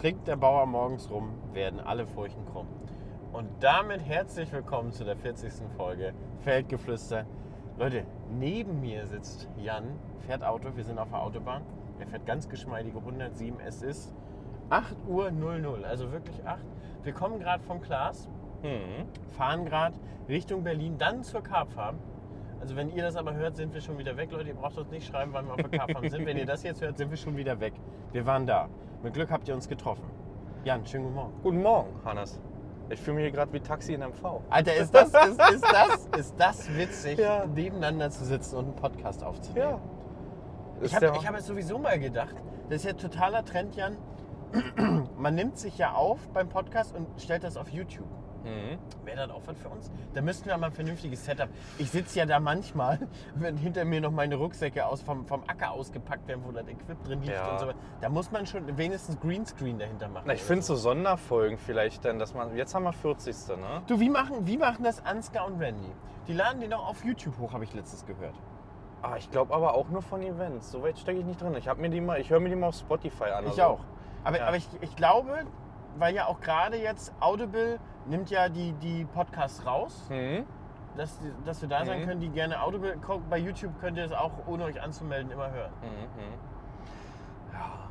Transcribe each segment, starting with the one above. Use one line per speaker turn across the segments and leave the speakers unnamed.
Trinkt der Bauer morgens rum, werden alle Furchen krumm. Und damit herzlich willkommen zu der 40. Folge Feldgeflüster. Leute, neben mir sitzt Jan, fährt Auto, wir sind auf der Autobahn. Er fährt ganz geschmeidige 107, es ist 8 Uhr 00, also wirklich 8. Wir kommen gerade vom Glas,
Mhm.
fahren gerade Richtung Berlin, dann zur Karpfarm. Also wenn ihr das aber hört, sind wir schon wieder weg. Leute, ihr braucht uns nicht schreiben, wann wir auf der Karpfarm sind. Wenn ihr das jetzt hört, sind wir schon wieder weg. Wir waren da. Mit Glück habt ihr uns getroffen. Jan, schönen guten Morgen.
Guten Morgen, Hannes. Ich fühle mich hier gerade wie Taxi in MV.
Alter, ist das, ist, ist das, ist das witzig,
Ja.
nebeneinander zu sitzen und einen Podcast aufzunehmen. Ich
Ist
habe
der,
hab jetzt sowieso mal gedacht, das ist ja totaler Trend, Jan. Man nimmt sich ja auf beim Podcast und stellt das auf YouTube.
Mhm.
Wäre das auch was für uns? Da müssten wir mal ein vernünftiges Setup. Ich sitze ja da manchmal, wenn hinter mir noch meine Rucksäcke aus, vom, vom Acker ausgepackt werden, wo das Equip drin liegt
Ja.
und so weiter. Da muss man schon wenigstens Greenscreen dahinter machen.
Na, ich finde so Sonderfolgen vielleicht dann, dass man. Jetzt haben wir 40. Ne?
Du, wie machen, wie machen das Ansgar und Randy? Die laden den auch auf YouTube hoch, habe ich letztens gehört.
Ah, ich glaube aber auch nur von Events. So weit stecke ich nicht drin. Ich, hab mir die mal- ich höre mir die mal auf Spotify an.
Ich
also-
auch. Aber,
Ja.
aber ich, ich glaube, weil ja auch gerade jetzt Audible nimmt ja die, die Podcasts raus,
Mhm.
dass, die- dass wir da sein
Mhm.
können, die gerne Audible gucken. Bei YouTube könnt ihr es auch ohne euch anzumelden immer hören.
Mhm. Ja.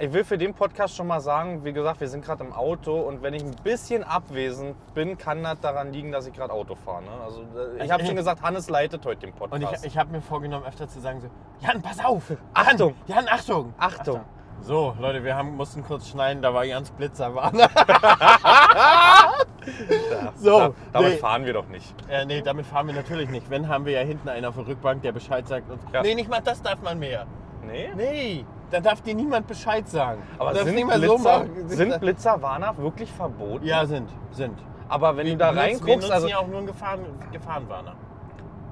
Ich will für den Podcast schon mal sagen, wie gesagt, wir sind gerade im Auto und wenn ich ein bisschen abwesend bin, kann das daran liegen, dass ich gerade Auto fahre. Ne? Also, äh, ich habe schon gesagt, Hannes leitet heute den
Und
Podcast.
ich, ich habe mir vorgenommen, öfter zu sagen so, Jan, pass auf! Jan,
Achtung!
Jan, Achtung!
Achtung!
So, Leute, wir haben, mussten kurz schneiden, da war Jans Blitzer. War So,
da, damit
nee.
fahren wir doch nicht.
Äh, nee, damit fahren wir natürlich nicht. Wenn, haben wir ja hinten einen auf der Rückbank, der Bescheid sagt uns,
Ja.
nee, nicht mal das darf man mehr.
Nee?
Nee, da darf dir niemand Bescheid sagen.
Aber
das
sind,
nicht mal
Blitzer,
so machen.
sind Blitzer Warner wirklich verboten?
ja, sind, sind.
Aber wenn du
Wir
da
nutzen- wir
reinguckst,
nutzen
also
ja auch nur einen Gefahren, Gefahrenwarner.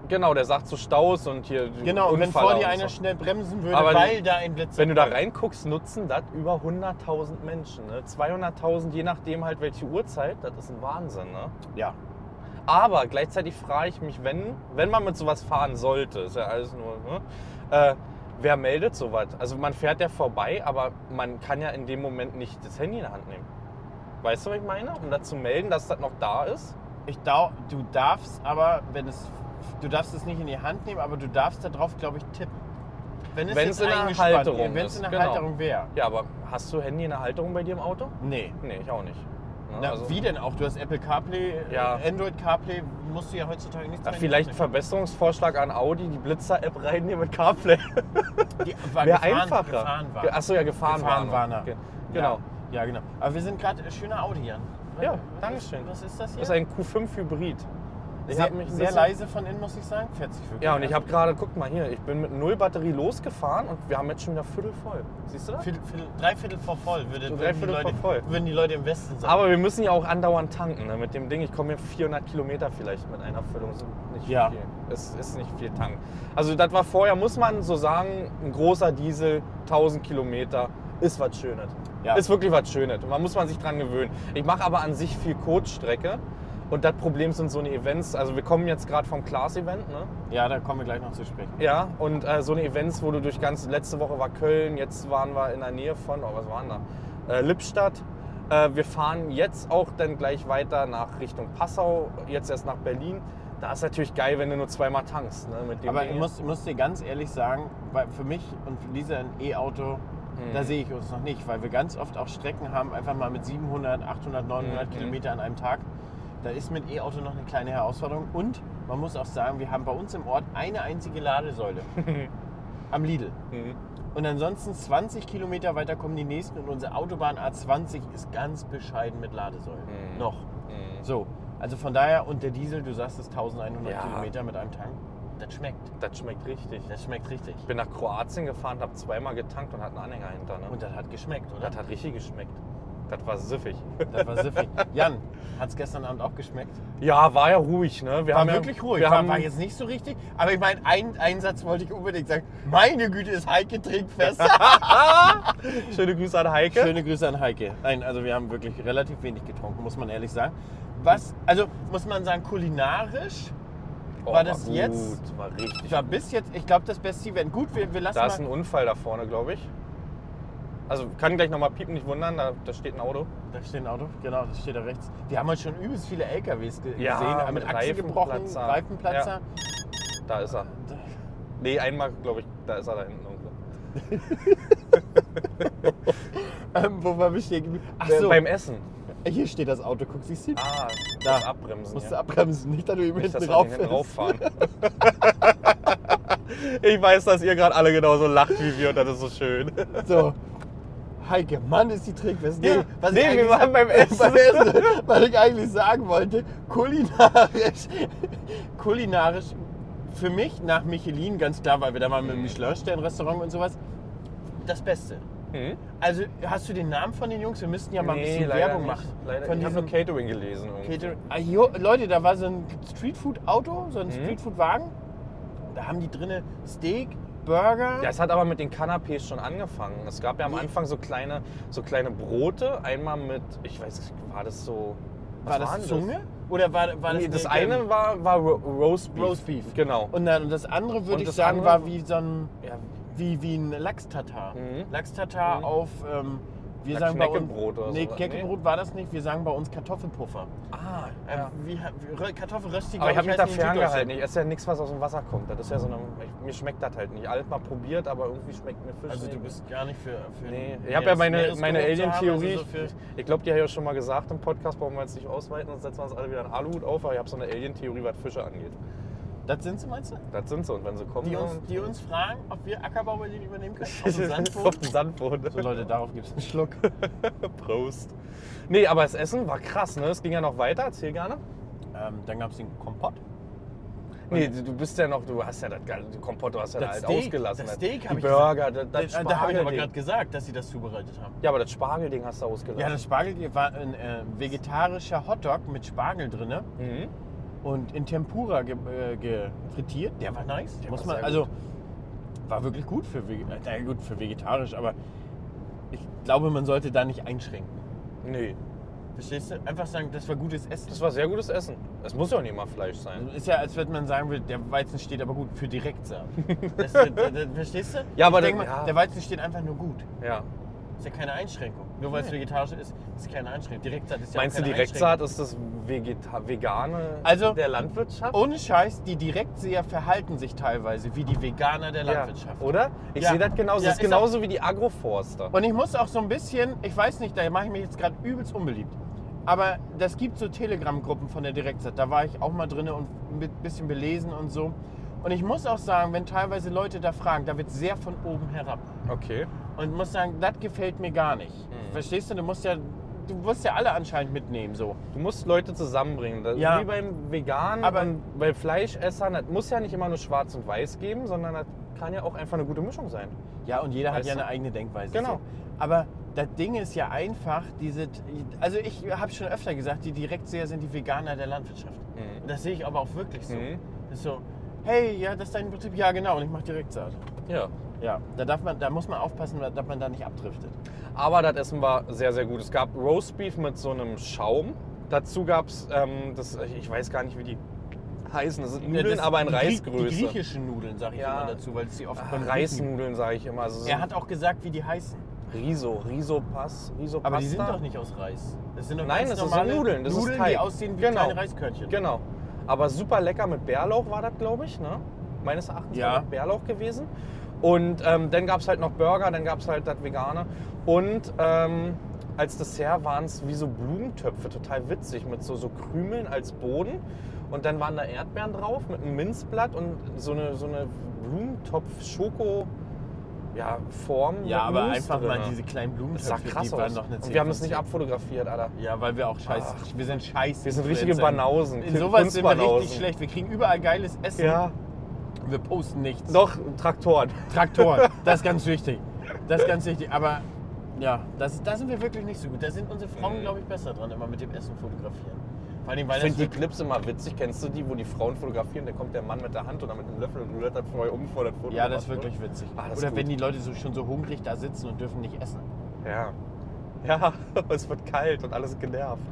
genau, der sagt zu Staus und hier
Genau, und
Unfall
wenn vor
und
dir
so.
einer schnell bremsen würde,
Aber
weil da ein Blitzer
Wenn du da
kommt.
reinguckst, nutzen das über 100.000 Menschen. Ne? 200.000, je nachdem halt welche Uhrzeit, das ist ein Wahnsinn. Ne?
Ja.
Aber gleichzeitig frage ich mich, wenn, wenn man mit sowas fahren sollte, ist ja alles nur, ne? äh, wer meldet sowas? Also man fährt ja vorbei, aber man kann ja in dem Moment nicht das Handy in der Hand nehmen. Weißt du, was ich meine? Um das zu melden, dass das noch da ist.
Ich dau- du darfst aber, wenn es. Du darfst es nicht in die Hand nehmen, aber du darfst da drauf, glaube ich, tippen. Wenn
Wenn
jetzt
es in der
eingespannt-
Halterung
Wenn es in
ist,
der
genau.
Halterung wäre.
Ja, aber hast du Handy in der Halterung bei dir im Auto?
Nee.
Nee, ich auch nicht. Ne?
Na,
Also-
wie denn auch? Du hast Apple CarPlay, äh,
Ja.
Android CarPlay, musst du ja heutzutage nichts
Ja,
mehr
vielleicht ein
nehmen.
Verbesserungsvorschlag an Audi, die Blitzer-App reinnehmen mit CarPlay.
Die, war
Wäre
gefahren,
einfacher.
Gefahren war.
Ge- Achso, ja, Gefahrenwarnung.
Gefahrenwarner.
Ge- Genau.
Ja, genau. Aber wir sind gerade äh, schöner Audi, Jan.
Ja,
Was-
Dankeschön.
Was ist das hier?
Das ist ein Q5-Hybrid. Das hat
sehr,
mich ein
sehr
bisschen-
leise von innen, muss ich sagen. Fährt sich wirklich.
Ja, und ich
an.
habe gerade, guck mal hier, ich bin mit null Batterie losgefahren und wir haben jetzt schon wieder Viertel voll. Siehst du das?
Viertel- Viertel- Drei Viertel vor voll, würde,
So drei
würden, die
Viertel vor
Leute,
voll.
würden die Leute im Westen sagen.
Aber wir müssen ja auch andauernd tanken ne? mit dem Ding. Ich komme hier 400 Kilometer vielleicht mit einer Füllung. Sind nicht
Ja.
viel. Es ist nicht viel Tank. Also das war vorher, muss man so sagen, ein großer Diesel, 1000 Kilometer, ist was Schönes.
Ja.
Ist wirklich was Schönes. Und man muss man sich dran gewöhnen. Ich mache aber an sich viel Kurzstrecke. Und das Problem sind so eine Events. Also wir kommen jetzt gerade vom Class-Event, ne?
ja, da kommen wir gleich noch zu sprechen.
Ja, und äh, so eine Events, wo du durch ganz, letzte Woche war Köln, jetzt waren wir in der Nähe von, oh, was waren da? Äh, Lippstadt. Äh, wir fahren jetzt auch dann gleich weiter nach Richtung Passau, jetzt erst nach Berlin. Da ist natürlich geil, wenn du nur zweimal tankst. Ne, mit dem
Aber ich
Ding.
muss, muss dir ganz ehrlich sagen, weil für mich und für Lisa ein E-Auto,
Mhm.
da sehe ich uns noch nicht, weil wir ganz oft auch Strecken haben, einfach mal mit 700, 800, 900
Mhm.
Kilometer an einem Tag. Da ist mit E-Auto noch eine kleine Herausforderung. Und man muss auch sagen, wir haben bei uns im Ort eine einzige Ladesäule am Lidl.
Mhm.
Und ansonsten 20 Kilometer weiter kommen die nächsten und unsere Autobahn A20 ist ganz bescheiden mit Ladesäulen.
Mhm.
Noch.
Mhm.
So, also von daher und der Diesel, du sagst es 1100
Ja.
Kilometer mit einem Tank. Das schmeckt.
Das schmeckt richtig.
Das schmeckt richtig.
Ich bin nach Kroatien gefahren, habe zweimal getankt und hatte einen Anhänger hinter. Ne?
Und das hat geschmeckt, oder?
das hat richtig geschmeckt. Das war siffig.
Das war siffig. Jan, hat es gestern Abend auch geschmeckt?
Ja, war ja ruhig. Ne? Wir
War
haben
wirklich
ja,
ruhig.
Wir
war,
haben,
war jetzt nicht so richtig. Aber ich meine, einen, einen Satz wollte ich unbedingt sagen. Meine Güte, ist Heike trinkfest.
schöne Grüße an Heike.
Schöne Grüße an Heike. Nein, also wir haben wirklich relativ wenig getrunken, muss man ehrlich sagen. Was, also muss man sagen, kulinarisch
Oh,
War das jetzt?
War richtig.
war bis jetzt, ich glaube, das beste Event. Gut, wir, wir lassen
Da ist
mal.
ein Unfall da vorne, glaube ich. Also kann gleich nochmal piepen, nicht wundern, da, da steht ein Auto.
Da steht ein Auto, genau, das steht da rechts. Wir haben heute schon übelst viele LKWs ge
Ja,
gesehen, äh, mit,
mit
Achsen gebrochen,
Reifenplatzer.
Reifenplatzer.
Da ist er. Nee, einmal, glaube ich, da ist er da hinten irgendwo.
Ähm, wo war ich stehen geblieben? Ach
Äh,
so,
Beim Essen.
hier steht das Auto, guck, siehst du?
Ah,
Da.
das Abbremsen.
Musst du
ja.
abbremsen, nicht, dass du ihm
Nicht, dass
hinten
wir
rauf
hinten
fällst.
rauffahren. ich weiß, dass ihr gerade alle genauso lacht wie wir und das ist so schön.
So. Heike, Mann, ist die Trinkwest.
Ja. Nee, wir
eigentlich-
waren beim Essen.
beim Essen. Was ich eigentlich sagen wollte, kulinarisch, kulinarisch für mich nach Michelin, ganz klar, weil wir da mal
Mhm.
mit dem Michelin-Stern-Restaurant und sowas, das Beste.
Hm?
Also, hast du den Namen von den Jungs? Wir müssten ja mal ein bisschen
leider
Werbung
nicht.
machen.
Leider,
von
ich habe
diesem
nur Catering gelesen. irgendwie.
Catering. Ah, jo, Leute, da war so ein Streetfood-Auto, so ein
Mhm.
Streetfood-Wagen. Da haben die drinne Steak, Burger.
Ja, es hat aber mit den Canapés schon angefangen. Es gab ja am
Wie?
Anfang so kleine, so kleine Brote. Einmal mit, ich weiß, war das so. was
war das
waren
Zunge? Oder war, war das
nee, das
Steak, ähm,
eine war, war Ro- Roast Beef.
Roast Beef.
Genau.
Und dann das andere
Und
würde ich
das
sagen,
andere-
war wie so ein
ja,
wie, wie ein Lachs-Tatar.
Mhm.
Lachs-Tatar
Mhm.
auf ähm, wir
Na,
sagen bei uns
Knäckebrot oder
Nee,
sowas,
Knäckebrot war das nicht, wir sagen bei uns Kartoffelpuffer.
ah,
Ähm,
ja.
wie, wie, Rö- Kartoffelrösti,
Aber ich
glaub
habe mich da
heißen die in
ferngehalten. Ich esse ja nichts, was aus dem Wasser kommt. Das ist ja so eine, ich, mir schmeckt das halt nicht. Alles mal probiert, aber irgendwie schmeckt mir Fisch
Deutschland. Also
nicht.
du bist gar nicht für. für
Nee,
den
ich habe ja
Meeres-
meine, meine
Meeresgeruch zu haben,
Alien-Theorie.
also so für-
ich glaube, die habe ich ja schon mal gesagt im Podcast, brauchen wir jetzt nicht ausweiten, sonst setzen wir uns alle wieder einen Aluhut auf. Aber ich habe so eine Alien-Theorie, was Fische angeht.
das sind sie, meinst du?
Das sind sie. Und wenn sie kommen,
Die uns,
dann-
die uns fragen, ob wir Ackerbau Berlin übernehmen können? Auf dem
auf
Sandboden?
den Sandboden.
So Leute, darauf gibt es einen Schluck.
Prost. Nee, aber das Essen war krass, ne? Es ging ja noch weiter, erzähl gerne.
ähm, dann gab es den Kompott.
Nee, du du bist ja noch, du hast ja das ganze die Kompott, du hast ja da
Das
halt
Steak,
ausgelassen.
das Steak
die
hab ich Äh,
Burger, das, das
da da habe ich aber
Spargelding.
gerade gesagt, dass sie das zubereitet haben.
Ja, aber das Spargelding hast du
Ja,
ausgelassen.
das Spargel war ein äh, vegetarischer Hotdog mit Spargel drinne
mhm.
und in Tempura ge äh, gefrittiert. Der war nice.
Der
muss
war
man,
sehr
also war wirklich gut für, Vege äh, na gut für vegetarisch, aber ich glaube, man sollte da nicht einschränken.
Nee,
Verstehst du? Einfach sagen, das war gutes Essen.
das war sehr gutes Essen. Es muss ja auch nicht mal Fleisch sein.
Also ist ja, als würde man sagen, will, der Weizen steht aber gut für Direktsamen. Das, das, das, das, verstehst du?
Ja, aber
ich denk
der-
mal,
ja.
der Weizen steht einfach nur gut.
Ja.
Ist ja keine Einschränkung. Nur weil es
Nee.
vegetarisch ist, ist keine Einschränkung. Direktsaat ist ja auch
Meinst du,
keine
die Rechtsart ist das Vegeta vegane
Also-
der Landwirtschaft?
Ohne Scheiß, die Direktseher verhalten sich teilweise wie die Veganer der Landwirtschaft.
Ja, oder? Ich
Ja.
sehe das genauso.
Ja,
das ist
ist auch-
genauso wie die Agroforster.
Und ich muss auch so ein bisschen, ich weiß nicht, da mache ich mich jetzt gerade übelst unbeliebt. Aber das gibt so Telegram-Gruppen von der Direktsaat. Da war ich auch mal drin und ein bisschen belesen und so. Und ich muss auch sagen, wenn teilweise Leute da fragen, da wird sehr von oben herab.
Okay.
Und muss sagen, das gefällt mir gar nicht. Verstehst du? Du musst ja, du musst ja alle anscheinend mitnehmen so.
Du musst Leute zusammenbringen. Das
Ja.
Wie beim Veganen
Aber-
und bei Fleischessern. Das muss ja nicht immer nur schwarz und weiß geben, sondern das kann ja auch einfach eine gute Mischung sein.
Ja, und jeder hat
Weißt
ja
du?
eine eigene Denkweise.
Genau.
So. Aber das Ding ist ja einfach, diese, also ich habe schon öfter gesagt, die Direktseher sind die Veganer der Landwirtschaft.
Mhm.
Das sehe ich aber auch wirklich so.
Mhm.
Das ist so, hey, ja, das ist dein Betrieb, ja genau, und ich mache Direktsaat.
Ja.
Ja, da, darf man, da muss man aufpassen, dass man da nicht abdriftet.
Aber das Essen war sehr, sehr gut. Es gab Roastbeef mit so einem Schaum. Dazu gab es, ähm, das- ich weiß gar nicht, wie die heißen. Das sind Nudeln,
Ja, das-
aber in
die Grie-
Reisgröße.
Die griechischen Nudeln, sage ich
Ja. Ah,
immer dazu, weil es die oft
Ach,
von Griechen-
Reisnudeln, sage ich immer. Also so
Er hat auch gesagt, wie die heißen.
Riso, Riso-Pass, riso
Aber die sind doch nicht aus Reis. Das sind doch
Nein,
ganz
das
normale
sind Nudeln. Das
Nudeln,
ist Teig.
die aussehen wie
Genau.
kleine Reiskörnchen.
Genau. Aber super lecker mit Bärlauch war das, glaube ich, ne? Meines Erachtens
Ja.
war das Bärlauch gewesen. Und ähm, dann gab es halt noch Burger, dann gab es halt das Vegane. Und ähm, als Dessert waren es wie so Blumentöpfe, total witzig, mit so, so Krümeln als Boden. Und dann waren da Erdbeeren drauf mit einem Minzblatt und so eine, so eine Blumentopf-Schoko- ja, Form.
Ja,
mit
aber
Mousse
einfach mal
drinne.
diese kleinen
Das sah
Blumentöpfe,
krass
die waren
aus.
noch eine 10
und wir haben es
von
nicht
10.
abfotografiert, Alter.
Ja, weil wir auch scheiße.
Ach.
Wir sind scheiße.
Wir sind richtige Banausen.
In sowas sind wir richtig
Kunstbanausen.
schlecht. Wir kriegen überall geiles Essen.
Ja.
Wir posten nichts.
Doch, Traktoren.
Traktoren, das ist ganz wichtig. Das ist ganz wichtig. Aber ja, das, da sind wir wirklich nicht so gut. Da sind unsere Frauen,
Mhm.
glaube ich, besser dran, immer mit dem Essen fotografieren. Vor allem, weil das
Ich finde die
wirklich,
Clips immer witzig. Kennst du die, wo die Frauen fotografieren? Da kommt der Mann mit der Hand oder mit einem Löffel und rührt dann vorher um vor das Foto.
Ja, das ist wirklich witzig.
Ah, das ist
Oder wenn
gut.
die Leute so, schon so hungrig da sitzen und dürfen nicht essen.
Ja. Ja, es wird kalt und alles genervt.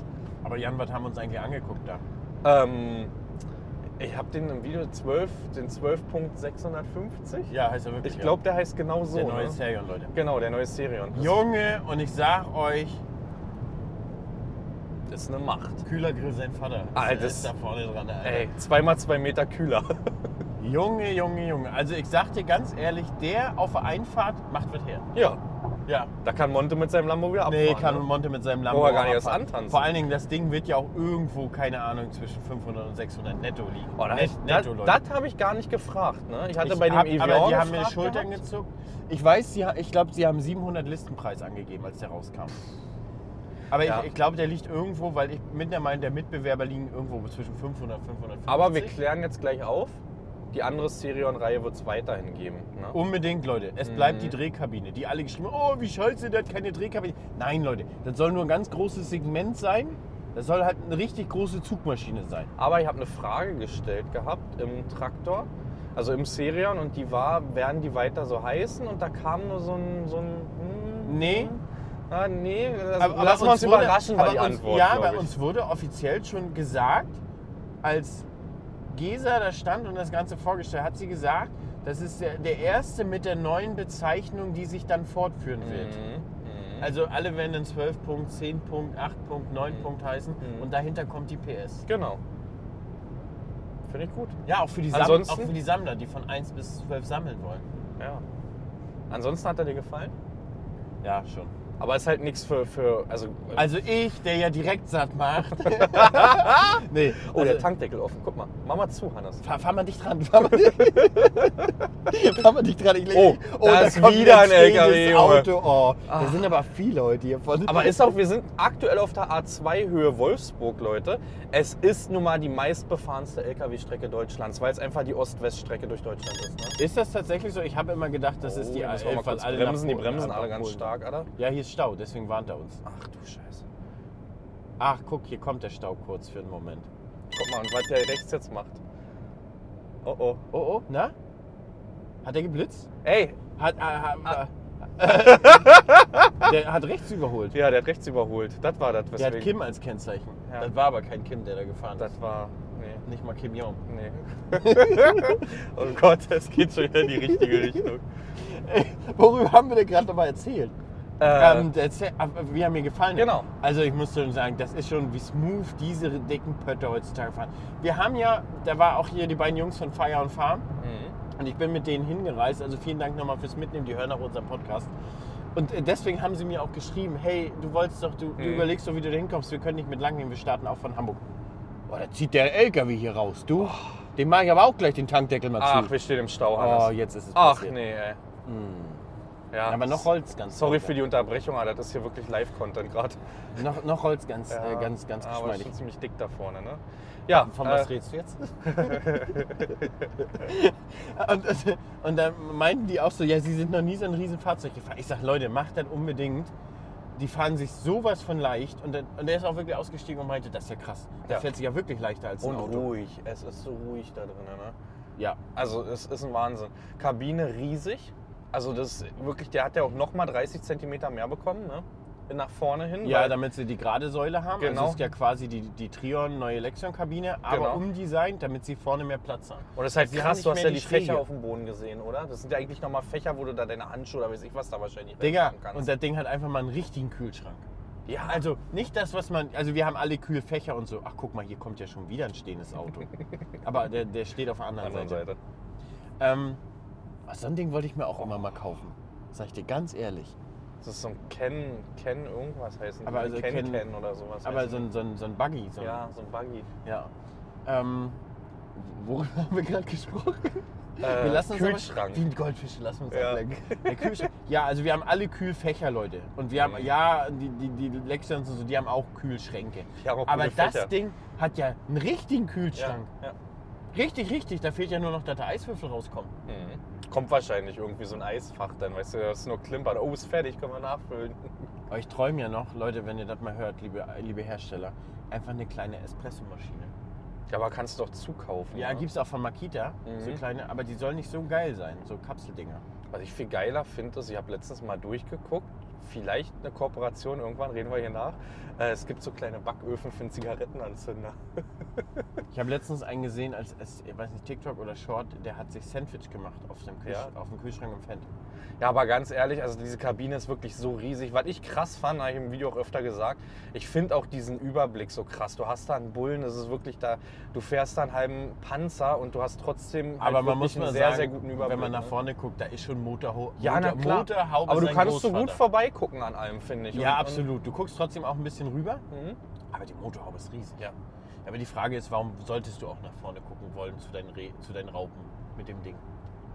Aber Jan, was haben wir uns eigentlich angeguckt da?
Ähm, Ich habe den im Video 12, den 12.650.
Ja, heißt er wirklich.
Ich
ja.
glaube, der heißt genau so.
der neue
ne?
Serion, Leute.
Genau, der neue Serion. Das
Junge, und ich sag euch,
ist eine Macht.
kühler Grill sein Vater.
Alter,
das ist da
Ah, das-
vorne dran, Alter.
Ey, zweimal zwei Meter kühler.
Junge, Junge, Junge. Also ich sag dir ganz ehrlich, der auf der Einfahrt macht was her.
ja,
Ja.
da kann Monte mit seinem Lambo wieder abfahren.
Nee, kann
ne?
Monte mit seinem Lambo
Braucht er gar nicht erst
abfahren.
antanzen.
Vor allen Dingen, das Ding wird ja auch irgendwo, keine Ahnung, zwischen 500 und 600 netto liegen.
Oh, da,
Net-
das das habe ich gar nicht gefragt. Ne? Ich hatte
ich
bei dem
hab,
Evian
aber die haben mir die
gefragt ne?
Schultern
gehabt.
gezuckt. Ich weiß, sie, ha- ich glaube, sie haben 700 Listenpreis angegeben, als der rauskam. Aber
Ja.
ich, ich glaube, der liegt irgendwo, weil ich mit der Meinung, der Mitbewerber liegen irgendwo zwischen 500 und 550.
Aber wir klären jetzt gleich auf. Die andere Serion-Reihe wird es weiterhin geben. Ne?
Unbedingt, Leute. Es
Mhm.
bleibt die Drehkabine. Die alle geschrieben haben, oh, wie scheiße, der hat keine Drehkabine. Nein, Leute, das soll nur ein ganz großes Segment sein. Das soll halt eine richtig große Zugmaschine sein.
Aber ich habe eine Frage gestellt gehabt im Traktor, also im Serion, und die war, werden die weiter so heißen? Und da kam nur so ein. So ein hm,
Nee.
Ah, nee, das,
Aber- aber
lassen wir uns
wurde-
überraschen, war
aber
die
uns,
Antwort.
Ja,
glaub
bei
ich.
uns wurde offiziell schon gesagt, als Gesa da stand und das Ganze vorgestellt hat, sie gesagt, das ist der, der erste mit der neuen Bezeichnung, die sich dann fortführen
hm,
wird.
Mhm. Mhm.
Also alle werden in 12 Punkt, 10 Punkt, 8 Punkt, 9 Punkt heißen
Mhm.
und dahinter kommt die PS.
Genau. Finde ich gut.
Ja, auch für, die Sam
Ansonsten-
auch für die Sammler, die von 1 bis 12 sammeln wollen.
Ja. Ansonsten hat er dir gefallen?
Ja, schon.
Aber ist halt nichts für, für. Also.
Also ich, der ja direkt satt macht. nee,
oh,
also-
der Tankdeckel offen. Guck mal. Mach mal zu, Hannes.
Fahr, fahr mal dich dran, fahr mal dich, fahr mal dich dran. Ich leg-
Oh, da ist wieder ein LKW,
stehendes
Junge.
Auto. Oh, da
Ah.
sind aber viele heute hier von.
Aber ist auch, wir sind aktuell auf der A2 Höhe Wolfsburg, Leute. Es ist nun mal die meistbefahrenste Lkw-Strecke Deutschlands, weil es einfach die Ost-West-Strecke durch Deutschland ist. Ne?
ist das tatsächlich so? Ich habe immer gedacht, das ist
Oh,
die
da müssen wir
A11,
mal
weil
kurz
alle nach
bremsen, die
Polen-
bremsen
nach
alle ganz
Polen.
stark, Alter.
Ja, hier ist Stau, deswegen warnt er uns.
Ach du Scheiße.
Ach, guck, hier kommt der Stau kurz für einen Moment.
Guck mal, und was der rechts jetzt macht. Oh oh.
Oh, oh, na? Hat er geblitzt?
Ey,
Hat, ah, ah, ah. der hat rechts überholt.
ja, der hat rechts überholt. Das war das,
Der hat
weswegen.
Kim als Kennzeichen.
Ja.
Das war aber kein Kim, der da gefahren ist.
Das war. Nee.
Nicht mal Kim Jong.
Nee. oh Gott, es geht schon wieder in die richtige Richtung.
Ey, Worüber haben wir denn gerade nochmal erzählt?
Äh,
Ähm, der Ze- ah, wie er mir gefallen hat.
Genau.
Also ich muss schon sagen, das ist schon wie smooth diese dicken Pötte heutzutage fahren. Wir haben ja, da war auch hier die beiden Jungs von Fire und Farm
mhm.
und ich bin mit denen hingereist. Also vielen Dank nochmal fürs Mitnehmen, die hören auch unseren Podcast. Und äh, deswegen haben sie mir auch geschrieben, hey, du wolltest doch, du, du
Mhm.
überlegst doch, wie du da hinkommst. Wir können nicht mit lang nehmen, wir starten auch von Hamburg. Boah, da zieht der LKW hier raus, du. Den mache ich aber auch gleich den Tankdeckel mal
Oh. Ach,
zu.
wir stehen im Stau,
Oh,
Hannes.
jetzt ist es
Ach
passiert. Mhm.
nee, ey. Ja,
Aber noch rollt es ganz
Sorry
locker.
für die Unterbrechung, Alter. Das ist hier wirklich Live-Content gerade.
Noch, noch Holz ganz, äh,
Ja,
ganz, ganz
Aber ist
geschmeidig.
schon ziemlich dick da vorne, ne? Ja,
Von
äh,
was redest du jetzt? und, und, und dann meinten die auch so, ja, sie sind noch nie so ein Riesenfahrzeug gefahren. Ich sag, Leute, macht das unbedingt. Die fahren sich sowas von leicht. Und, dann, und der ist auch wirklich ausgestiegen und meinte, das ist ja krass. Der
Ja.
fährt sich ja wirklich leichter als ein
und
Auto.
ruhig. Es ist so ruhig da drin, ne?
Ja.
Also, es ist ein Wahnsinn. Kabine riesig. Also, das ist wirklich, der hat ja auch nochmal 30 Zentimeter mehr bekommen, ne? Nach vorne hin.
Ja,
weil-
damit sie die gerade Säule haben. Genau.
Genau.
Also ist ja quasi die, die Trion neue Lexion-Kabine, aber
Genau.
umdesignt, damit sie vorne mehr Platz haben.
Und es ist halt
Sie haben
krass,
nicht
du hast
mehr
ja
die
die Fächer
Schräge.
auf dem Boden gesehen, oder? Das sind ja eigentlich nochmal Fächer, wo du da deine Handschuhe oder weiß ich was da wahrscheinlich
Digga,
reinmachen kannst.
und das Ding hat einfach mal einen richtigen Kühlschrank. Ja, also nicht das, was man. Also wir haben alle Kühlfächer und so. Ach, guck mal, hier kommt ja schon wieder ein stehendes Auto. Aber der, der steht auf der anderen
Andere
Seite.
Seite.
Ähm, ach, so ein Ding wollte ich mir auch immer mal kaufen. Sag ich dir ganz ehrlich.
Das ist so ein Ken, Ken irgendwas heißen.
Aber also
Ken,
Ken-
Ken, oder sowas.
Aber
heißen
so ein, so ein, so ein Buggy. So
die.
ein,
ja, so ein Buggy.
ja. Ähm, worüber haben wir gerade gesprochen?
Äh,
wir lassen uns
Kühlschrank.
Aber, wie ein Goldfisch, lassen wir uns
Ja.
ablenken. Der Kühlschrank. Ja, also wir haben alle Kühlfächer, Leute. Und wir haben,
Mhm.
ja, die, die, die Lexions und so, die haben auch Kühlschränke.
Die haben auch
Aber
gute
das
Fächer.
Ding hat ja einen richtigen
ja,
Kühlschrank.
ja.
Richtig, richtig. Da fehlt ja nur noch, dass da Eiswürfel rauskommen.
Mhm. Kommt wahrscheinlich irgendwie so ein Eisfach dann, weißt du, das ist nur klimpert. Oh, ist fertig, können wir nachfüllen.
Aber ich träume ja noch, Leute, wenn ihr das mal hört, liebe, liebe Hersteller, einfach eine kleine Espressomaschine.
Ja, aber kannst du doch zukaufen.
Ja,
ne?
gibt's auch von Makita,
Mhm.
so kleine, aber die sollen nicht so geil sein, so Kapseldinger.
Was ich viel geiler finde, ist, ich habe letztens mal durchgeguckt, vielleicht eine Kooperation, irgendwann reden wir hier nach. Äh, es gibt so kleine Backöfen für einen Zigarettenanzünder.
Ich habe letztens einen gesehen, als, als ich weiß nicht, TikTok oder Short, der hat sich Sandwich gemacht auf dem, Kühlsch
Ja. Halt
auf dem Kühlschrank im Fendt.
Ja, aber ganz ehrlich, also diese Kabine ist wirklich so riesig. Was ich krass fand, habe ich im Video auch öfter gesagt, ich finde auch diesen Überblick so krass. Du hast da einen Bullen, das ist wirklich da, du fährst da einen halben Panzer und du hast trotzdem halt
Aber man muss
wirklich
mal
einen sehr,
sagen,
sehr guten Überblick.
wenn man nach
ne?
vorne guckt, da ist schon Motorho
ja,
Motor,
na klar.
Motorhaube
aber du
sein
kannst so gut
Großvater.
vorbeigucken an allem, finde ich.
Ja,
Und-
absolut. Du guckst trotzdem auch ein bisschen rüber,
Und, mhm.
aber die Motorhaube ist riesig.
Ja.
Aber die Frage ist, warum solltest du auch nach vorne gucken wollen zu deinen, Re zu deinen Raupen mit dem Ding?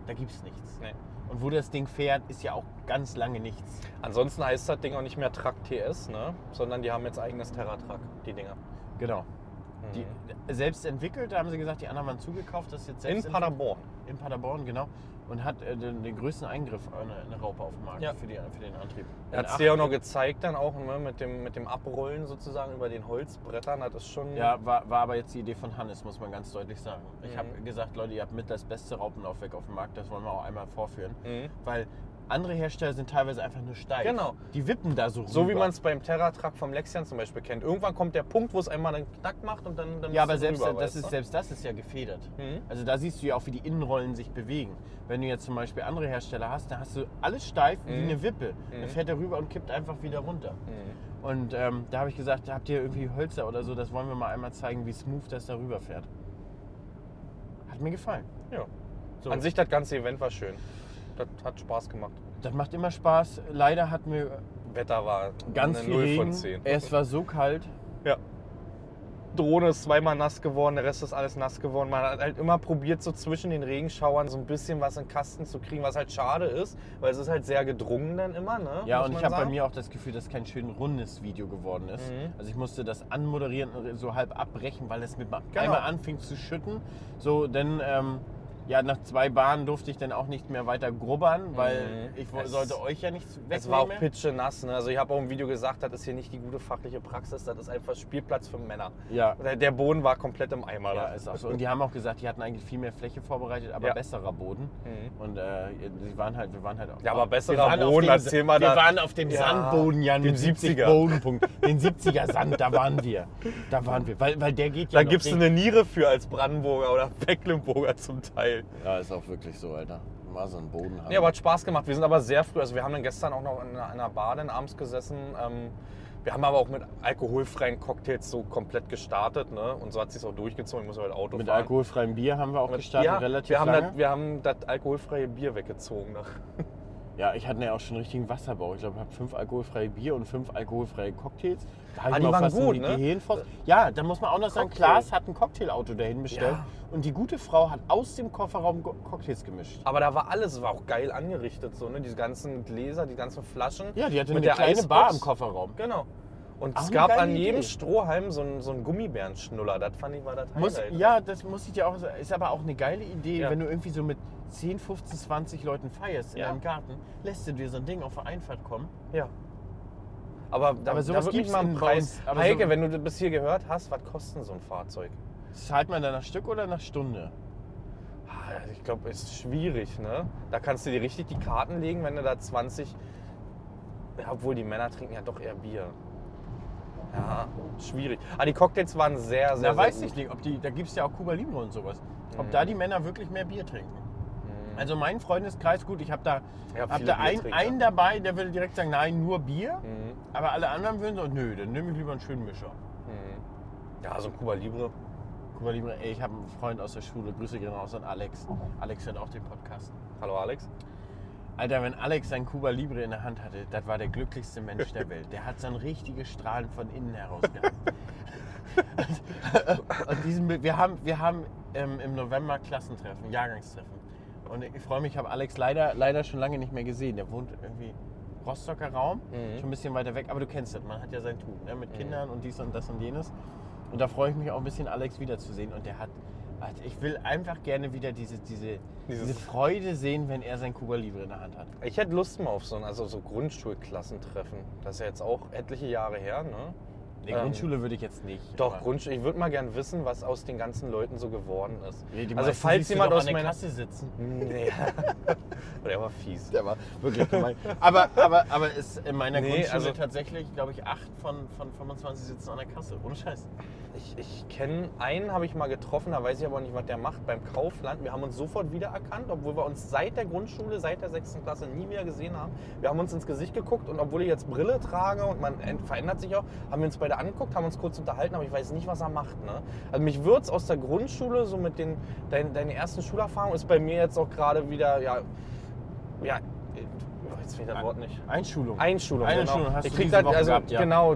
Da gibt's nichts.
Nee.
Und wo das Ding fährt, ist ja auch ganz lange nichts.
Ansonsten heißt das Ding auch nicht mehr Track TS, ne? sondern die haben jetzt eigenes Terratrack, die Dinger.
Genau.
Mhm.
Die selbst entwickelt, da haben sie gesagt, die anderen waren zugekauft, das ist jetzt
in
selbst
Paderborn.
in Paderborn, genau. Und hat äh, den, den größten Eingriff an äh, eine Raupe auf dem Markt
Ja.
für, die, für den Antrieb.
Er
In
hat es
acht-
dir auch noch gezeigt, dann auch ne, mit, dem, mit dem Abrollen sozusagen über den Holzbrettern. Das ist schon.
Ja, war, war aber jetzt die Idee von Hannes, muss man ganz deutlich sagen. Ich
Ähm, Mhm.
habe gesagt, Leute, ihr habt mit das beste Raupenlaufwerk auf dem Markt, das wollen wir auch einmal vorführen.
Mhm.
Weil andere Hersteller sind teilweise einfach nur steif.
Genau.
Die wippen da so rüber.
So wie man es beim Terratrack vom Lexian zum Beispiel kennt. Irgendwann kommt der Punkt, wo es einmal einen Knack macht und dann. dann
Ja,
bist
aber
du
selbst,
drüber,
das
weißt
ist,
du?
selbst das ist ja gefedert.
Mhm.
Also da siehst du ja auch, wie die Innenrollen sich bewegen. Wenn du jetzt zum Beispiel andere Hersteller hast, dann hast du alles steif wie
Mhm.
eine Wippe.
Mhm.
Dann fährt er rüber und kippt einfach wieder runter.
Mhm.
Und ähm, da habe ich gesagt, habt ihr irgendwie Hölzer oder so, das wollen wir mal einmal zeigen, wie smooth das da rüberfährt. Hat mir gefallen.
Ja.
So.
An sich, das ganze Event war schön. Das hat Spaß gemacht.
Das macht immer Spaß. Leider hatten wir
Wetter war
ganz
eine
viel
0
Regen.
von 10.
Es war so kalt.
Ja. Drohne ist zweimal nass geworden, der Rest ist alles nass geworden. Man hat halt immer probiert, so zwischen den Regenschauern so ein bisschen was in den Kasten zu kriegen, was halt schade ist, weil es ist halt sehr gedrungen dann immer, ne?
Ja,
Muss
und
man
ich habe bei
sagen.
mir auch das Gefühl, dass kein schön rundes Video geworden ist.
Mhm.
Also ich musste das anmoderieren und so halb abbrechen, weil es mit
Genau.
einmal anfing zu schütten. So, denn ähm, ja, nach zwei Bahnen durfte ich dann auch nicht mehr weiter grubbern, weil
Mhm.
ich wo-
Es-
sollte euch ja nichts wegnehmen.
Es war auch pitsche nass, ne? Also ich habe auch im Video gesagt, das ist hier nicht die gute fachliche Praxis, das ist einfach Spielplatz für Männer.
ja.
Der der Boden war komplett im Eimer.
Ja,
da.
ist auch so. Und die haben auch gesagt, die hatten eigentlich viel mehr Fläche vorbereitet, aber
Ja.
besserer Boden.
Mhm.
Und äh, sie waren halt, wir waren halt auch.
Ja, aber besserer
Wir waren auf
Boden,
dem-
erzähl mal
Wir
da-
waren auf dem
Ja,
Sandboden, Jan,
den
mit 70
70er.
Bodenpunkt. Den 70er Sand, da waren wir. Da waren wir. Weil, weil der geht ja.
Da
noch.
gibst du
Den-
eine Niere für als Brandenburger oder Mecklenburger zum Teil.
Ja, ist auch wirklich so, Alter. Mal so einen Boden haben.
Ja, aber hat Spaß gemacht. Wir sind aber sehr früh, also wir haben dann gestern auch noch in einer- einer Bar dann abends gesessen. Ähm, wir haben aber auch mit alkoholfreien Cocktails so komplett gestartet, ne? Und so hat sich auch durchgezogen. Ich muss halt Auto
mit
fahren.
alkoholfreiem Bier haben wir auch
Mit-
gestartet,
ja,
relativ
wir haben
lange.
Das, wir haben das alkoholfreie Bier weggezogen. Ne?
ja, ich hatte ja auch schon einen richtigen Wasserbau. Ich glaube, ich habe fünf alkoholfreie Bier und fünf alkoholfreie Cocktails. Da hab
Ah,
ich
die
mal
waren
fast in
gut,
die
ne?
Gehirnfrost- Ja, da muss man auch noch sagen,
Cocktail.
Klaas hat ein Cocktailauto dahin bestellt. Und die gute Frau hat aus dem Kofferraum Go- Cocktails gemischt.
Aber da war alles, war auch geil angerichtet, so, ne? Diese ganzen Gläser, die ganzen Flaschen.
Ja, die hatte
Mit
eine
der
kleine
Eisbox.
Bar im Kofferraum.
Genau. Und
Auch
es
eine
gab
geile
an jedem
Idee.
Strohhalm so einen, so einen Gummibärenschnuller. Das fand ich war das Highlight.
Muss, ja, das muss ich dir auch sagen. Ist aber auch eine geile Idee,
Ja.
wenn du irgendwie so mit 10, 15, 20 Leuten feierst in
Ja.
deinem Garten, lässt du dir so ein Ding auf der Einfahrt kommen.
Ja. Aber
Aber
da, aber
sowas
da wird mich
gibt's
mal ein
in- bei
Preis.
uns- aber
Heike,
so-
wenn du das bis hier gehört hast, was kostet so ein Fahrzeug?
Zahlt man da nach Stück oder nach Stunde?
Ah, Ich glaube, ist schwierig, ne? Da kannst du dir richtig die Karten legen, wenn du da 20. Ja, obwohl die Männer trinken ja doch eher Bier. Ja, schwierig. Aber die Cocktails waren sehr, sehr,
Da
sehr
weiß
gut. Mhm.
ich nicht, ob die, da gibt es ja auch Cuba Libre und sowas. Ob da die Männer wirklich mehr Bier trinken. Also mein Freundeskreis, gut, ich habe da,
Ja,
hab
viele
da einen,
Biertrinker.
einen dabei, der würde direkt sagen, nein, nur Bier.
Mhm.
Aber alle anderen würden so, nö, dann nehme ich lieber einen schönen Mischer.
Mhm. Ja, so ein Cuba Libre.
Cuba Libre, ey, ich habe einen Freund aus der Schule, Grüße gehen raus an Alex. Alex hört auch den Podcast.
Hallo Alex.
Alter, wenn Alex sein Cuba Libre in der Hand hatte, das war der glücklichste Mensch der Welt. Der hat so ein richtiges Strahlen von innen heraus gehabt. und diesen, Bild- wir haben, wir haben ähm, im November Klassentreffen, Jahrgangstreffen. Und ich freue mich, ich habe Alex leider, leider schon lange nicht mehr gesehen. Der wohnt irgendwie Rostocker Raum,
Mhm.
schon ein bisschen weiter weg. Aber du kennst das, man hat ja sein Tun ne? mit Kindern und dies und das und jenes. Und da freue ich mich auch ein bisschen, Alex wiederzusehen. Und der hat, Alter, ich will einfach gerne wieder diese, diese,
Dieses-
diese Freude sehen, wenn er sein Cuba Libre in der Hand hat.
Ich hätte Lust mal auf so ein also so Grundschulklassentreffen. Das ist ja jetzt auch etliche Jahre her, ne?
Nee,
Ähm,
Grundschule würde ich jetzt nicht.
Doch,
aber-
Grundschule. Ich würde mal gern wissen, was aus den ganzen Leuten so geworden ist.
Nee, die
also
meisten
falls
siehst du
jemand
doch
aus
an der
meiner...
Kasse sitzen.
Nee. Der war fies.
Der war wirklich gemein. aber, aber, aber ist in meiner
Nee,
Grundschule
also-
tatsächlich, glaube ich, 8 von, von 25 sitzen an der Kasse. Ohne Scheiß.
Ich, ich kenne einen, habe ich mal getroffen, da weiß ich aber nicht, was der macht, beim Kaufland. Wir haben uns sofort wiedererkannt, obwohl wir uns seit der Grundschule, seit der 6. Klasse nie wieder gesehen haben. Wir haben uns ins Gesicht geguckt und obwohl ich jetzt Brille trage und man ent- verändert sich auch, haben wir uns beide angeguckt, haben uns kurz unterhalten, aber ich weiß nicht, was er macht. Ne? Also mich würde es aus der Grundschule, so mit den dein, deinen ersten Schulerfahrungen, ist bei mir jetzt auch gerade wieder, ja, ja, äh, jetzt fehlt das Wort nicht.
Einschulung.
Einschulung,
Einschulung
genau.
hast
ich
du
krieg
diese
das-
Woche
also,
gehabt, ja.
Genau,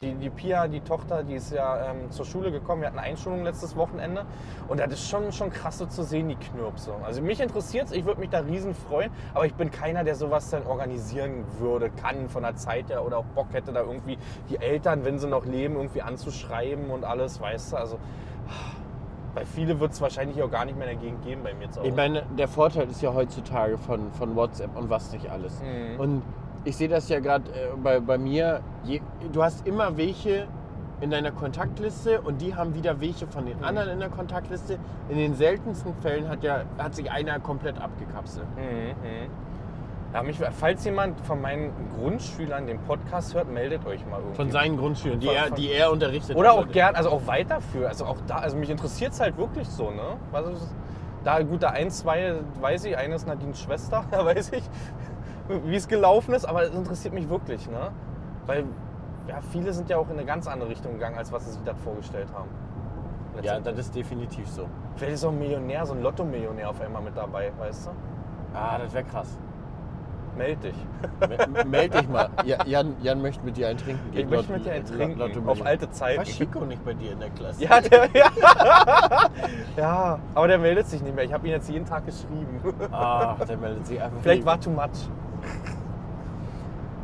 Die, die Pia, die Tochter, die ist ja ähm, zur Schule gekommen. Wir hatten Einschulung letztes Wochenende. Und das ist schon, schon krass so zu sehen, die Knirpse. Also mich interessiert es, ich würde mich da riesen freuen. Aber ich bin keiner, der sowas dann organisieren würde, kann von der Zeit her oder auch Bock hätte, da irgendwie die Eltern, wenn sie noch leben, irgendwie anzuschreiben und alles, weißt du. Also bei viele wird es wahrscheinlich auch gar nicht mehr in der Gegend geben bei mir zu Hause.
Ich meine, der Vorteil ist ja heutzutage von, von WhatsApp und was nicht alles.
Mhm.
Und ich sehe das ja gerade äh, bei, bei mir. Je, du hast immer welche in deiner Kontaktliste und die haben wieder welche von
Mhm.
den anderen in der Kontaktliste. In den seltensten Fällen hat, ja, hat sich einer komplett abgekapselt.
Mhm. Ja, mich, falls jemand von meinen Grundschülern den Podcast hört, meldet euch mal irgendwie.
Von seinen Grundschülern, die,
Von-
er,
von-
die er unterrichtet
Oder
hat.
auch gern, also auch weiterführen. Also auch da, also mich interessiert es halt wirklich so, ne? Was ist, da gut, da ein, zwei weiß ich, eine ist Nadines Schwester, da weiß ich, wie es gelaufen ist, aber es interessiert mich wirklich, ne? Weil ja, viele sind ja auch in eine ganz andere Richtung gegangen, als was sie sich das vorgestellt haben.
Ja, das ist definitiv so.
Vielleicht ist auch ein Millionär, so ein Lotto-Millionär auf einmal mit dabei, weißt du?
Ah, das wäre krass.
Meld dich.
M- Meld dich mal. Ja, Jan, Jan möchte mit dir einen trinken
Ich
gehen.
möchte
Laut-
mit dir einen
laut- laut-
trinken.
laut-
Auf alte
War
Zeiten.
Chico nicht bei dir in der Klasse?
Ja, der, ja. ja, aber der meldet sich nicht mehr. Ich habe ihn jetzt jeden Tag geschrieben.
Ach, der meldet sich einfach.
Vielleicht
nie.
war too much.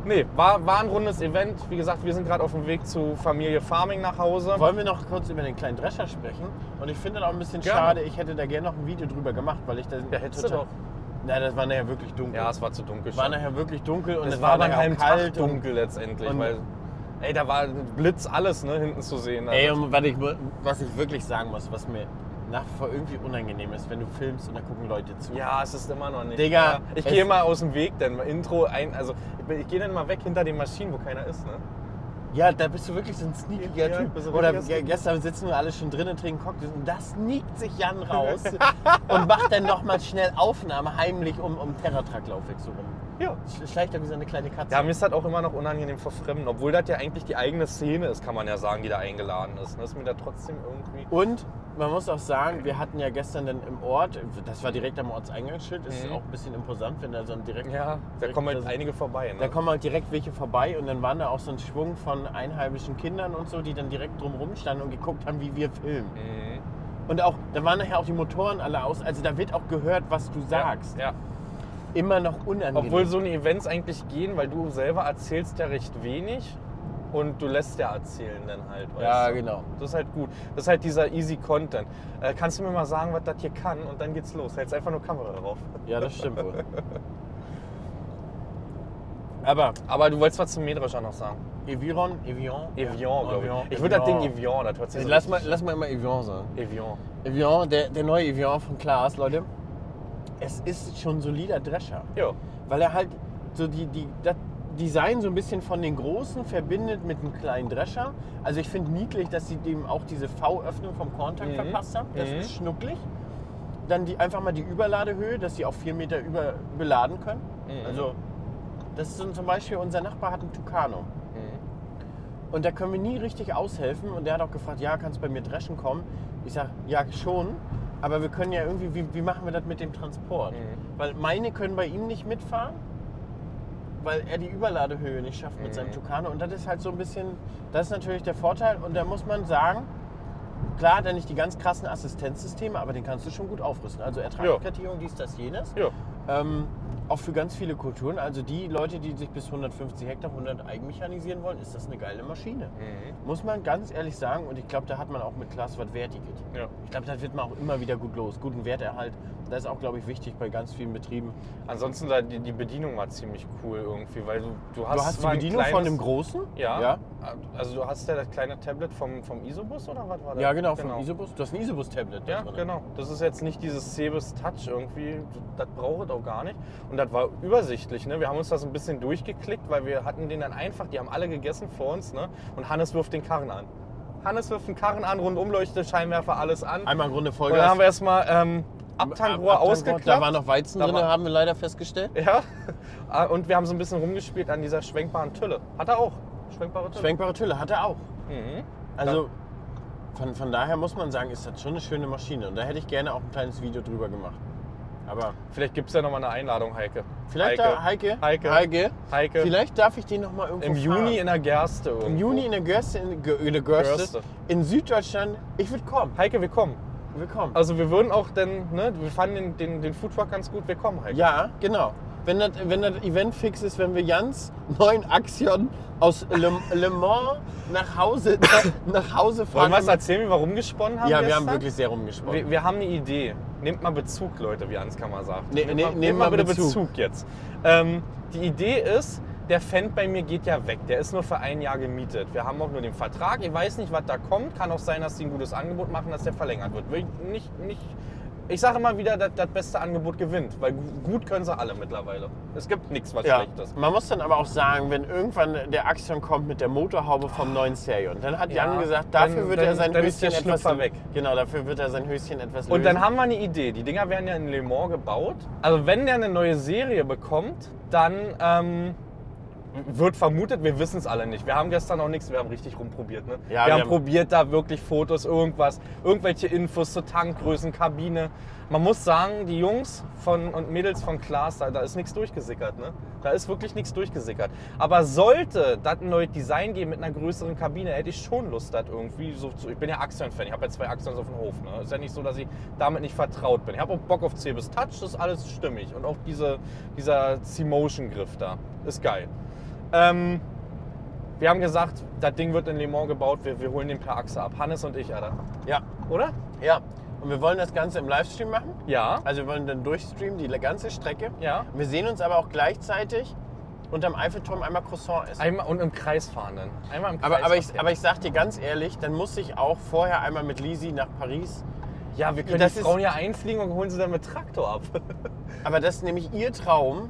Nee, war, war ein rundes Event. Wie gesagt, wir sind gerade auf dem Weg zu Familie Farming nach Hause.
Wollen wir noch kurz über den kleinen Drescher sprechen? Und ich finde das auch ein bisschen
Gerne.
schade, ich hätte da gerne noch ein Video drüber gemacht, weil ich da.
Ja, hättest du doch.
Nein, das war nachher wirklich dunkel.
Ja, es war zu dunkel
war
schon.
nachher wirklich dunkel und
es,
es
war aber einen
nachher
halben
auch kalt.
Tag dunkel letztendlich.
und-
weil, ey, da war ein Blitz alles, ne, hinten zu sehen.
Und, ey, und was ich, was ich wirklich sagen muss, was mir nach wie vor irgendwie unangenehm ist, wenn du filmst und da gucken Leute zu.
ja, es ist immer noch nicht.
Digga,
Ja, ich
es-
gehe mal aus dem Weg, denn Intro ein, also ich, bin- ich gehe dann mal weg hinter den Maschinen, wo keiner ist, ne?
Ja, da bist du wirklich so ein sneakiger
Ja,
Typ.
bist du
Oder
richtiger
ge- gestern sitzen wir alle schon drinnen, trinken Cocktails und da sneakt sich Jan raus und macht dann nochmal schnell Aufnahme heimlich um, um Terratrack-Laufweg so rum.
Ja.
Sch- Schleicht da wie so eine kleine Katze.
Ja, mir ist das auch immer noch unangenehm vor Fremden, obwohl das ja eigentlich die eigene Szene ist, kann man ja sagen, die da eingeladen ist. Ne? Ist mir da trotzdem irgendwie.
Und man muss auch sagen, wir hatten ja gestern dann im Ort, das war direkt am Ortseingangsschild, ist
Mhm.
auch ein bisschen imposant, wenn da so ein direkt.
Ja, da
direkt
kommen halt
so-
einige vorbei. Ne?
Da kommen halt direkt welche vorbei und dann waren da auch so ein Schwung von einheimischen Kindern und so, die dann direkt drumrum standen und geguckt haben, wie wir filmen.
Mhm.
Und auch, da waren nachher auch die Motoren alle aus, also da wird auch gehört, was du sagst.
Ja. ja.
Immer noch unangenehm.
Obwohl so eine Events eigentlich gehen, weil du selber erzählst ja recht wenig und du lässt ja erzählen dann halt. Weißt
Ja,
du?
genau.
Das ist halt gut. Das ist halt dieser easy Content. Äh, kannst du mir mal sagen, was das hier kann? Und dann geht's los. Hältst einfach nur Kamera drauf.
Ja, das stimmt wohl. Aber
Aber du wolltest was zum Mähdrescher noch sagen.
Eviron, Evian.
Evian, glaube ich. Ich würde das Ding Evian, das hört sich so
Lass mal,
richtig-
lass mal immer Evian sagen.
Evian.
Evian, der, der neue Evian von Klaas, Leute, es ist schon ein solider Drescher.
Jo.
Weil er halt so die, die, das Design so ein bisschen von den Großen verbindet mit einem kleinen Drescher. Also ich finde niedlich, dass sie dem auch diese V-Öffnung vom Korntank
Mhm.
verpasst haben. Das
Mhm.
ist schnucklig. Dann die, einfach mal die Überladehöhe, dass sie auf vier Meter über, beladen können.
Mhm.
Also das ist so zum Beispiel, unser Nachbar hat einen Tucano.
Mhm.
Und da können wir nie richtig aushelfen. Und der hat auch gefragt, ja, kannst bei mir dreschen kommen? Ich sage, ja, schon. Aber wir können ja irgendwie, wie, wie machen wir das mit dem Transport?
Mhm.
Weil meine können bei ihm nicht mitfahren, weil er die Überladehöhe nicht schafft mit
Mhm.
seinem Tucano. Und das ist halt so ein bisschen, das ist natürlich der Vorteil. Und da muss man sagen, Klar hat er nicht die ganz krassen Assistenzsysteme, aber den kannst du schon gut aufrüsten. Also Ertragskartierung, dies, das, jenes.
Ja.
Ähm, auch für ganz viele Kulturen. Also die Leute, die sich bis 150 Hektar, 100 eigenmechanisieren wollen, ist das eine geile Maschine.
Mhm.
Muss man ganz ehrlich sagen. Und ich glaube, da hat man auch mit Klaas was Wertiges.
Ja.
Ich glaube, da wird man auch immer wieder gut los. Guten Werterhalt. Das ist auch, glaube ich, wichtig bei ganz vielen Betrieben.
Ansonsten da die, die Bedienung war ziemlich cool irgendwie, weil du, du hast,
Du hast die
zwar ein
Bedienung
kleines,
von dem Großen.
Ja,
Ja,
Also du hast ja das kleine Tablet vom, vom Isobus oder was war das?
ja genau, vom Isobus. Du hast ein Isobus-Tablet. da
Ja,
drin.
genau. Das ist jetzt nicht dieses Cebes Touch irgendwie. Das braucht es auch gar nicht. Und das war übersichtlich. Ne? Wir haben uns das ein bisschen durchgeklickt, weil wir hatten den dann einfach. Die haben alle gegessen vor uns. Ne? Und Hannes wirft den Karren an. Hannes wirft den Karren an, Rundumleuchte, Scheinwerfer, alles an.
Einmal im Grunde
Und dann
Vollgas.
haben wir erstmal ähm, Abtankrohr
Ab- Abtankrohr,
ausgeklappt.
Da war noch Weizen
Da
drin,
war-
haben wir leider festgestellt.
Ja. Ah, Und wir haben so ein bisschen rumgespielt an dieser schwenkbaren Tülle. Hat er auch. Schwenkbare Tülle.
Schwenkbare Tülle hat er auch.
Mhm.
Also von, von daher muss man sagen, ist das schon eine schöne Maschine. Und da hätte ich gerne auch ein kleines Video drüber gemacht. Aber
Vielleicht gibt es ja nochmal eine Einladung, Heike.
vielleicht,
Heike.
Da, Heike,
Heike.
Heike,
Heike.
vielleicht darf ich den nochmal irgendwo
Im Juni
fahren.
in der Gerste.
im
irgendwo.
Juni in der Görste, in, Gö- in der Görste,
Görste.
in Süddeutschland. Ich würde kommen.
Heike, wir kommen.
Wir kommen.
Also wir würden auch dann, ne, wir fanden den, den, den Foodtruck ganz gut, wir kommen Heike.
Ja, genau. Wenn das, wenn das Event fix ist, wenn wir Jans neuen Axion aus Le, Le Mans nach Hause, nach Hause fahren.
Wollen wir es erzählen, wie wir rumgesponnen haben
Ja, wir
gestern?
haben wirklich sehr rumgesprochen.
Wir, wir haben eine Idee. Nehmt mal Bezug, Leute, wie Anskammer sagt.
Nee,
nehmt
nee,
mal,
nehmen
nehmt mal
mal
bitte
Bezug.
Bezug, jetzt. Ähm, die Idee ist, der Fan bei mir geht ja weg. Der ist nur für ein Jahr gemietet. Wir haben auch nur den Vertrag. Ich weiß nicht, was da kommt. Kann auch sein, dass die ein gutes Angebot machen, dass der verlängert wird. Will ich nicht, nicht. Ich sage immer wieder, dass das beste Angebot gewinnt, weil gu- gut können sie alle mittlerweile. Es gibt nichts, was
ja.
schlecht ist.
Man muss dann aber auch sagen, wenn irgendwann der Axion kommt mit der Motorhaube vom neuen Serion, dann hat Jan
Ja,
gesagt, dafür
dann-
wird er
dann-
sein
dann ist
Höschen
der
etwas
Schlüpfer weg.
Genau, dafür wird er sein Höschen etwas
Und dann
lösen.
haben wir eine Idee. Die Dinger werden ja in Le Mans gebaut. Also wenn der eine neue Serie bekommt, dann ähm, wird vermutet, wir wissen es alle nicht. Wir haben gestern auch nichts, wir haben richtig rumprobiert. Ne?
Ja,
wir,
wir
haben
haben-
probiert da wirklich Fotos, irgendwas, irgendwelche Infos zu Tankgrößen, Kabine. Man muss sagen, die Jungs von, und Mädels von Klaas, da, da ist nichts durchgesickert. Ne? Da ist wirklich nichts durchgesickert. Aber sollte das ein neues Design geben mit einer größeren Kabine, hätte ich schon Lust, das irgendwie so zu. Ich bin ja Axion-Fan, ich habe ja zwei Axions auf dem Hof. Ne? Ist ja nicht so, dass ich damit nicht vertraut bin. Ich habe auch Bock auf Cebes Touch, das ist alles stimmig. Und auch diese, dieser C-Motion-Griff da ist geil. Ähm, wir haben gesagt, das Ding wird in Le Mans gebaut, wir, wir holen den per Achse ab. Hannes und ich, Alter.
ja,
Oder?
ja. Und wir wollen das Ganze im Livestream machen.
Ja.
Also wir wollen dann durchstreamen, die ganze Strecke.
Ja.
Wir sehen uns aber auch gleichzeitig unterm Eiffelturm einmal Croissant essen.
Einmal und im Kreis fahren dann. Einmal im Kreis.
Aber, aber,
fahren.
ich, aber ich sag dir ganz ehrlich, dann muss ich auch vorher einmal mit Lisi nach Paris.
ja, wir können
das
die
ist-
Frauen ja einfliegen und holen sie dann mit Traktor ab.
Aber das ist nämlich ihr Traum,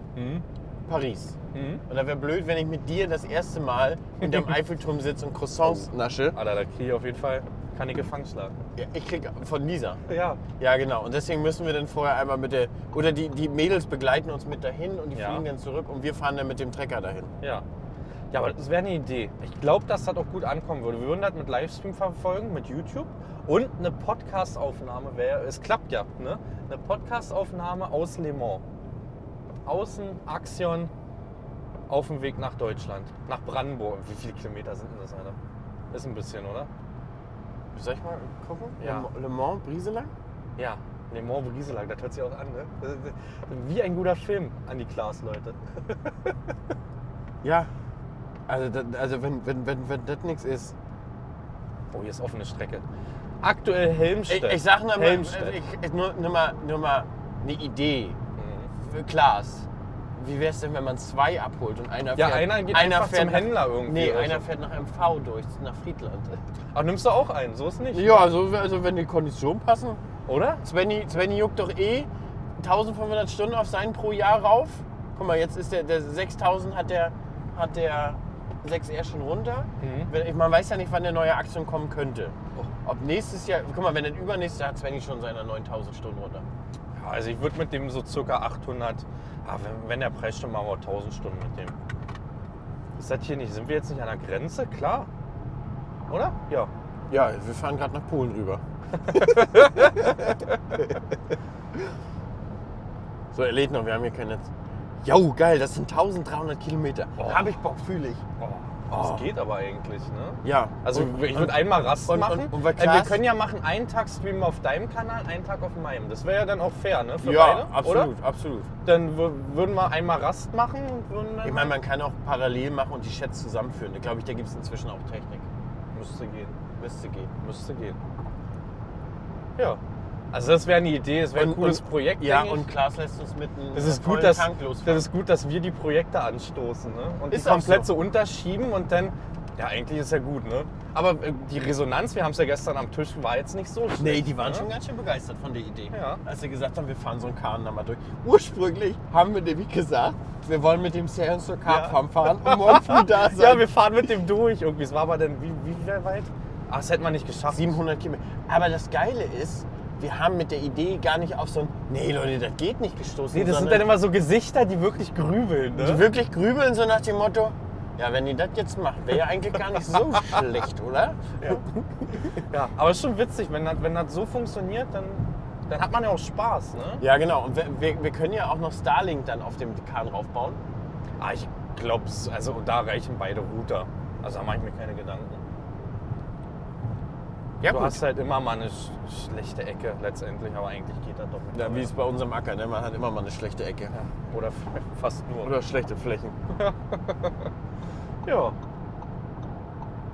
Paris.
Mhm.
Und da wäre blöd, wenn ich mit dir das erste Mal unterm Eiffelturm sitze und Croissants nasche.
Alter, da kriege ich auf jeden Fall. Kann ich gefangen schlagen.
Ja, ich krieg von Lisa.
Ja.
Ja, genau. Und deswegen müssen wir dann vorher einmal mit der. Oder die, die Mädels begleiten uns mit dahin und die
Ja.
fliegen dann zurück und wir fahren dann mit dem Trecker dahin.
Ja. Ja, aber das wäre eine Idee. Ich glaube, dass das auch gut ankommen würde. Wir würden das mit Livestream verfolgen, mit YouTube und eine Podcast-Aufnahme wäre, es klappt ja, ne? Eine Podcast-Aufnahme aus Le Mans. Außen, Axion, auf dem Weg nach Deutschland, nach Brandenburg. Wie viele Kilometer sind denn das, Alter? Ist ein bisschen, oder?
Soll ich mal gucken?
Ja.
Le Mans, Brieselang?
Ja, Le Mans Brieselang, das hört sich auch an, ne? Das ist Wie ein guter Film an die Klaas, Leute.
Ja. Also, das, also wenn, wenn, wenn, wenn das nichts ist.
Oh, hier ist offene Strecke. Aktuell Helmstedt.
Ich, ich sag nur mal,
Helmstedt.
ich, ich, nur, nur mal, nur mal eine Idee.
Mhm.
Für Klaas, wie wär's denn, wenn man zwei abholt und einer
Ja,
fährt?
einer geht einfach zum Händler irgendwie
Nee,
oder
einer
so.
fährt nach MV durch, nach Friedland.
Ach, Ah, nimmst du auch einen, so ist nicht.
Ja, also, also wenn die Konditionen passen.
Oder?
Svenny, Svenny juckt doch eh 1500 Stunden auf seinen pro Jahr rauf. Guck mal, jetzt ist der, der 6000 hat der, hat der 6R schon runter. Wenn- ich- Man weiß ja nicht, wann der neue Aktion kommen könnte. Ob nächstes Jahr, guck mal, wenn dann übernächstes Jahr hat Svenny schon seine 9000 Stunden runter.
Ja, also ich würde mit dem so circa 800, ah, wenn, wenn der Preis stimmt, machen wir 1000 Stunden mit dem. Ist das hier nicht, sind wir jetzt nicht an der Grenze? Klar. Oder? Ja.
Ja, wir fahren gerade nach Polen rüber. so, er lädt noch, wir haben hier kein Netz. Jo, geil, das sind 1300 Kilometer.
Boah.
Hab ich Bock, fühle ich.
Oh.
Oh.
Das geht aber eigentlich, ne?
Ja.
Also
Und-
ich würde einmal Rast
und- und-
machen.
und weil
Äh, wir
Klaas-
können ja machen, einen Tag streamen auf deinem Kanal, einen Tag auf meinem. Das wäre ja dann auch fair, ne? Für
ja,
beide,
absolut,
Oder?
absolut.
Dann wür- würden wir einmal Rast machen und würden dann
Ich meine, man kann auch parallel machen und die Chats zusammenführen. Da glaube ich, da gibt es inzwischen auch Technik.
müsste gehen.
Müsste gehen.
Müsste gehen. Ja. Also das wäre eine Idee, das wäre ein
Und-
cooles
und-
Projekt.
Ja,
denk ich.
und Klaas lässt uns mit einem
Das ist,
vollen
gut, dass,
Tank losfahren.
das ist gut, dass wir die Projekte anstoßen ne? und
Ist
die
auch
komplett
so.
so. unterschieben und dann, ja, eigentlich ist ja gut, ne? Aber äh, die Resonanz, wir haben es ja gestern am Tisch, war jetzt nicht so schlecht.
Nee, die waren
ne?
schon ganz schön begeistert von der Idee.
Ja.
Als sie gesagt haben, wir fahren so einen Kahn da mal durch. Ursprünglich haben wir nämlich gesagt, wir wollen mit dem Serien zur Karpfam fahren und morgen früh da sein.
Ja, wir fahren mit dem durch irgendwie. Es war aber dann, wie, wie weit? Ach, das hätten wir nicht geschafft.
700 Kilometer. Aber das Geile ist, wir haben mit der Idee gar nicht auf so ein, nee Leute, das geht nicht gestoßen.
Nee, das sind dann
sondern
immer so Gesichter, die wirklich grübeln, ne?
die wirklich grübeln so nach dem Motto, ja, wenn die das jetzt machen, wäre ja eigentlich gar nicht so schlecht, oder?
Ja, aber ist schon witzig, wenn das, wenn das so funktioniert, dann, dann hat man ja auch Spaß, ne?
Ja, genau. Und wir, wir, wir können ja auch noch Starlink dann auf dem Kahn raufbauen.
Ah, ich glaub's, also da reichen beide Router. Also da mache ich mir keine Gedanken.
Ja,
du hast halt immer mal eine sch schlechte Ecke letztendlich, aber eigentlich geht das doch mit.
Ja, wie es bei unserem Acker, ne? man hat immer mal eine schlechte Ecke.
Oder f- fast nur.
Oder schlechte Flächen.
ja.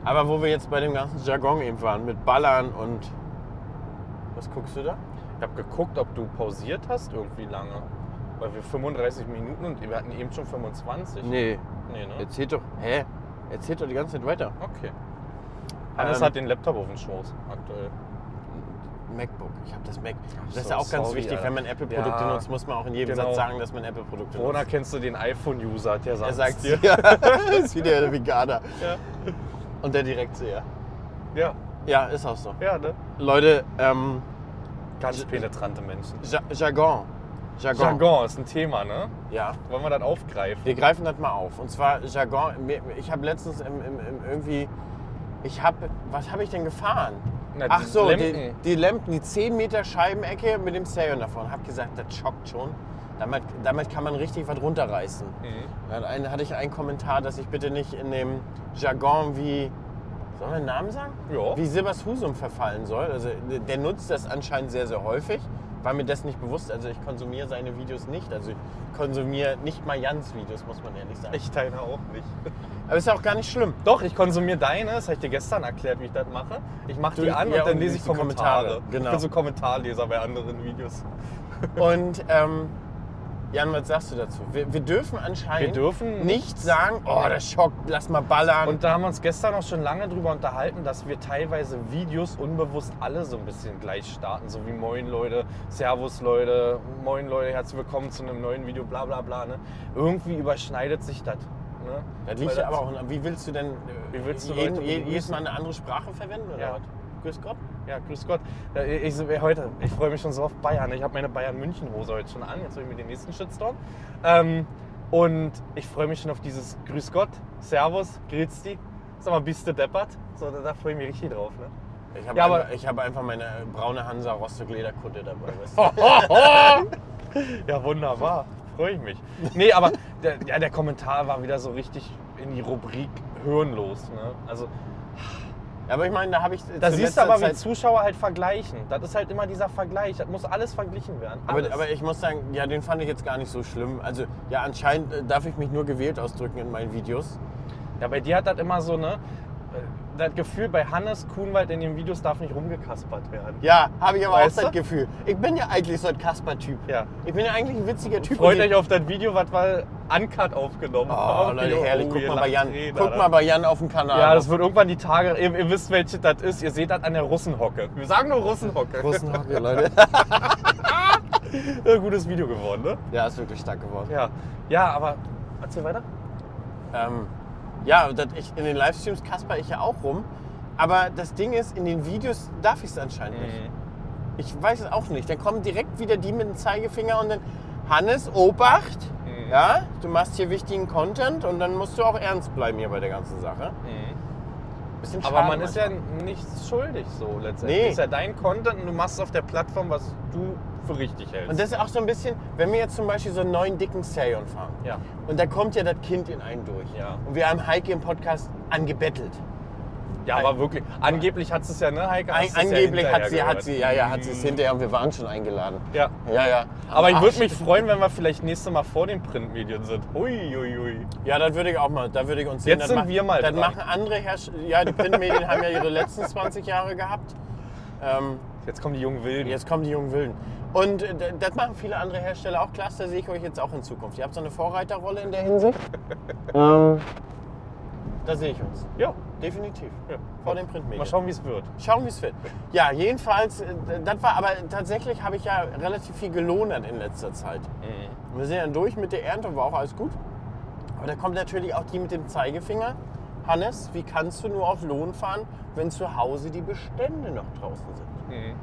Aber wo wir jetzt bei dem ganzen Jargon eben waren, mit Ballern und. Was guckst du da?
Ich habe geguckt, ob du pausiert hast irgendwie lange. Weil wir 35 Minuten und wir hatten eben schon 25.
Nee,
Nee, ne?
erzähl doch. Hä? Erzähl doch die ganze Zeit weiter.
Okay. Hannes
Ähm,
hat den Laptop auf dem Schoß aktuell.
MacBook. Ich habe das Mac.
Ach
das ist
so,
ja auch ganz
sorry,
wichtig,
Alter.
wenn man Apple-Produkte
Ja,
nutzt, muss man auch in jedem
genau.
Satz sagen, dass man Apple-Produkte
Corona
nutzt.
kennst du den iPhone-User, der sagt
Er sagt dir. Ja, ist wieder der Veganer.
Ja.
Und der Direktseher.
Ja,
Ja, ist auch so.
ja, ne?
Leute, ähm,
Ganz penetrante Menschen.
Ja Jargon. Jargon.
Jargon ist ein Thema, ne?
Ja.
Wollen wir das aufgreifen?
Wir greifen das mal auf. Und zwar Jargon. mir- Ich habe letztens im, im, im irgendwie. Ich habe. Was habe ich denn gefahren?
Na, die
Ach so,
Lemken.
Die, die Lampen, die 10 Meter Scheibenecke mit dem Serion davon. Hab gesagt, das schockt schon. Damit, damit kann man richtig was runterreißen.
Mhm.
Dann ein, hatte ich einen Kommentar, dass ich bitte nicht in dem Jargon wie. Sollen wir einen Namen sagen?
Ja.
Wie Silbershusum verfallen soll. Also der- der nutzt das anscheinend sehr, sehr häufig. War mir das nicht bewusst. Also ich konsumiere seine Videos nicht. Also ich konsumiere nicht mal Jans Videos, muss man ehrlich sagen.
Ich teile auch nicht.
Aber ist ja auch gar nicht schlimm.
Doch, ich konsumiere deine, das habe ich dir gestern erklärt, wie ich das mache. Ich mache die
Du-
an
ja,
und dann
und
lese ich
liest die
Kommentare.
Kommentare, genau.
Ich bin so Kommentarleser bei anderen Videos.
Und ähm, Jan, was sagst du dazu? Wir, wir dürfen anscheinend
Wir dürfen
nicht sagen, oh, das schockt, lass mal ballern.
Und da haben wir uns gestern auch schon lange drüber unterhalten, dass wir teilweise Videos unbewusst alle so ein bisschen gleich starten. So wie Moin Leute, Servus Leute, Moin Leute, herzlich willkommen zu einem neuen Video, bla bla bla. Ne? Irgendwie überschneidet sich das. Ne?
das liegt
Weil
ja aber auch. an- Wie willst du denn äh,
Wie willst du
jeden,
Leute
je- jedes
begrüßen?
Mal eine andere Sprache verwenden? Oder
Ja.
was? Grüß Gott.
Ja, grüß Gott. Ja, Ich, ich, heute, ich freue mich schon so auf Bayern. Ich habe meine Bayern-München-Hose heute schon an. Jetzt habe ich mir den nächsten Shitstorm. Ähm, und ich freue mich schon auf dieses Grüß Gott, Servus, Grüezi. Sag mal, bist du deppert? So, da, da freue ich mich richtig drauf. Ne?
Ich habe
Ja, aber-
einfach, ich habe einfach meine äh, braune Hansa Rostock Lederkutte dabei. Weißt du?
Ja, wunderbar. Freue ich mich. Nee, aber der, ja, der Kommentar war wieder so richtig in die Rubrik hirnlos. Ne? Also,
Ja, aber ich meine, da habe ich.
da
zu
siehst
letzter
du aber, wie
Zeit-
Zuschauer halt vergleichen. Das ist halt immer dieser Vergleich. Das muss alles verglichen werden. Alles.
Aber, aber ich muss sagen, ja, den fand ich jetzt gar nicht so schlimm. Also, ja, anscheinend äh, darf ich mich nur gewählt ausdrücken in meinen Videos.
Ja, bei dir hat das immer so, ne? Das Gefühl, bei Hannes Kuhnwald in den Videos darf nicht rumgekaspert werden.
Ja, habe ich aber
Weißt
auch
du?
das Gefühl. Ich bin ja eigentlich so ein Kasper-Typ.
Ja.
Ich bin ja eigentlich ein witziger Typ.
Freut
und ich-
euch auf das Video, was wir uncut aufgenommen
Oh,
haben.
Leute, herrlich. Guck
ihr
mal bei Jan.
lacht Tränen,
Guck
Alter.
mal bei Jan auf dem Kanal.
Ja, das wird irgendwann die Tage, ihr, ihr wisst, welche das ist, ihr seht das an der Russenhocke. Wir sagen nur Russenhocke.
Russenhocke, Leute.
Ja, Gutes Video geworden, ne?
ja, ist wirklich stark geworden.
Ja, ja aber erzähl weiter.
Ähm, ja, das ich, in den Livestreams kasper ich ja auch rum. Aber das Ding ist, in den Videos darf ich es anscheinend
Mhm.
nicht. Ich weiß es auch nicht. Dann kommen direkt wieder die mit dem Zeigefinger und dann, Hannes, Obacht,
Mhm.
ja, du machst hier wichtigen Content und dann musst du auch ernst bleiben hier bei der ganzen Sache. Bisschen schade
Aber man ist
manchmal.
ja nichts schuldig so letztendlich.
Nee.
Ist ja dein Content und du machst auf der Plattform, was du für richtig hältst.
Und das ist auch so ein bisschen, wenn wir jetzt zum Beispiel so einen neuen dicken Serion fahren.
Ja.
Und da kommt ja das Kind in einen durch.
Ja.
Und wir haben Heike im Podcast angebettelt.
ja, aber wirklich. Angeblich hat es ja, ne, Heike?
Ein,
Hast du's ja
angeblich
hinterher
hat sie, hat
gehört. Mhm.
sie, ja, ja, hat sie es hinterher und wir waren schon eingeladen.
Ja.
Ja, ja.
Aber ich
Ach,
würde mich freuen, wenn wir vielleicht nächste Mal vor den Printmedien sind. Ui, ui, ui.
Ja, das würde ich auch mal. Da würde ich uns
Jetzt
das
sind
machen-
wir mal
Das
dran.
machen andere Hersteller. Ja, die Printmedien haben ja ihre letzten 20 Jahre gehabt. Ähm,
Jetzt kommen die jungen Wilden.
jetzt kommen die jungen Wilden. Und äh, d- das machen viele andere Hersteller auch. Cluster sehe ich euch jetzt auch in Zukunft. Ihr habt so eine Vorreiterrolle in der Hinsicht. ähm, da sehe ich uns.
Ja.
Definitiv.
Ja.
Vor den Printmedien.
Mal schauen, wie es wird.
Schauen, wie es wird. Ja, jedenfalls, äh, das war, aber tatsächlich habe ich ja relativ viel gelohnert in letzter Zeit. Und Wir sind dann durch mit der Ernte, war auch alles gut. Aber da kommt natürlich auch die mit dem Zeigefinger. Hannes, wie kannst du nur auf Lohn fahren, wenn zu Hause die Bestände noch draußen sind?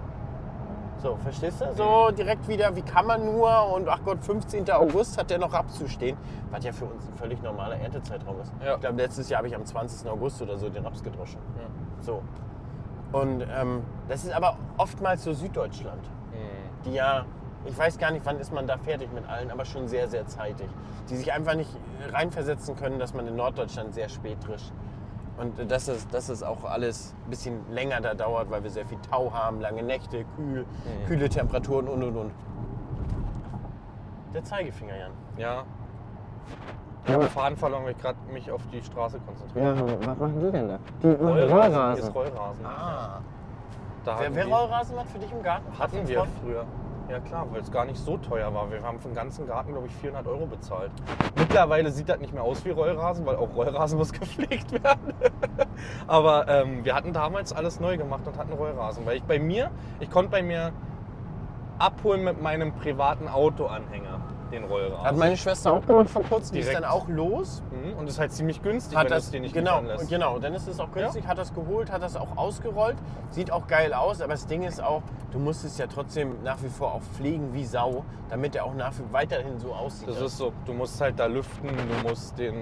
So, verstehst du? So direkt wieder, wie kann man nur und ach Gott, 15. August hat der noch abzustehen, was ja für uns ein völlig normaler Erntezeitraum ist.
Ja.
Ich glaube, letztes Jahr habe ich am 20. August oder so den Raps gedroschen. So. Und ähm, das ist aber oftmals so Süddeutschland, die ja, ich weiß gar nicht, wann ist man da fertig mit allen, aber schon sehr, sehr zeitig. Die sich einfach nicht reinversetzen können, dass man in Norddeutschland sehr spät drischt. Und äh, dass es, dass es auch alles ein bisschen länger da dauert, weil wir sehr viel Tau haben, lange Nächte, kühl,
Mhm.
kühle Temperaturen und und und. Der Zeigefinger, Jan.
Ja. Ich habe Faden verloren, weil ich gerade mich auf die Straße konzentriere.
Ja, was machen die denn da? Die machen
Hier ist Rollrasen.
Ah.
Da
Wer,
hatten
wer
wir-
Rollrasen hat für dich im Garten?
Hatten wir früher. Ja klar, weil es gar nicht so teuer war. Wir haben für den ganzen Garten, glaube ich, 400 Euro bezahlt. Mittlerweile sieht das nicht mehr aus wie Rollrasen, weil auch Rollrasen muss gepflegt werden. Aber ähm, wir hatten damals alles neu gemacht und hatten Rollrasen. Weil ich bei mir, ich konnte bei mir abholen mit meinem privaten Autoanhänger den
Hat
Rollrasen.
meine Schwester auch gemacht vor kurzem. Die ist
Direkt.
dann auch los.
Mhm, und ist halt ziemlich günstig,
Hat
wenn
das,
das dir nicht
genau,
liefern lässt.
genau, dann ist es auch günstig, hat das geholt, hat das auch ausgerollt, sieht auch geil aus, aber das Ding ist auch, du musst es ja trotzdem nach wie vor auch pflegen wie Sau, damit er auch nach wie weiterhin so aussieht.
Das ist so, du musst halt da lüften, du musst den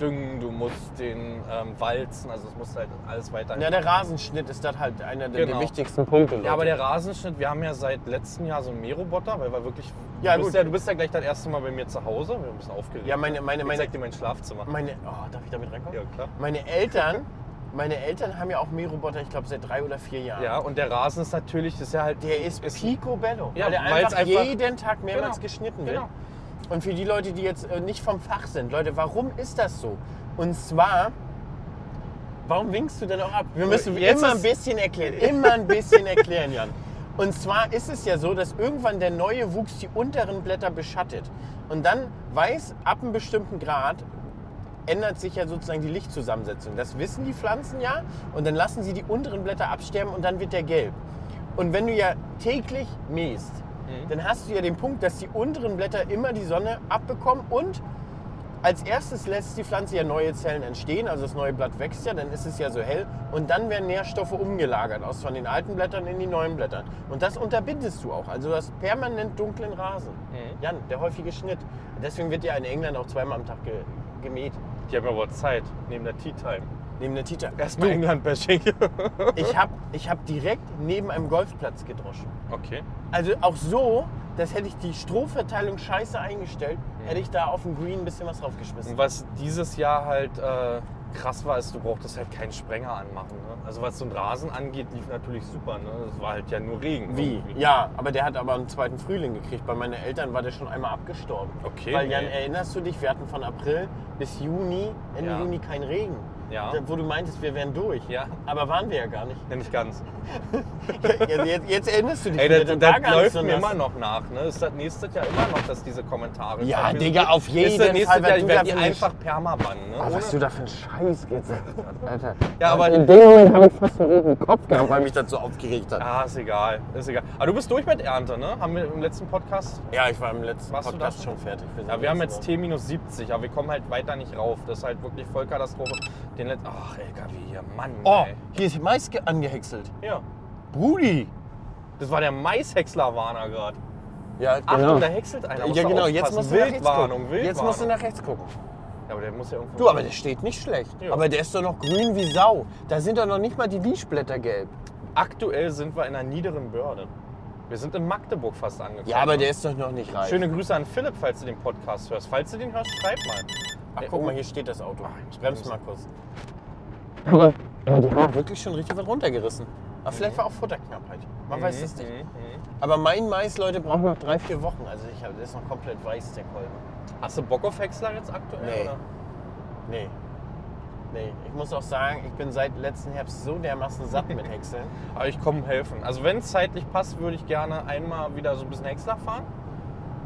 düngen, du musst den ähm, walzen, also es muss halt alles weiter.
ja, der Rasenschnitt ist das halt einer der,
Genau.
der wichtigsten Punkte. Leute.
Ja, aber der Rasenschnitt, wir haben ja seit letztem Jahr so einen Mähroboter, weil wir wirklich.
Ja,
du, bist
gut.
Ja, du bist ja gleich das erste Mal bei mir zu Hause. Wir sind ein bisschen aufgeregt.
Ja, meine- meine-
ich
meine-
zeig dir mein Schlafzimmer.
meine, oh, darf ich damit reinkommen?
Ja, klar.
Meine Eltern, meine Eltern haben ja auch Mähroboter, ich glaube seit drei oder vier Jahren.
Ja, und der Rasen ist natürlich, das ist ja halt.
Der ist, picobello,
Ja,
weil der
weil's
einfach,
einfach-
jeden Tag mehrmals
Genau.
geschnitten wird.
Genau.
Und für die Leute, die jetzt äh, nicht vom Fach sind, Leute, warum ist das so? Und zwar, warum winkst du denn auch ab? Wir müssen
Jetzt
immer ein
ist-
bisschen erklären, immer ein bisschen erklären, Jan. Und zwar ist es ja so, dass irgendwann der neue Wuchs die unteren Blätter beschattet. Und dann weiß ab einem bestimmten Grad ändert sich ja sozusagen die Lichtzusammensetzung. Das wissen die Pflanzen ja und dann lassen sie die unteren Blätter absterben und dann wird der gelb. Und wenn du ja täglich mähst,
Mhm.
dann hast du ja den Punkt, dass die unteren Blätter immer die Sonne abbekommen und als erstes lässt die Pflanze ja neue Zellen entstehen, also das neue Blatt wächst ja, dann ist es ja so hell und dann werden Nährstoffe umgelagert aus von den alten Blättern in die neuen Blättern. Und das unterbindest du auch, also du hast permanent dunklen Rasen.
Mhm.
Jan, der häufige Schnitt. Deswegen wird ja in England auch zweimal am Tag ge gemäht.
Die haben aber Zeit, neben der Tea Time.
Neben der Tita.
Erstmal ne? England-Bashing.
Ich habe ich hab direkt neben einem Golfplatz gedroschen.
okay.
Also auch so, dass hätte ich die Strohverteilung scheiße eingestellt, hätte ich da auf dem Green ein bisschen was draufgeschmissen.
Mhm. Und was dieses Jahr halt äh, krass war, ist, du brauchtest halt keinen Sprenger anmachen. Ne? Also, was so einen Rasen angeht, lief natürlich super. Ne? Das war halt ja nur Regen.
Wie?
irgendwie.
Ja, aber der hat aber einen zweiten Frühling gekriegt. Bei meinen Eltern war der schon einmal abgestorben.
Okay,
Weil, Jan,
nee.
erinnerst du dich, wir hatten von April bis Juni, Ende
Ja.
Juni keinen Regen.
Ja.
Da- Wo du meintest, wir wären durch.
Ja.
Aber waren wir ja gar nicht.
Ja, nicht ganz.
jetzt, jetzt, jetzt erinnerst du dich.
Ey,
wieder,
das, das,
war gar nicht
läuft
so nass.
mir immer noch nach, ne? Ist das nächstes Jahr immer noch, dass diese Kommentare
Ja,
kommen?
Digga, auf jeden
ist das nächstes
Fall, weil
Jahr, ich
du
werde die
dafür nicht- Ah,
einfach permabannen, ne?
Was
Ohne-
hast du da für einen Scheiß jetzt? Alter.
Ja, aber-
in dem Moment habe ich fast einen roten Kopf gehabt, weil mich das so aufgeregt hat.
Ah, ist egal, ist egal. Aber du bist durch mit Ernte, ne? Haben wir im letzten Podcast.
Ja, ich war im letzten
Warst du
Podcast
da?
schon fertig.
Ja, wir haben jetzt T-70, aber wir kommen halt weiter nicht rauf. Das ist halt wirklich Vollkatastrophe. Den letzten. Ach, LKW hier, Mann.
Oh,
Ey.
hier ist Mais ge- angehäckselt.
Ja.
Brudi!
Das war der Maishäcksler-Warner gerade.
Ja,
Ach, da häckselt einer. musst
Genau. Ja,
du
genau, jetzt
aufpassen.
musst, du nach rechts
Wildwarnung,
gucken.
Wildwarnung.
jetzt musst du nach rechts gucken.
Ja, aber der muss ja irgendwo.
Du, aber der steht nicht schlecht.
Ja.
Aber der ist doch noch grün wie Sau. Da sind doch noch nicht mal die Lischblätter gelb.
Aktuell sind wir in einer niederen Börde. Wir sind in Magdeburg fast angekommen.
Ja, aber der ist doch noch nicht reif.
Schöne Grüße an Philipp, falls du den Podcast hörst. Falls du den hörst, schreib mal.
Ach,
Ey,
guck
oh.
mal, hier steht das Auto. Ich bremse mal kurz.
Aber-
Ja, die haben wirklich schon richtig was runtergerissen. Aber vielleicht war auch Futterknappheit. Man weiß es nicht.
Mhm,
Aber mein Mais, Leute, braucht noch drei, vier Wochen. Also ich hab, der ist noch komplett weiß, der Kolben.
mhm. Hast du Bock auf Häcksler jetzt aktuell?
Nee.
Oder?
Nee. Nee. Ich muss auch sagen, ich bin seit letzten Herbst so dermaßen satt mit Häckseln.
Aber ich komme helfen. Also wenn es zeitlich passt, würde ich gerne einmal wieder so ein bisschen Häcksler fahren.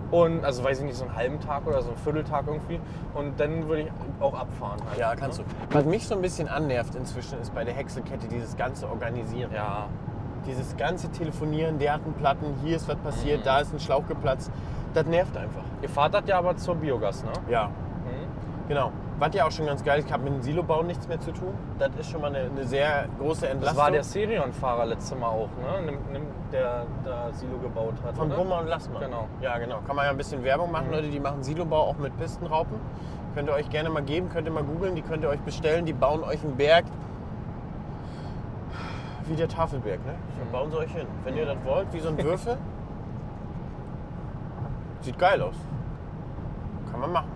Und, also weiß ich nicht, so einen halben Tag oder so einen Vierteltag irgendwie. Und dann würde ich auch abfahren. halt,
Ja,
ne?
kannst du. Was mich so ein bisschen annervt inzwischen ist bei der Häckselkette dieses ganze Organisieren.
Ja.
Dieses ganze Telefonieren, der hat einen Platten, hier ist was
Mhm.
passiert, da ist ein Schlauch geplatzt. Das nervt einfach.
Ihr fahrt das ja aber zur Biogas, ne?
Ja.
Mhm.
Genau. Was ja auch schon ganz geil ist, ich habe mit dem Silobau nichts mehr zu tun. Das ist schon mal eine, eine sehr große Entlastung.
Das war der Serion-Fahrer letztes Mal auch, ne? Nimm, nimm, der da Silo gebaut hat.
von
oder?
Brummer und Lassmann.
Genau.
Ja, genau. Mhm. Kann man ja ein bisschen Werbung machen, Leute. Die machen Silobau auch mit Pistenraupen. Könnt ihr euch gerne mal geben, könnt ihr mal googeln, die könnt ihr euch bestellen. Die bauen euch einen Berg. Wie der Tafelberg, ne? Dann bauen sie euch hin. Wenn ihr das wollt, wie so ein Würfel. Sieht geil aus. Kann man machen.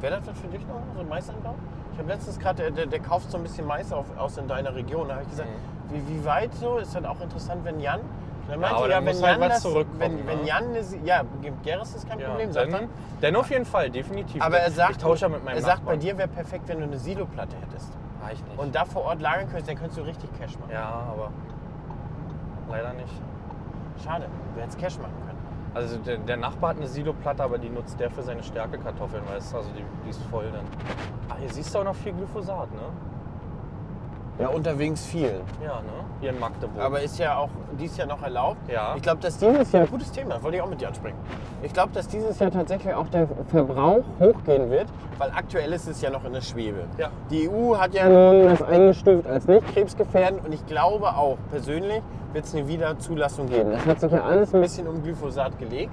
Wäre das was für dich noch, so ein Maisanbau? Ich habe letztens gerade, der, der, der kauft so ein bisschen Mais auf, aus in deiner Region. Da habe ich gesagt, wie, wie weit so? Ist dann auch interessant, wenn Jan. Und Dann meinte
Mhm. aber
er,
dann muss halt was zurückkommen,
wenn, wenn
ne?
Jan eine, Sie- ja, Gerris ist kein
Ja,
Problem, sagt
dann,
er.
dann auf jeden Fall, definitiv.
Aber er sagt,
ich tausche ja mit meinem
er sagt bei
Nachbarn.
dir wäre perfekt, wenn du eine Siloplatte hättest.
Ah, ich nicht.
Und da vor Ort lagern könntest, dann könntest du richtig Cash machen.
ja, aber leider nicht.
Schade, du hättest Cash machen können.
Also der, der Nachbar hat eine Siloplatte, aber die nutzt der für seine Stärkekartoffeln, weißt du? Also die, die ist voll dann. Ah, hier siehst du auch noch viel Glyphosat, ne?
Ja, unterwegs viel.
Ja, ne? Hier in Magdeburg.
Aber ist ja auch dieses Jahr noch erlaubt.
Ja.
Ich glaube, dass dieses Jahr, gutes Thema, wollte ich auch mit dir ansprechen. Ich glaube, dass dieses Jahr tatsächlich auch der Verbrauch hochgehen wird, weil aktuell ist es ja noch in der Schwebe.
Ja.
Die EU hat ja nun das eingestuft als nicht krebsgefährdend und ich glaube auch persönlich wird es eine Wiederzulassung geben. Das hat sich ja alles ein bisschen um Glyphosat gelegt.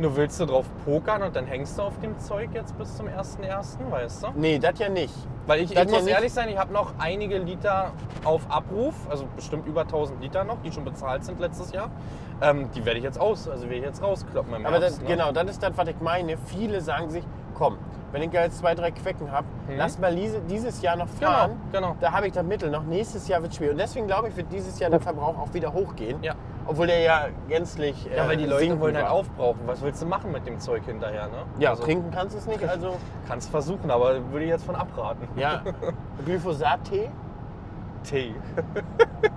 Nur willst du drauf pokern und dann hängst du auf dem Zeug jetzt bis zum 1.1., weißt du?
Nee, das ja nicht.
Weil ich,
Das
ich
ja
muss
nicht.
ehrlich sein, ich habe noch einige Liter auf Abruf, also bestimmt über 1000 Liter noch, die schon bezahlt sind letztes Jahr. Ähm, die werde ich jetzt aus, also werde ich jetzt rauskloppen im
Aber
Herbst,
das,
ne?
genau, das ist das, was ich meine. Viele sagen sich, komm, wenn ich da jetzt zwei, drei Quecken habe, lass mal diese, dieses Jahr noch
Mhm. Genau,
fahren.
genau.
Da habe ich das Mittel noch. Nächstes Jahr wird schwierig. Und deswegen glaube ich, wird dieses Jahr der Verbrauch auch wieder hochgehen.
Ja.
Obwohl der ja gänzlich. äh,
Ja, weil die Leute
sinken
wollen halt
war.
aufbrauchen. Was willst du machen mit dem Zeug hinterher, ne?
Ja,
also,
trinken kannst du es nicht. Also,
Kannst versuchen, aber würde ich jetzt von abraten.
ja, Glyphosat-Tee.
Tee.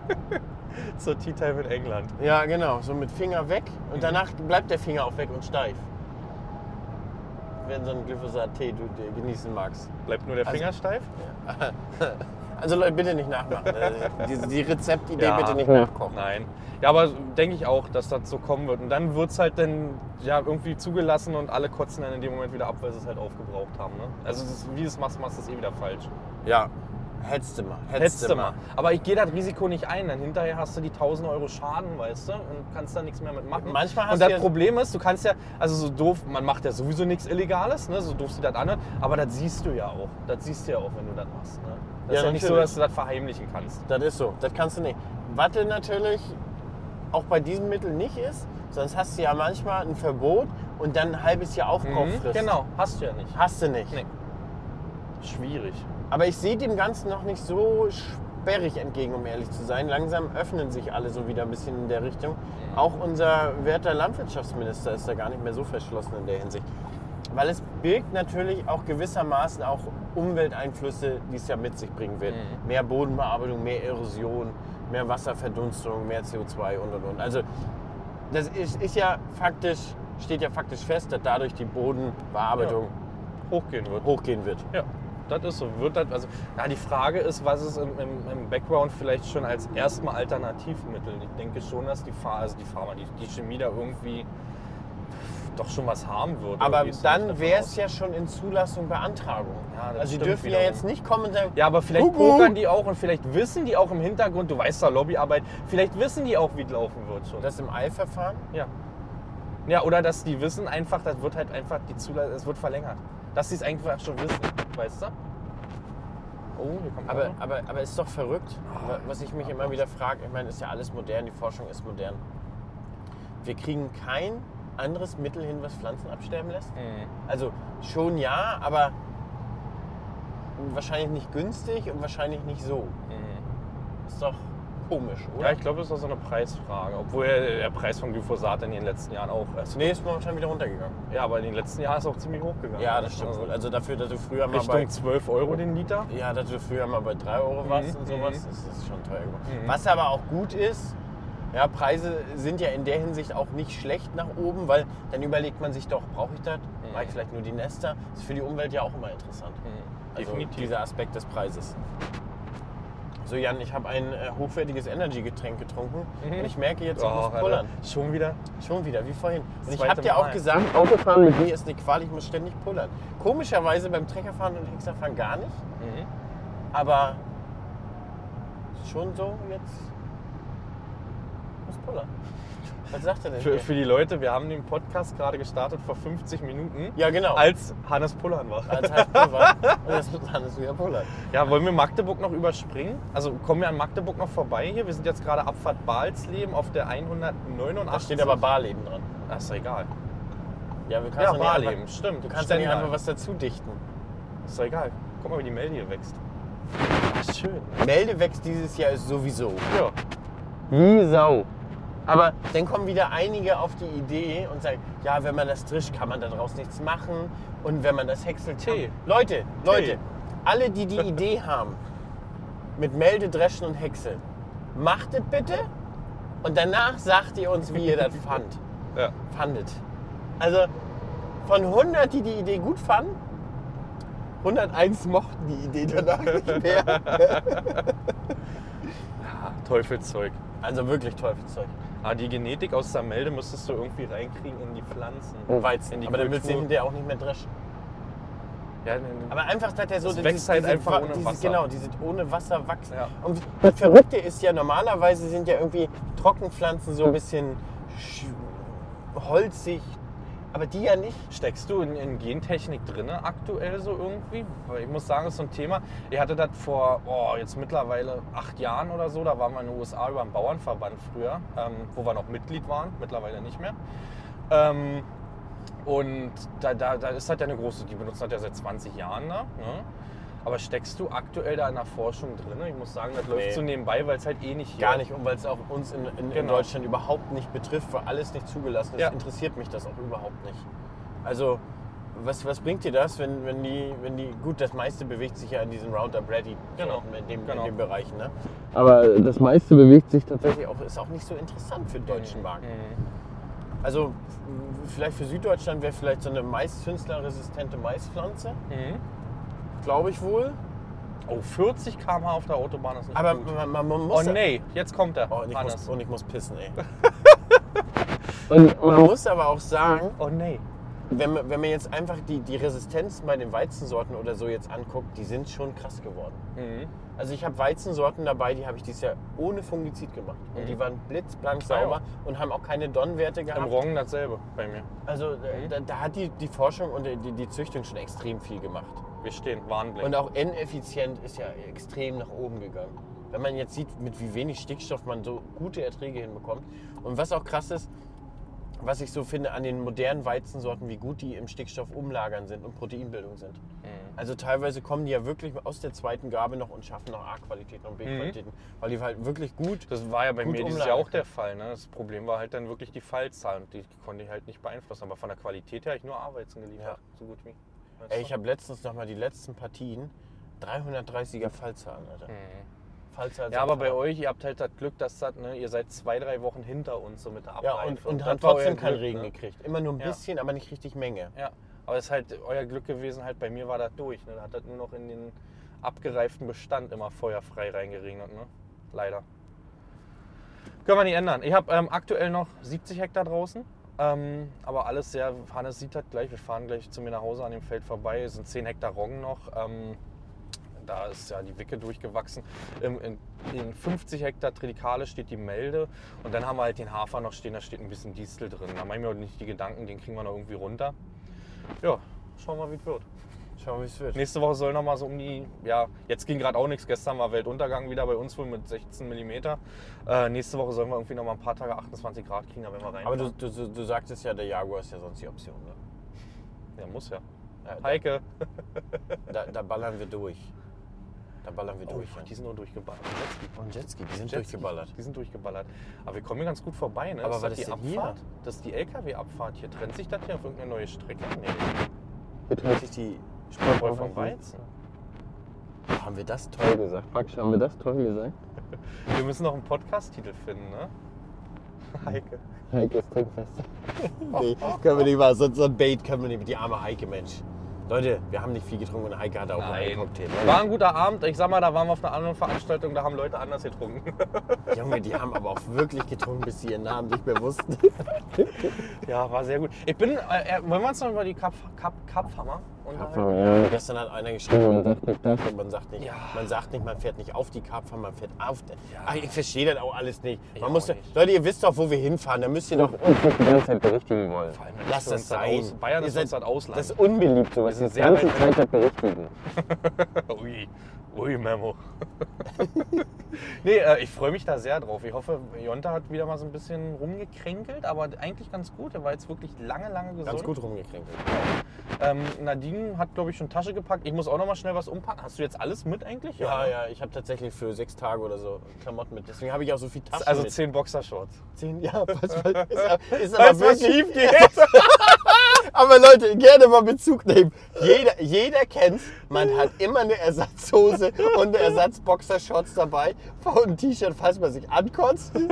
so Tea Time in England.
Ja, genau. So mit Finger weg.
Mhm.
Und danach bleibt der Finger auch weg und steif. Wenn so ein Glyphosat-Tee du dir genießen magst.
Bleibt nur der Finger steif?
Also Leute, bitte nicht nachmachen. Also, Die, die Rezeptidee
Ja.
bitte nicht nachkochen.
Nein. Ja, aber denke ich auch, dass das so kommen wird. Und dann wird es halt dann ja, irgendwie zugelassen und alle kotzen dann in dem Moment wieder ab, weil sie es halt aufgebraucht haben. Ne? Also es ist, wie du es machst, machst du es eh wieder falsch.
Ja. Hättest du mal.
Hättest du mal. Aber ich gehe das Risiko nicht ein. Dann hinterher hast du die 1000 Euro Schaden, weißt du, und kannst da nichts mehr mitmachen.
Manchmal hast
und
du
das
ja-
Problem ist, du kannst ja, also so doof, man macht ja sowieso nichts Illegales, ne? so doof sie das anhört, aber das siehst du ja auch. Das siehst du ja auch, wenn du das machst. Ne? Das
Ja,
ist ja nicht so,
natürlich.
dass du das verheimlichen kannst.
Das ist so. Das kannst du nicht. Was denn natürlich auch bei diesem Mittel nicht ist, sonst hast du ja manchmal ein Verbot und dann ein halbes Jahr Aufkauf
Mhm, Genau, hast du ja nicht.
Hast du nicht.
Nee. Schwierig.
Aber ich sehe dem Ganzen noch nicht so sperrig entgegen, um ehrlich zu sein. Langsam öffnen sich alle so wieder ein bisschen in der Richtung. Auch unser werter Landwirtschaftsminister ist da gar nicht mehr so verschlossen in der Hinsicht. Weil es birgt natürlich auch gewissermaßen auch Umwelteinflüsse, die es ja mit sich bringen wird. Mehr Bodenbearbeitung, mehr Erosion, mehr Wasserverdunstung, mehr CO2 und und und. Also das ist, ist ja faktisch, steht ja faktisch fest, dass dadurch die Bodenbearbeitung
Hochgehen wird.
hochgehen wird.
Ja, das ist so. Wird das, also, ja, die Frage ist, was es im, im, im Background vielleicht schon als erstmal Alternativmittel. Ich denke schon, dass die, Pharma, also die, Pharma, die, die Chemie da irgendwie doch schon was haben würde.
Aber
Irgendwie ist
dann
davon
wäre
aus.
es ja schon in Zulassung Beantragung.
Ja,
also
das
die
stimmt
dürfen ja
wiederum.
jetzt nicht kommen und sagen,
Ja, aber vielleicht
Kuckuck.
pokern die auch und vielleicht wissen die auch im Hintergrund, du weißt ja, Lobbyarbeit, vielleicht wissen die auch, wie es laufen wird schon.
das im Eilverfahren.
ja. Ja, oder dass die wissen einfach, das wird halt einfach die Zulassung, es wird verlängert. Dass die es einfach schon wissen, weißt du? Oh, hier kommt
Aber,
einer.
aber, aber ist doch
Ah,
verrückt, wa- was ich mich immer wieder frage. Ich meine, ist ja alles modern, die Forschung ist modern. wir kriegen kein anderes Mittel hin, was Pflanzen absterben lässt. Also schon ja, aber wahrscheinlich nicht günstig und wahrscheinlich nicht so. Ist doch komisch, oder?
Mhm. Ja, ich glaube, das ist auch so eine Preisfrage. Obwohl ja der Preis von Glyphosat in den letzten Jahren auch. Also,
Nee, ist momentan wieder runtergegangen.
Ja, aber in den letzten Jahren ist auch ziemlich hochgegangen.
Ja, das stimmt wohl. Also dafür, dass du früher mal bei
Richtung 12 Euro den Liter.
Ja, dass du früher mal bei 3 Euro warst und sowas, das ist schon teuer geworden.
Mhm.
Was aber auch gut ist, ja, Preise sind ja in der Hinsicht auch nicht schlecht nach oben, weil dann überlegt man sich doch, brauche ich das?
Mhm.
Mache ich vielleicht nur die Nester? Ist für die Umwelt ja auch immer interessant. Also
Mhm. Definitiv.
dieser Aspekt des Preises. So Jan, ich habe ein äh, hochwertiges Energy-Getränk getrunken und ich merke jetzt, ich
Oh,
muss
Alter.
pullern.
Schon wieder.
Schon wieder, wie vorhin. Und ich
zweite
habe dir auch
Mal.
gesagt, Autofahren mit mir ist eine Qual, ich muss ständig pullern. Komischerweise beim Treckerfahren und Hexerfahren gar nicht.
Mhm.
Aber schon so jetzt muss pullern. Was sagt er denn?
Für,
hier?
für die Leute, wir haben den Podcast gerade gestartet vor 50 Minuten,
ja, genau.
als Hannes Pullern war.
Als heißt Pulver. Und das wird alles wieder pullern.
Ja, wollen wir Magdeburg noch überspringen? Also kommen wir an Magdeburg noch vorbei hier? Wir sind jetzt gerade Abfahrt Balsleben auf der 189.
Da steht aber Barleben dran.
Ach, ist doch egal.
Ja, wir
Ja,
doch nicht
Barleben,
einfach-
stimmt.
Du kannst ja nicht
Stendal.
einfach was dazu dichten.
Ist doch egal. Guck mal, wie die Melde hier wächst.
Schön. Melde wächst dieses Jahr ist sowieso.
Ja.
Wie Sau. Aber dann kommen wieder einige auf die Idee und sagen, ja, wenn man das trischt, kann man daraus nichts machen. Und wenn man das häckselt, kann-
Tee.
Leute, Leute, alle, die die Idee haben, mit Melde, Dreschen und Häckseln, macht es bitte und danach sagt ihr uns, wie ihr das fand,
ja.
fandet. Also von 100, die die Idee gut fanden, 101 mochten die Idee danach nicht mehr.
Ah, Teufelszeug.
Also wirklich Teufelszeug.
Ah, die Genetik aus der Melde müsstest du irgendwie reinkriegen in die Pflanzen.
Weizen.
In die
Aber dann willst du
Kultur.
hinterher auch nicht mehr dreschen.
Ja, ne, nee, nee.
Aber einfach, dass der so
Das wächst halt einfach
Wa-
ohne
dieses,
Wasser.
Genau, dieses ohne Wasser wachsen.
Ja.
Und das Verrückte ist ja, normalerweise sind ja irgendwie Trockenpflanzen so ein bisschen sch- holzig, aber die ja nicht.
Steckst du in, in Gentechnik drinne aktuell so irgendwie? Weil ich muss sagen, das ist so ein Thema. Ich hatte das vor oh, jetzt mittlerweile acht Jahren oder so. Da waren wir in den USA über einen Bauernverband früher, ähm, wo wir noch Mitglied waren, mittlerweile nicht mehr. Ähm, und da, da, da ist halt ja eine große, die benutzen das ja seit 20 Jahren da. Ne? Aber steckst du aktuell da in der Forschung drin? Ich muss sagen, das
Nee.
läuft so nebenbei, weil es halt eh nicht hier
Gar nicht, und weil es auch uns in, in, in
Genau.
Deutschland überhaupt nicht betrifft, weil alles nicht zugelassen ist,
Ja.
interessiert mich das auch überhaupt nicht. Also, was, was bringt dir das, wenn, wenn, die, wenn die. Gut, das meiste bewegt sich ja in diesen Roundup Ready,
Genau.
in, dem,
Genau.
in den Bereichen. Ne? Aber das meiste bewegt sich tatsächlich auch, ist auch nicht so interessant für den deutschen Markt. Also, f- vielleicht für Süddeutschland wäre vielleicht so eine Maiszünslerresistente Maispflanze,
Mhm.
glaube ich wohl.
Oh, 40 km/h auf der Autobahn ist nicht
Aber
gut.
man, man, man
Oh
muss.
nee, jetzt kommt er.
Oh, und, ich muss,
Hannes.
und ich muss pissen, ey. und man muss aber auch sagen,
Oh nee.
wenn man, wenn man jetzt einfach die, die Resistenzen bei den Weizensorten oder so jetzt anguckt, die sind schon krass geworden.
Mhm.
Also ich habe Weizensorten dabei, die habe ich dieses Jahr ohne Fungizid gemacht. Und die waren blitzblank
Ah ja.
sauber und haben auch keine Donnwerte
Mhm. Im
gehabt.
Roggen dasselbe bei mir.
Also äh, da, da hat die, die Forschung und die, die- die Züchtung schon extrem viel gemacht.
Wir stehen, Warnblick.
Und auch N-Effizient ist ja extrem nach oben gegangen. Wenn man jetzt sieht, mit wie wenig Stickstoff man so gute Erträge hinbekommt. Und was auch krass ist, was ich so finde an den modernen Weizensorten, wie gut die im Stickstoff umlagern sind und Proteinbildung sind. Also teilweise kommen die ja wirklich aus der zweiten Gabe noch und schaffen noch A-Qualitäten und B-Qualitäten, weil die halt wirklich gut.
das war ja bei
Gut
mir dieses Jahr
umlagern
auch der Fall. Ne? Das Problem war halt dann wirklich die Fallzahl und die konnte ich halt nicht beeinflussen. Aber von der Qualität her habe ich nur Arbeiten geliefert. So gut wie. Weißt
Ey,
du?
ich habe letztens noch mal die letzten Partien 330er Fallzahlen, Alter. Fallzahlen
ja,
sind
aber bei
krass.
euch, ihr habt halt das Glück, dass das, ne, ihr seid zwei, drei Wochen hinter uns, so mit der
Ja,
Abreife.
und, und
das
haben
war euer
trotzdem keinen
Glück,
Regen
ne?
gekriegt. Immer nur ein
Ja.
bisschen, aber nicht richtig Menge.
Ja, aber es ist halt euer Glück gewesen, halt bei mir war das durch. Ne? Da hat das nur noch in den abgereiften Bestand immer feuerfrei reingeregnet, ne? Leider. Können wir nicht ändern. Ich habe ähm, aktuell noch 70 Hektar draußen. Ähm, aber alles sehr, Hannes sieht das gleich, wir fahren gleich zu mir nach Hause an dem Feld vorbei, es sind 10 Hektar Roggen noch. Ähm, da ist ja die Wicke durchgewachsen. Im, in, in 50 Hektar Trilikale steht die Melde und dann haben wir halt den Hafer noch stehen, da steht ein bisschen Distel drin. Da mache ich mir auch nicht die Gedanken, den kriegen wir noch irgendwie runter. Ja, schauen wir mal, wie es wird.
Schauen wir, wie es wird.
Nächste Woche soll nochmal so um die, ja, jetzt ging gerade auch nichts, gestern war Weltuntergang wieder bei uns wohl mit 16 mm. Äh, nächste Woche sollen wir irgendwie nochmal ein paar Tage 28 Grad kriegen, da werden wir rein.
Aber du, du, du, du sagtest ja, der Jaguar ist ja sonst die Option. Ne?
ja, muss ja.
Ja, da-
Heike.
Da, da ballern wir durch. Da ballern wir durch.
Oh, die
Ja.
sind nur durchgeballert. Jetski.
Und Jetski, die Oh, sind
Jetski.
durchgeballert.
Die sind durchgeballert. Aber wir kommen hier ganz gut vorbei, ne?
Aber
ist
was
das
ist
die
denn hier?
Abfahrt? Das ist die LKW-Abfahrt hier. Trennt sich das hier auf irgendeine neue Strecke? Nee.
Jetzt muss ich die
Spreu vom Weizen.
Haben wir das toll gesagt? Praktisch haben wir das toll gesagt.
Wir müssen noch einen Podcast-Titel finden, ne? Heike.
Heike ist trinkfest. nee, können wir nicht mal, so, so ein Bait können wir nicht. Die arme Heike, Mensch. Leute, wir haben nicht viel getrunken und Heike hatte auch ne? nur einen Cocktail.
War ein guter Abend. Ich sag mal, da waren wir auf einer anderen Veranstaltung, da haben Leute anders getrunken.
Junge, die haben aber auch wirklich getrunken, bis sie ihren Namen nicht mehr wussten.
ja, war sehr gut. Ich bin, äh, äh, wollen wir uns noch über die Cup, Cup, Cuphammer unterhalten?
Gestern hat einer geschrieben, man
Oh,
sagt nicht das und man sagt nicht,
Ja.
man sagt nicht, man fährt nicht auf die Karpfen, man fährt auf. der- Ach, ich verstehe das auch alles nicht. Man
auch
muss, doch-
nicht.
Leute, ihr wisst doch, wo wir hinfahren, da müsst ihr doch uns nicht die ganze Zeit berichtigen wollen.
Vor allem,
Lasst
ist
das
uns das
sein.
Aus, Bayern
Ihr
ist
seid-
uns das Ausland.
Das ist unbeliebt, sowas
Wir
die
sind sehr
ganze
weit
Zeit das berichtigen.
Ui, ui Memo. nee, äh, ich freue mich da sehr drauf. Ich hoffe, Jonta hat wieder mal so ein bisschen rumgekränkelt, aber eigentlich ganz gut. Er war jetzt wirklich lange, lange gesund.
Ganz gut rumgekränkelt.
Ähm, Nadine hat, glaube ich, schon Tasche gepackt. Ich muss auch noch mal schnell was umpacken. Hast du jetzt alles mit eigentlich?
Ja,
ne?
ja, ich habe tatsächlich für sechs Tage oder so Klamotten mit. Deswegen habe ich auch so viel Taschen
Also
mit.
zehn Boxershorts.
zehn Jahre. Ist, aber- ist aber
Weißt du, was
wirklich
schief geht?
Aber Leute, gerne mal Bezug nehmen. Jeder, jeder kennt's. Man hat immer eine Ersatzhose und eine Ersatzboxershorts dabei und ein T-Shirt, falls man sich ankotzt.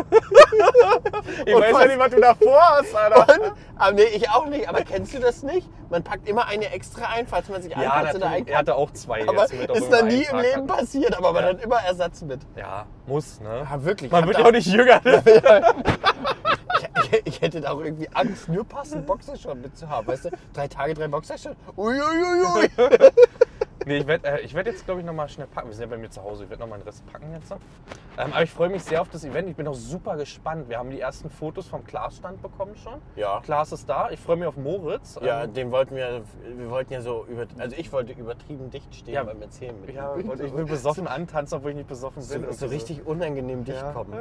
Ich weiß ja nicht, was du da vorhast, Alter.
Und, aber nee, ich auch nicht. Aber kennst du das nicht? Man packt immer eine extra ein, falls man sich
Ja,
ankotzt oder
natürlich. er
einkotzt.
hatte auch zwei
Aber
jetzt mit auf
ist noch
irgendeinem
nie im
Tag.
Leben passiert. Aber man
Ja.
hat immer Ersatz mit.
Ja, muss, ne?
Ja, wirklich.
Man
Hat
wird
da-
ja auch nicht jünger. Ne?
Ich, ich, ich hätte da auch irgendwie Angst, nur passend Boxershort mit zu haben. Weißt du, drei Tage, drei Boxershort. Uiuiui.
Nee, ich werde äh, ich werd jetzt, glaube ich, nochmal schnell packen. Wir sind ja bei mir zu Hause. Ich werde noch meinen Rest packen jetzt. Ähm, aber ich freue mich sehr auf das Event. Ich bin auch super gespannt. Wir haben die ersten Fotos vom Klaas-Stand bekommen schon.
Ja.
Klaas ist da. Ich freue mich auf Moritz.
Ja,
Ähm,
den wollten wir, wir wollten ja so, über, also ich wollte übertrieben dicht stehen
Ja.
beim Erzählen. Mit
ja
ihm.
und ich will besoffen antanzen, obwohl ich nicht besoffen bin.
so, so
Irgendwie
richtig unangenehm dicht
Ja.
kommen.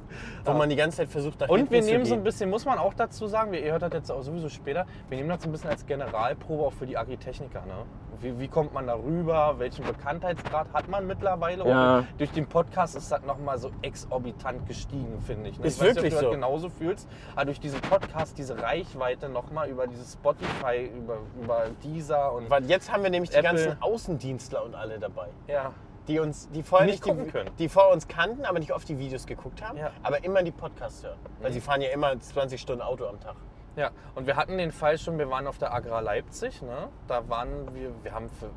Wo man die ganze Zeit versucht, nach
Und
hinten
wir
zu
nehmen so ein
gehen.
bisschen, muss man auch dazu sagen, wir, ihr hört das jetzt auch sowieso später, wir nehmen das so ein bisschen als Generalprobe auch für die Agritechniker. Ne? Wie, wie kommt man da rüber? Welchen Bekanntheitsgrad hat man mittlerweile?
Ja.
Und durch den Podcast ist das nochmal so exorbitant gestiegen, finde ich. Ne?
Ist
ich weiß
wirklich
nicht, ob du
so.
das genauso fühlst, aber durch diesen Podcast, diese Reichweite nochmal über dieses Spotify, über, über dieser und
Weil jetzt haben wir nämlich die
Apple.
ganzen Außendienstler und alle dabei,
ja,
die uns, die vorher
Die
nicht
nicht gucken können.
die vor uns kannten, aber nicht oft die Videos geguckt haben,
Ja.
aber immer die Podcasts hören. Weil sie fahren ja immer 20 Stunden Auto am Tag.
Ja, und wir hatten den Fall schon, wir waren auf der Agra Leipzig, ne? da waren wir, wir haben für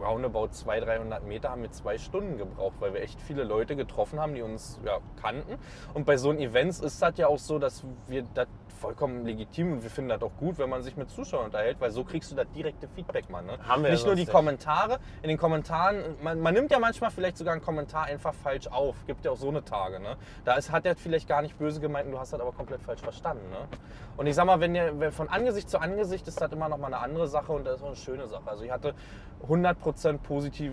roundabout 200, 300 Meter, haben wir zwei Stunden gebraucht, weil wir echt viele Leute getroffen haben, die uns ja, kannten. Und bei so einem Events ist das ja auch so, dass wir das vollkommen legitim und wir finden das auch gut, wenn man sich mit Zuschauern unterhält, weil so kriegst du das direkte Feedback, Mann. Ne?
Haben wir ja
Nicht nur die
sonst nicht.
Kommentare, in den Kommentaren, man, man nimmt ja manchmal vielleicht sogar einen Kommentar einfach falsch auf, gibt ja auch so eine Tage, ne? Da ist, hat er vielleicht gar nicht böse gemeint und du hast das aber komplett falsch verstanden, ne? Und ich sag mal, wenn ihr, wenn von Angesicht zu Angesicht ist das immer noch mal eine andere Sache und das ist auch eine schöne Sache. Also ich hatte 100% positiv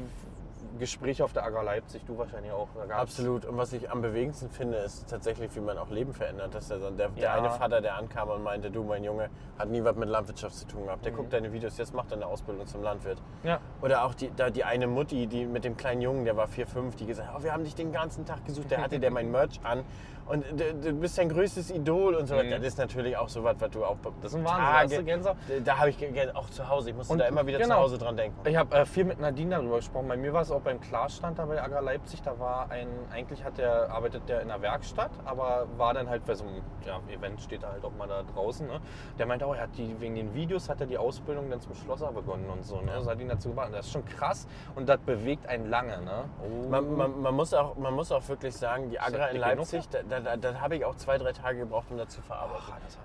Gespräche auf der Agra Leipzig, du wahrscheinlich auch. Da gab's-
Absolut. Und was ich am bewegendsten finde, ist tatsächlich, wie man auch Leben verändert. Dass der, der, der
Ja.
eine Vater, der ankam und meinte, du, mein Junge, hat nie was mit Landwirtschaft zu tun gehabt. Der
Mhm.
guckt deine Videos, jetzt macht er eine Ausbildung zum Landwirt.
Ja.
Oder auch die, da die eine Mutti, die mit dem kleinen Jungen, der war 4, 5, die gesagt hat, oh, wir haben dich den ganzen Tag gesucht, der hatte der mein Merch an. Und du, du bist dein größtes Idol und so weiter. Das ist natürlich auch so was, was du auch...
Mhm. Das ist ein Wahnsinn. Hast du Gänsehaut?
Da, da habe ich ge- ge- auch zu Hause, ich musste
Und
da immer wieder
genau.
zu Hause dran denken.
Ich habe äh, viel mit Nadine darüber gesprochen. Bei mir war es auch beim Klarstand da bei Agra Leipzig. Da war ein, eigentlich hat der, arbeitet der in der Werkstatt, aber war dann halt bei so einem ja, Event, steht er halt auch mal da draußen. Ne? Der meinte auch, er hat die, wegen den Videos hat er die Ausbildung dann zum Schlosser begonnen und so. Ne? Das hat ihn dazu gebracht. Und Das ist schon krass und das bewegt einen lange. Ne? Oh.
Man, man, man, muss auch, man muss auch wirklich sagen, die Agra
das
in
dicke
Leipzig, da, da, da, da habe ich auch zwei, drei Tage gebraucht, um das zu verarbeiten.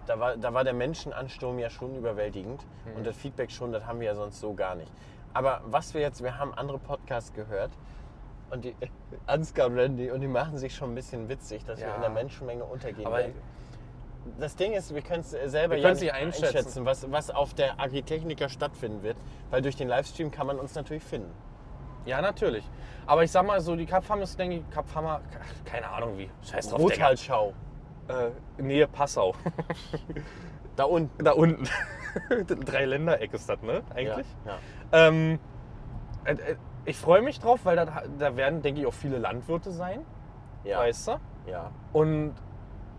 da, war, da war der Menschenansturm ja schon überwältigend
Hm.
und das Feedback schon, das haben wir ja sonst so gar nicht. Aber was wir jetzt, wir haben andere Podcasts gehört und die Ansgar und Randy und die machen sich schon ein bisschen witzig, dass wir
Ja.
in der Menschenmenge untergehen
Aber
werden. das Ding ist, wir können es selber
Wir
ja
können's
nicht
nicht
einschätzen,
einschätzen.
was, was auf der Agritechnica stattfinden wird, weil durch den Livestream kann man uns natürlich finden.
Ja, natürlich. Aber ich sag mal so, die Kapfhammer ist, denke ich, Kapfhammer, keine Ahnung wie. Scheiß drauf, Digga.
Brutalschau.
Äh, Nähe Passau.
Da unten.
da unten. Drei Ländereck ist das, ne? Eigentlich.
Ja, ja.
Ähm, äh, äh, ich freue mich drauf, weil da, da werden, denke ich, auch viele Landwirte sein,
Ja.
weißt du?
ja.
Und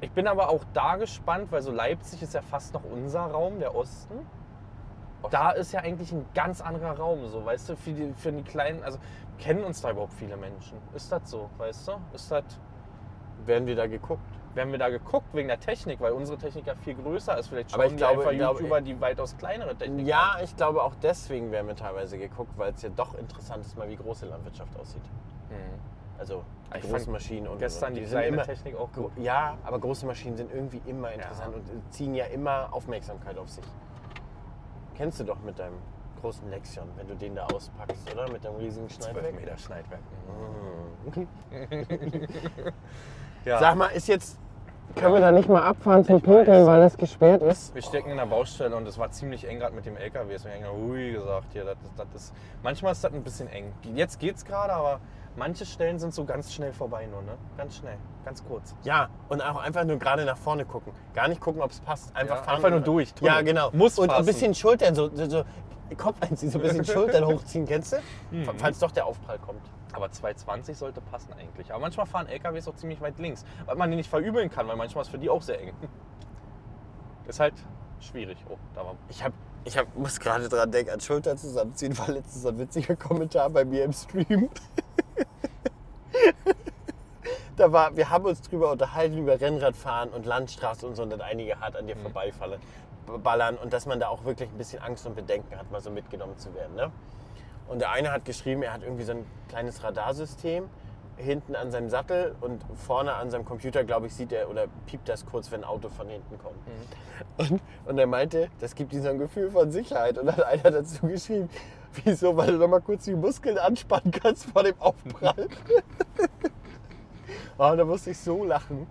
ich bin aber auch da gespannt, weil so Leipzig ist ja fast noch unser Raum, der Osten. Da ist ja eigentlich ein ganz anderer Raum, so, weißt du, für die, für die kleinen, also kennen uns da überhaupt viele Menschen? Ist das so, weißt du? Ist das,
Werden wir da geguckt?
werden wir da geguckt wegen der Technik, weil unsere Technik ja viel größer ist. Vielleicht schauen
Aber ich
die
glaube-
einfach
ich glaube-
YouTuber, die weitaus kleinere Technik
Ja, ich glaube auch deswegen werden wir teilweise geguckt, weil es ja doch interessant ist, mal wie große Landwirtschaft aussieht. Also
Mhm. Ah, Ich
große
fand
Maschinen und
gestern
und,
die
die
kleine
immer,
Technik auch
gro-
gut.
Ja, aber große Maschinen sind irgendwie immer interessant und ziehen ja immer Aufmerksamkeit auf sich. Kennst du doch mit deinem großen Lexion, wenn du den da auspackst, oder? Mit deinem riesigen Schneidwerk. Mhm.
Meter Schneidwerk.
Sag mal, ist jetzt können wir da nicht mal abfahren zum Pinkeln, weil das gesperrt ist?
Wir stecken in der Baustelle und es war ziemlich eng gerade mit dem LKW. Deswegen habe ich hui gesagt, hier, das, ist- das ist. Manchmal ist das ein bisschen eng. Jetzt geht's gerade, aber manche Stellen sind so ganz schnell vorbei nur, ne? Ganz schnell, ganz kurz.
Ja, und auch einfach nur gerade nach vorne gucken. Gar nicht gucken, ob es passt. Einfach
Ja,
fahren.
einfach nur durch, Tunnel.
Ja, genau.
Muss
und ein
passen.
bisschen Schultern, so, so, so Kopf einziehen, so ein bisschen Schultern hochziehen, kennst du? Falls doch der Aufprall kommt.
Aber 220 sollte passen eigentlich. Aber manchmal fahren LKWs auch ziemlich weit links, weil man die nicht verübeln kann, weil manchmal ist für die auch sehr eng. Ist halt schwierig. Oh, da war.
Ich hab, ich hab, muss gerade dran denken, an Schultern zusammenziehen, war letztens ein witziger Kommentar bei mir im Stream. da war, wir haben uns drüber unterhalten, über Rennradfahren und Landstraße und so, und dass einige hart an dir vorbeifallen, ballern und dass man da auch wirklich ein bisschen Angst und Bedenken hat, mal so mitgenommen zu werden. Ne? Und der eine hat geschrieben, er hat irgendwie so ein kleines Radarsystem hinten an seinem Sattel und vorne an seinem Computer, glaube ich, sieht er oder piept das kurz, wenn ein Auto von hinten kommt.
Mhm.
Und, und er meinte, das gibt ihm so ein Gefühl von Sicherheit. Und dann hat einer dazu geschrieben, wieso, weil du noch mal kurz die Muskeln anspannen kannst vor dem Aufprall. oh, da musste ich so lachen.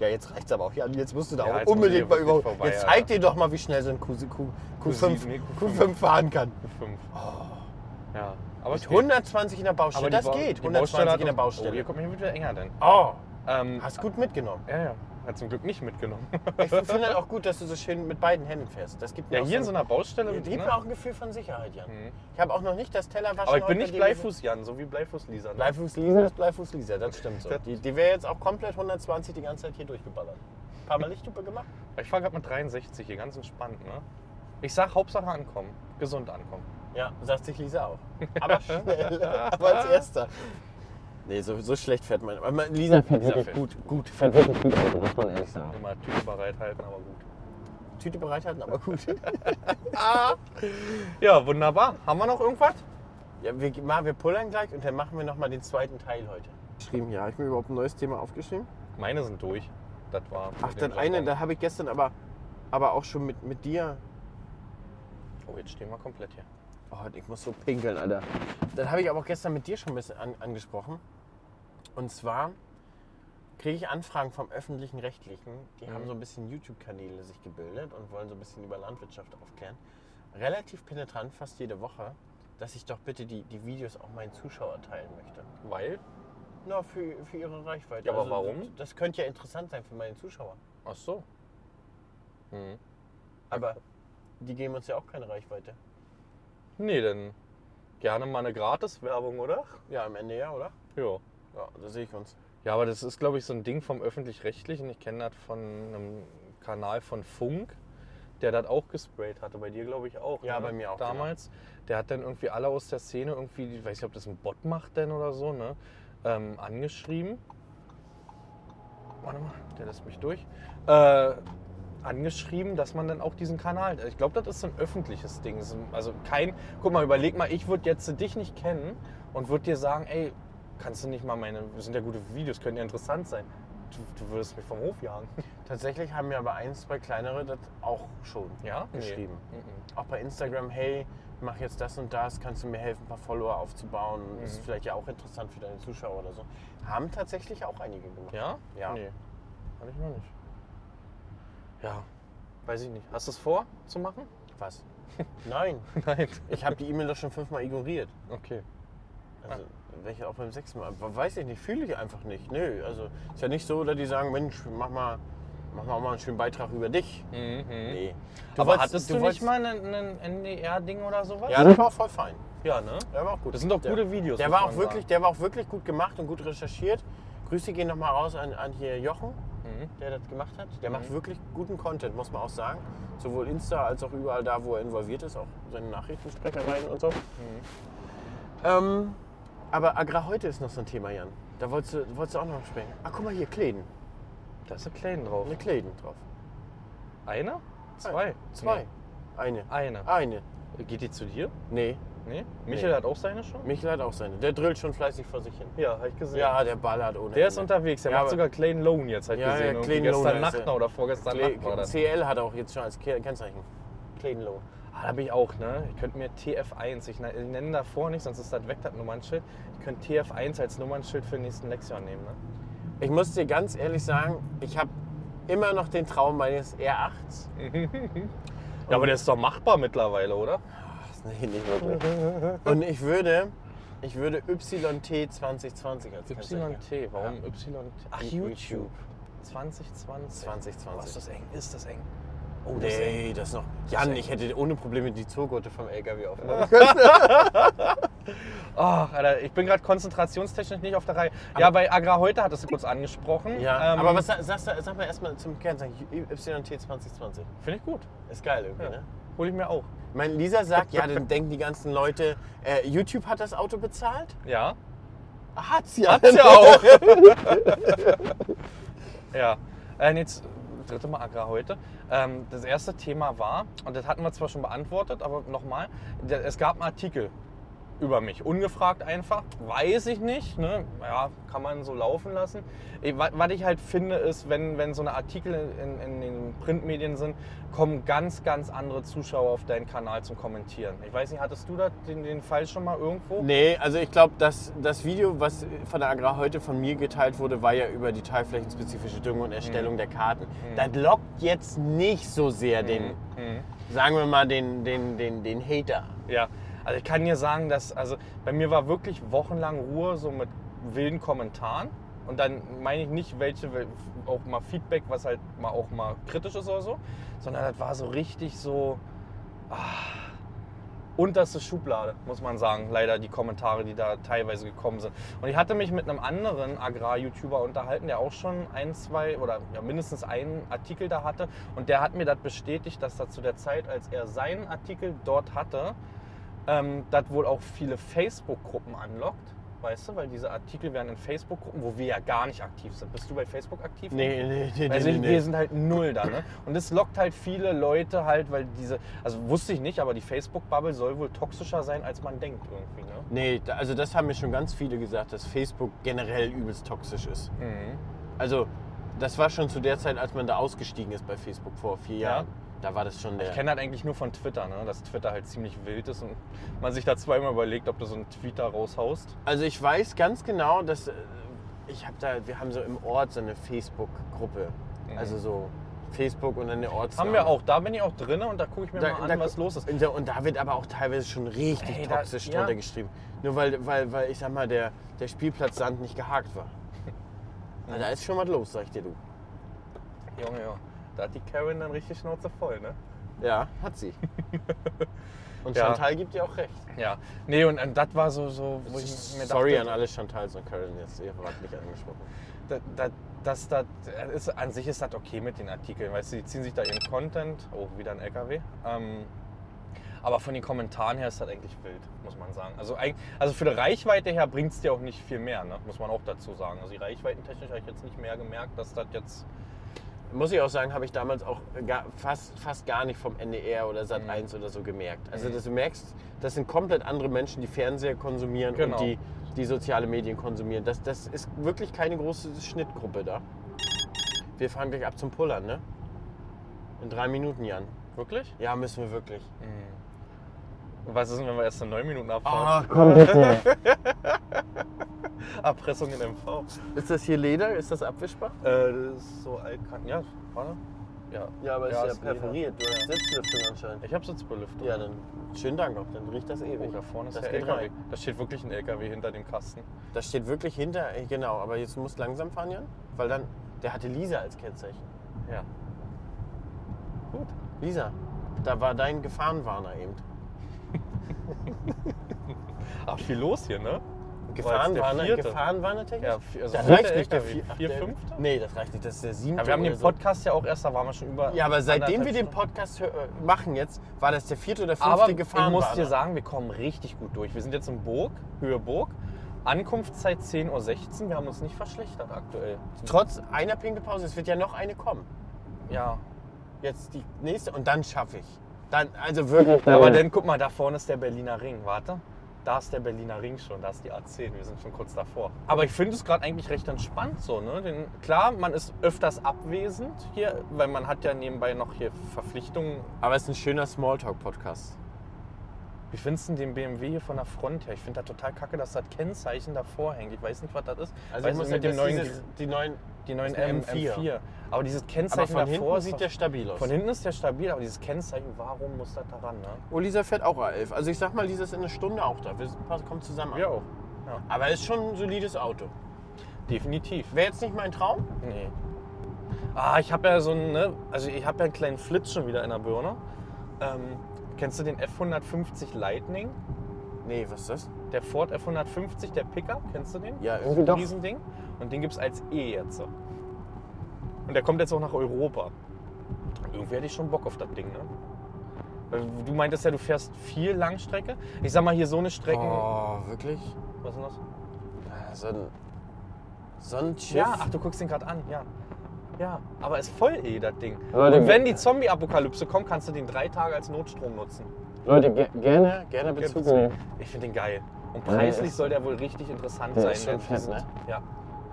ja, jetzt reicht's aber auch. Ja, jetzt musst du da
Ja,
auch
jetzt muss ich
unbedingt
hier
mal
wirklich
überholen.
vorbei,
jetzt
ja.
zeig dir doch mal, wie schnell so ein Q, Q, Q5,
Q7, nee, Q5.
Q5 fahren kann.
5. Ja, aber
Oh. Mit
es geht.
120 in der Baustelle,
Aber die
das
Bau-
geht.
die
120
Baustelle hat
in der
uns- Oh, hier
Baustelle.
kommt mir wieder enger dann.
Oh,
Ähm,
hast gut mitgenommen.
ja, ja. Hat zum Glück nicht mitgenommen.
Ich finde halt auch gut, dass du so schön mit beiden Händen fährst. Das gibt mir
Ja,
auch
hier in so
ein-
einer Baustelle.
gibt
ne? Hm.
mir auch ein Gefühl von Sicherheit, Jan. Ich habe auch noch nicht das Tellerwaschen.
Aber ich bin
heute
nicht
dem-
Bleifuß Jan, so wie Bleifuß Lisa. Ne?
Bleifuß Lisa ist Bleifuß Lisa, das stimmt so.
Das-
Die, die wäre jetzt auch komplett 120 die ganze Zeit hier durchgeballert. Ein paar Mal Lichttuppe gemacht.
Ich fahre gerade mit 63 hier, ganz entspannt. Ne? Ich sag Hauptsache ankommen, gesund ankommen.
Ja, sagt sich Lisa auch. Aber schnell, aber als Erster. Nee, so, so schlecht fährt man. aber Lisa fährt wirklich
fährt
gut, gut, fährt halt wirklich gut, Auto, muss man ehrlich sagen.
Immer Tüte bereithalten, aber gut.
Tüte bereithalten, aber gut.
Ja, wunderbar. Haben wir noch irgendwas?
Ja, wir, machen, wir pullern gleich und dann machen wir nochmal den zweiten Teil heute. Geschrieben, ja. Ich habe mir überhaupt ein neues Thema aufgeschrieben.
Meine sind durch. Das war.
Ach,
mit
das
dem
eine,
Jargon.
da habe ich gestern aber, aber auch schon mit, mit dir.
Oh, jetzt stehen wir komplett hier.
Oh, ich muss so pinkeln, Alter. Das habe ich aber auch gestern mit dir schon ein bisschen an, angesprochen. Und zwar kriege ich Anfragen vom öffentlichen Rechtlichen. Die haben so ein bisschen YouTube-Kanäle sich gebildet und wollen so ein bisschen über Landwirtschaft aufklären. Relativ penetrant, fast jede Woche, dass ich doch bitte die, die Videos auch meinen Zuschauern teilen möchte.
Weil?
Na, für, für ihre Reichweite. Also,
Ja, aber warum?
Das, das könnte ja interessant sein für meine Zuschauer.
Ach so. Hm.
Aber die geben uns ja auch keine Reichweite.
Nee, dann gerne mal eine Gratiswerbung, oder?
Ja, am Ende ja, oder?
Ja.
Ja, da sehe ich uns.
Ja, aber das ist, glaube ich, so ein Ding vom Öffentlich-Rechtlichen. Ich kenne das von einem Kanal von Funk, der das auch gesprayt hatte. Bei dir, glaube ich, auch. ne?
Ja, bei mir auch, genau.
Damals. Der hat dann irgendwie alle aus der Szene irgendwie, ich weiß nicht, ob das ein Bot macht denn oder so, ne? Ähm, angeschrieben. Warte mal, der lässt mich durch. Äh, angeschrieben, dass man dann auch diesen Kanal. Ich glaube, das ist so ein öffentliches Ding. So ein- Also kein. Guck mal, überleg mal, ich würde jetzt dich nicht kennen und würde dir sagen, ey, kannst du nicht mal meine. Das sind ja gute Videos, können ja interessant sein. Du, du würdest mich vom Hof jagen.
Tatsächlich haben mir aber ein, zwei kleinere das auch schon
Ja? Nee. Mhm.
geschrieben. Auch bei Instagram, hey, mach jetzt das und das, kannst du mir helfen, ein paar Follower aufzubauen?
Mhm.
Ist vielleicht ja auch interessant für deine Zuschauer oder so. Haben tatsächlich auch einige gemacht.
Ja?
Ja.
Nee. Hatte ich noch nicht. Ja, weiß ich nicht. Hast du es vor zu machen?
Was? Nein,
Nein.
ich habe die E-Mail doch schon fünfmal ignoriert.
Okay.
Also, welche auch beim sechsten Mal. Aber Weiß ich nicht, fühle ich einfach nicht. Nö, also ist ja nicht so, dass die sagen, Mensch, mach mal, mach mal, mal einen schönen Beitrag über dich. Nee. Du
Aber
wolltest-
hattest Mhm. du,
wolltest-
nicht mal ein NDR-Ding oder sowas?
Ja, das war voll fein.
ja, ne?
Der war auch gut.
Das sind doch gute
der,
Videos,
Der
muss
war,
man
auch
sagen.
wirklich, der war auch wirklich gut gemacht und gut recherchiert. Grüße gehen nochmal raus an, an hier Jochen, der das gemacht hat. Der
Mhm.
macht wirklich guten Content, muss man auch sagen. Sowohl Insta als auch überall da, wo er involviert ist, auch seine Nachrichtensprechereien und so.
Mhm.
Ähm, aber Agrar heute ist noch so ein Thema, Jan. Da wolltest du, wolltest du auch noch sprechen. Ah, guck mal hier, Kleden.
Da ist ein Kleinen drauf.
Eine Kleden drauf.
Eine? Zwei?
Zwei. Eine.
Eine.
Eine.
Nee. Geht die zu dir?
Nee,
Nee? Michael
Nee.
hat auch seine schon?
Michel hat auch seine. Der drillt schon fleißig vor sich hin.
Ja, hab ich gesehen.
Ja, der ballert ohne
Der ist
Ende.
unterwegs, der
Ja,
macht
aber-
sogar Clayton Loan jetzt, hab ich
Ja, ja,
gesehen. irgendwie
Clayton
gestern
Loan ist
Nacht
er.
noch oder vorgestern
Cle-
Nacht war das.
CL hat er auch jetzt schon als Ke- Kennzeichen. Kledenlow.
Ah, da bin ich auch, ne? Ich könnte mir TF1, ich ne- ich nenne davor nicht, sonst ist das weg, das Nummernschild. Ich könnte TF1 als Nummernschild für den nächsten Lexion nehmen, ne?
Ich muss dir ganz ehrlich sagen, ich habe immer noch den Traum meines R8s.
Ja, aber der ist doch machbar mittlerweile, oder?
Nee, nicht wirklich. Und ich würde, ich würde YT 2020 als Kennzeichen.
YT, warum YT? Ach,
YouTube.
YouTube. 2020.
2020.
Was, das eng? Oh, Ist das eng?
Oh,
das ist
nee, das noch. Jan, ich hätte ohne Probleme die Zugurte vom LKW aufgenommen.
Ach, Alter, ich bin gerade konzentrationstechnisch nicht auf der Reihe. ja, bei Agra heute hattest du kurz angesprochen.
Ja,
Ähm,
aber was sa- sagst du, sag mal erstmal zum Kennzeichen YT 2020.
Finde ich gut.
Ist geil irgendwie,
Ja.
ne?
Hol ich mir auch.
Mein Lisa sagt, ja, dann denken die ganzen Leute, äh, YouTube hat das Auto bezahlt?
Ja.
Hat's ja.
Hat's ja auch. ja. Äh, und jetzt das dritte Mal Agra heute. Ähm, das erste Thema war, und das hatten wir zwar schon beantwortet, aber nochmal, da- es gab einen Artikel über mich. Ungefragt einfach. Weiß ich nicht. Ne? Ja, kann man so laufen lassen. Ich, wa- was ich halt finde, ist, wenn, wenn so eine Artikel in, in den Printmedien sind, kommen ganz, ganz andere Zuschauer auf deinen Kanal zum Kommentieren. Ich weiß nicht, hattest du da den, den Fall schon mal irgendwo?
Nee, also ich glaube, dass das Video, was von der Agrar heute von mir geteilt wurde, war ja über die teilflächenspezifische Düngung und Erstellung
Mhm.
der Karten. Das lockt jetzt nicht so sehr den,
Mhm.
sagen wir mal, den, den, den, den Hater.
Ja, also ich kann dir sagen, dass, also bei mir war wirklich wochenlang Ruhe, so mit wilden Kommentaren. Und dann meine ich nicht, welche wel- auch mal Feedback, was halt mal auch mal kritisch ist oder so, sondern das war so richtig so ah, unterste Schublade, muss man sagen, leider die Kommentare, die da teilweise gekommen sind. Und ich hatte mich mit einem anderen Agrar-YouTuber unterhalten, der auch schon ein, zwei oder ja, mindestens einen Artikel da hatte. Und der hat mir das bestätigt, dass da zu der Zeit, als er seinen Artikel dort hatte, ähm, das wohl auch viele Facebook-Gruppen anlockt, weißt du, weil diese Artikel werden in Facebook-Gruppen, wo wir ja gar nicht aktiv sind. Bist du bei Facebook aktiv?
nee, nee,
Also ich, wir sind halt null da, ne? Und das lockt halt viele Leute halt, weil diese, also wusste ich nicht, aber die Facebook-Bubble soll wohl toxischer sein, als man denkt irgendwie, ne?
Nee, da- also das haben mir schon ganz viele gesagt, dass Facebook generell übelst toxisch ist. Also das war schon zu der Zeit, als man da ausgestiegen ist bei Facebook vor vier
Ja.
Jahren. Da war das schon der.
Ich kenne das eigentlich nur von Twitter, ne? Dass Twitter halt ziemlich wild ist und man sich da zweimal überlegt, ob du so einen Twitter raushaust.
Also ich weiß ganz genau, dass äh, ich habe da, wir haben so im Ort so eine Facebook-Gruppe. Also so Facebook und dann der Ortsname.
Mhm. Haben wir auch, da bin ich auch drinne und da gucke ich mir mal an, was
gu-
los ist.
Und da, und da wird aber auch teilweise schon richtig
Ey, da-
toxisch
ja.
drunter geschrieben. Nur weil, weil, weil ich sag mal, der, der Spielplatzsand nicht gehakt war. Also da ist schon was los, sag ich dir du.
Junge, ja. Da hat die Karen dann richtig Schnauze voll, ne?
Ja, hat sie. Und
Ja.
Chantal gibt dir auch recht.
Ja, nee, und, und das war so, so wo ich mir dachte,
Sorry an alle Chantals und Karen, jetzt ihr wart nicht angesprochen.
da, da, das, da, das ist, an sich ist das okay mit den Artikeln, weißt du, die ziehen sich da ihren Content, oh, wieder ein LKW, ähm, aber von den Kommentaren her ist das eigentlich wild, muss man sagen. Also, eig- also für die Reichweite her bringt es dir auch nicht viel mehr, ne? muss man auch dazu sagen. Also die Reichweitentechnisch habe ich jetzt nicht mehr gemerkt, dass das jetzt,
muss ich auch sagen, habe ich damals auch gar, fast, fast gar nicht vom NDR oder
Mhm.
Sat 1 oder so gemerkt. Also dass du merkst, das sind komplett andere Menschen, die Fernseher konsumieren
Genau.
und die, die soziale Medien konsumieren. Das, das ist wirklich keine große Schnittgruppe da. Wir fahren gleich ab zum Pullern, ne? In drei Minuten, Jan.
wirklich?
Ja, müssen wir wirklich. Ah.
Ah, Und was ist denn, wenn wir erst in neun Minuten abfahren?
komm bitte.
Erpressung in MV.
Ist das hier Leder? Ist das abwischbar?
Äh, das ist so altkan. Ja, warte. Ja, Leder.
Du hast Sitzlüftung anscheinend.
Ich habe Sitzbelüftung.
Ja, dann schönen Dank noch. Dann riecht das
Oh,
ewig.
da vorne ist
das
der
geht
LKW.
rein.
Da steht wirklich ein LKW hinter dem Kasten.
Das steht wirklich hinter. äh, Genau, aber jetzt musst du langsam fahren, Jan. Weil dann. Der hatte Lisa als Kennzeichen.
Ja. Gut.
Lisa, da war dein Gefahrenwarner eben.
Ach, viel los hier, ne? War
Gefahrenwarner,
jetzt der vierte.
Gefahrenwarner
Ja,
technisch?
vier- also
das
vierte
reicht nicht, der
LKW.
vier, ach,
Vier,
der-
fünfte?
Nee, das reicht nicht, das ist der siebte.
Ja, wir haben
oder
den
so.
Podcast ja auch erst, da waren wir schon über.
Ja, aber seitdem wir
anderthalb
den
Stunden.
Podcast hö- äh, machen jetzt, war das der vierte oder fünfte
Aber ich
Gefahrenwarner.
muss dir sagen, wir kommen richtig gut durch. Wir sind jetzt in Burg, Höhe Burg. Ankunftszeit 10.16 Uhr. Wir haben uns nicht verschlechtert aktuell.
Trotz einer Pinkelpause, es wird ja noch eine kommen.
Ja.
Jetzt die nächste und dann schaffe ich. Dann, also wirklich.
Aber dann guck mal, da vorne ist der Berliner Ring. Warte. Da ist der Berliner Ring schon, da ist die A10, wir sind schon kurz davor. Aber ich finde es gerade eigentlich recht entspannt so. Ne? Denn, klar, man ist öfters abwesend hier, weil man hat ja nebenbei noch hier Verpflichtungen.
aber es ist ein schöner Smalltalk-Podcast.
Wie findest du den BMW hier von der Front her? Ich finde da total kacke, dass das Kennzeichen davor hängt. Ich weiß nicht, was das ist.
Also
weißt
ich
du,
muss
mit dem neuen,
dieses, die neuen.
die neuen
das ist ein
M,
M4.
M4. Aber dieses Kennzeichen
Aber von
davor
hinten
ist
sieht
doch-
der stabil aus.
Von hinten ist der stabil, aber dieses Kennzeichen, warum muss das daran? Ne?
oh, Lisa fährt auch A11. Also ich sag mal, Lisa ist in einer Stunde auch da. Wir sind- kommen zusammen an.
auch.
Aber ist schon ein solides Auto.
Definitiv.
Wäre jetzt nicht mein Traum?
Nee. Ah, ich habe ja so einen, ne, also ich habe ja einen kleinen Flitz schon wieder in der Birne. Ähm, kennst du den F150 Lightning?
Nee, was ist das?
Der Ford F150, der Pickup, kennst du den?
Ja,
Das ist
irgendwie
ein
doch.
Riesending. Und den gibt's als E jetzt. so. Und der kommt jetzt auch nach Europa. Irgendwie hätte ich schon Bock auf das Ding, ne? Weil Du meintest ja, du fährst viel Langstrecke. Ich sag mal, hier so eine Strecken.
Oh, wirklich?
Was ist denn das?
So ein, so ein Schiff.
Ja, ach, du guckst ihn gerade an, ja. Ja, aber ist voll eh, das Ding.
Leute,
Und wenn die Zombie-Apokalypse kommt, kannst du den drei Tage als Notstrom nutzen.
Leute, ge- gerne, gerne Bezug nehmen.
Ich finde den geil. Und
Ja,
preislich
ist-
soll der wohl richtig interessant
Der
sein.
ist schon
denn
fett,
die sind-
ne?
Ja.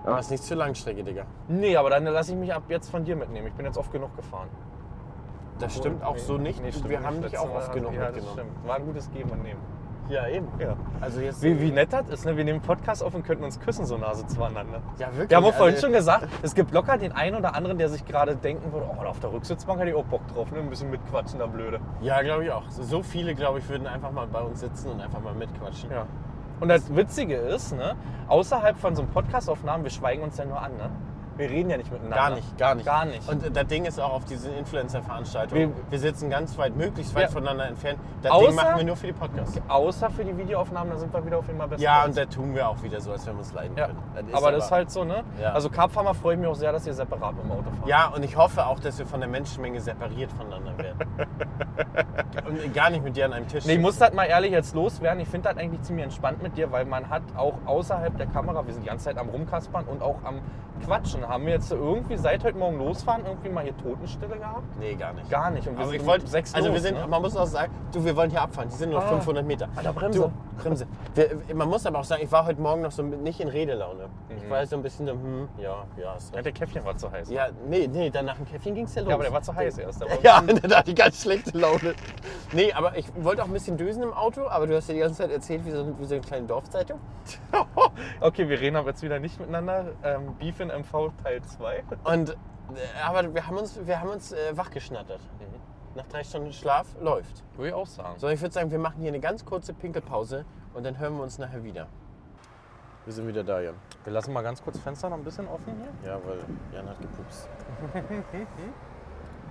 Aber es ist nicht zu Langstrecke, Digga.
Nee, aber dann lasse ich mich ab jetzt von dir mitnehmen. Ich bin jetzt oft genug gefahren.
Das stimmt auch
Nee,
so nicht.
nee, stimmt
wir
nicht.
haben dich
Letztes
auch
Mal
oft
hast-
genug
ja, das
mitgenommen.
Stimmt. War ein gutes Geben und Nehmen.
Ja, eben.
Ja.
Also jetzt.
Wie, wie nett das ist, ne? Wir nehmen Podcast auf und könnten uns küssen, so Nase zueinander.
Ja, wirklich.
Wir haben auch
Also-
vorhin schon gesagt, es gibt locker den einen oder anderen, der sich gerade denken würde, oh, auf der Rücksitzbank hätte ich auch Bock drauf, ne? Ein bisschen mitquatschen, da blöde.
Ja, glaube ich auch. So- So viele, glaube ich, würden einfach mal bei uns sitzen und einfach mal mitquatschen.
Ja. Und das Witzige ist, ne, außerhalb von so einem Podcast-Aufnahmen, wir schweigen uns ja nur an, ne? Wir reden ja nicht miteinander.
Gar nicht, gar nicht.
Gar nicht.
Und äh, das Ding ist auch auf diesen Influencer-Veranstaltungen. Wir,
Wir-
sitzen ganz weit, möglichst weit
Ja.
voneinander entfernt. Das Ding
Außer-
machen wir nur für die Podcasts.
Außer für die Videoaufnahmen, da sind wir wieder auf immer besser.
Ja, und da tun wir auch wieder so, als wenn wir uns leiden
ja.
können.
aber, das ist halt so, ne?
Ja.
Also Karpfarmer freue ich mich auch sehr, dass ihr separat mit dem Auto fahrt.
Ja, und ich hoffe auch, dass wir von der Menschenmenge separiert voneinander werden. und gar nicht mit dir an einem Tisch.
Nee, ich muss das mal ehrlich jetzt loswerden. Ich finde das eigentlich ziemlich entspannt mit dir, weil man hat auch außerhalb der Kamera, wir sind die ganze Zeit am Rumkaspern und auch am Quatschen. Haben wir jetzt irgendwie seit heute Morgen losfahren irgendwie mal hier Totenstille gehabt?
Nee, gar nicht.
Gar nicht. Und wir
Also
sind
ich
um
wollte
sechs
Also
los,
wir sind,
ne?
man muss auch sagen, du, wir wollen hier abfahren. Die sind nur
Ah.
500 Meter.
Alter, Bremse.
Du, Bremse. Wir, man muss aber auch sagen, ich war heute Morgen noch so nicht in Redelaune.
Mhm.
Ich war jetzt so ein bisschen so, hm, ja, ja, ist
Ja,
recht.
der Käffchen war zu heiß.
Ja, nee, nee, dann nach dem Käffchen ging's ja los.
Ja, aber der war zu heiß erst. Der war-
Ja, da hatte ich ganz schlechte Laune. Nee, aber ich wollte auch ein bisschen dösen im Auto, aber du hast ja die ganze Zeit erzählt, wie so, wie so eine kleine Dorfzeitung.
Okay, wir reden aber jetzt wieder nicht miteinander. Ähm, Beef in MV Teil 2.
Und äh, aber wir haben uns, wir haben uns äh, wachgeschnattert.
Mhm.
Nach drei Stunden Schlaf läuft.
Würde ich auch sagen.
So, ich würde sagen, wir machen hier eine ganz kurze Pinkelpause und dann hören wir uns nachher wieder. Wir sind wieder da, Jan.
Wir lassen mal ganz kurz Fenster noch ein bisschen offen hier.
Ja, weil Jan hat gepupst.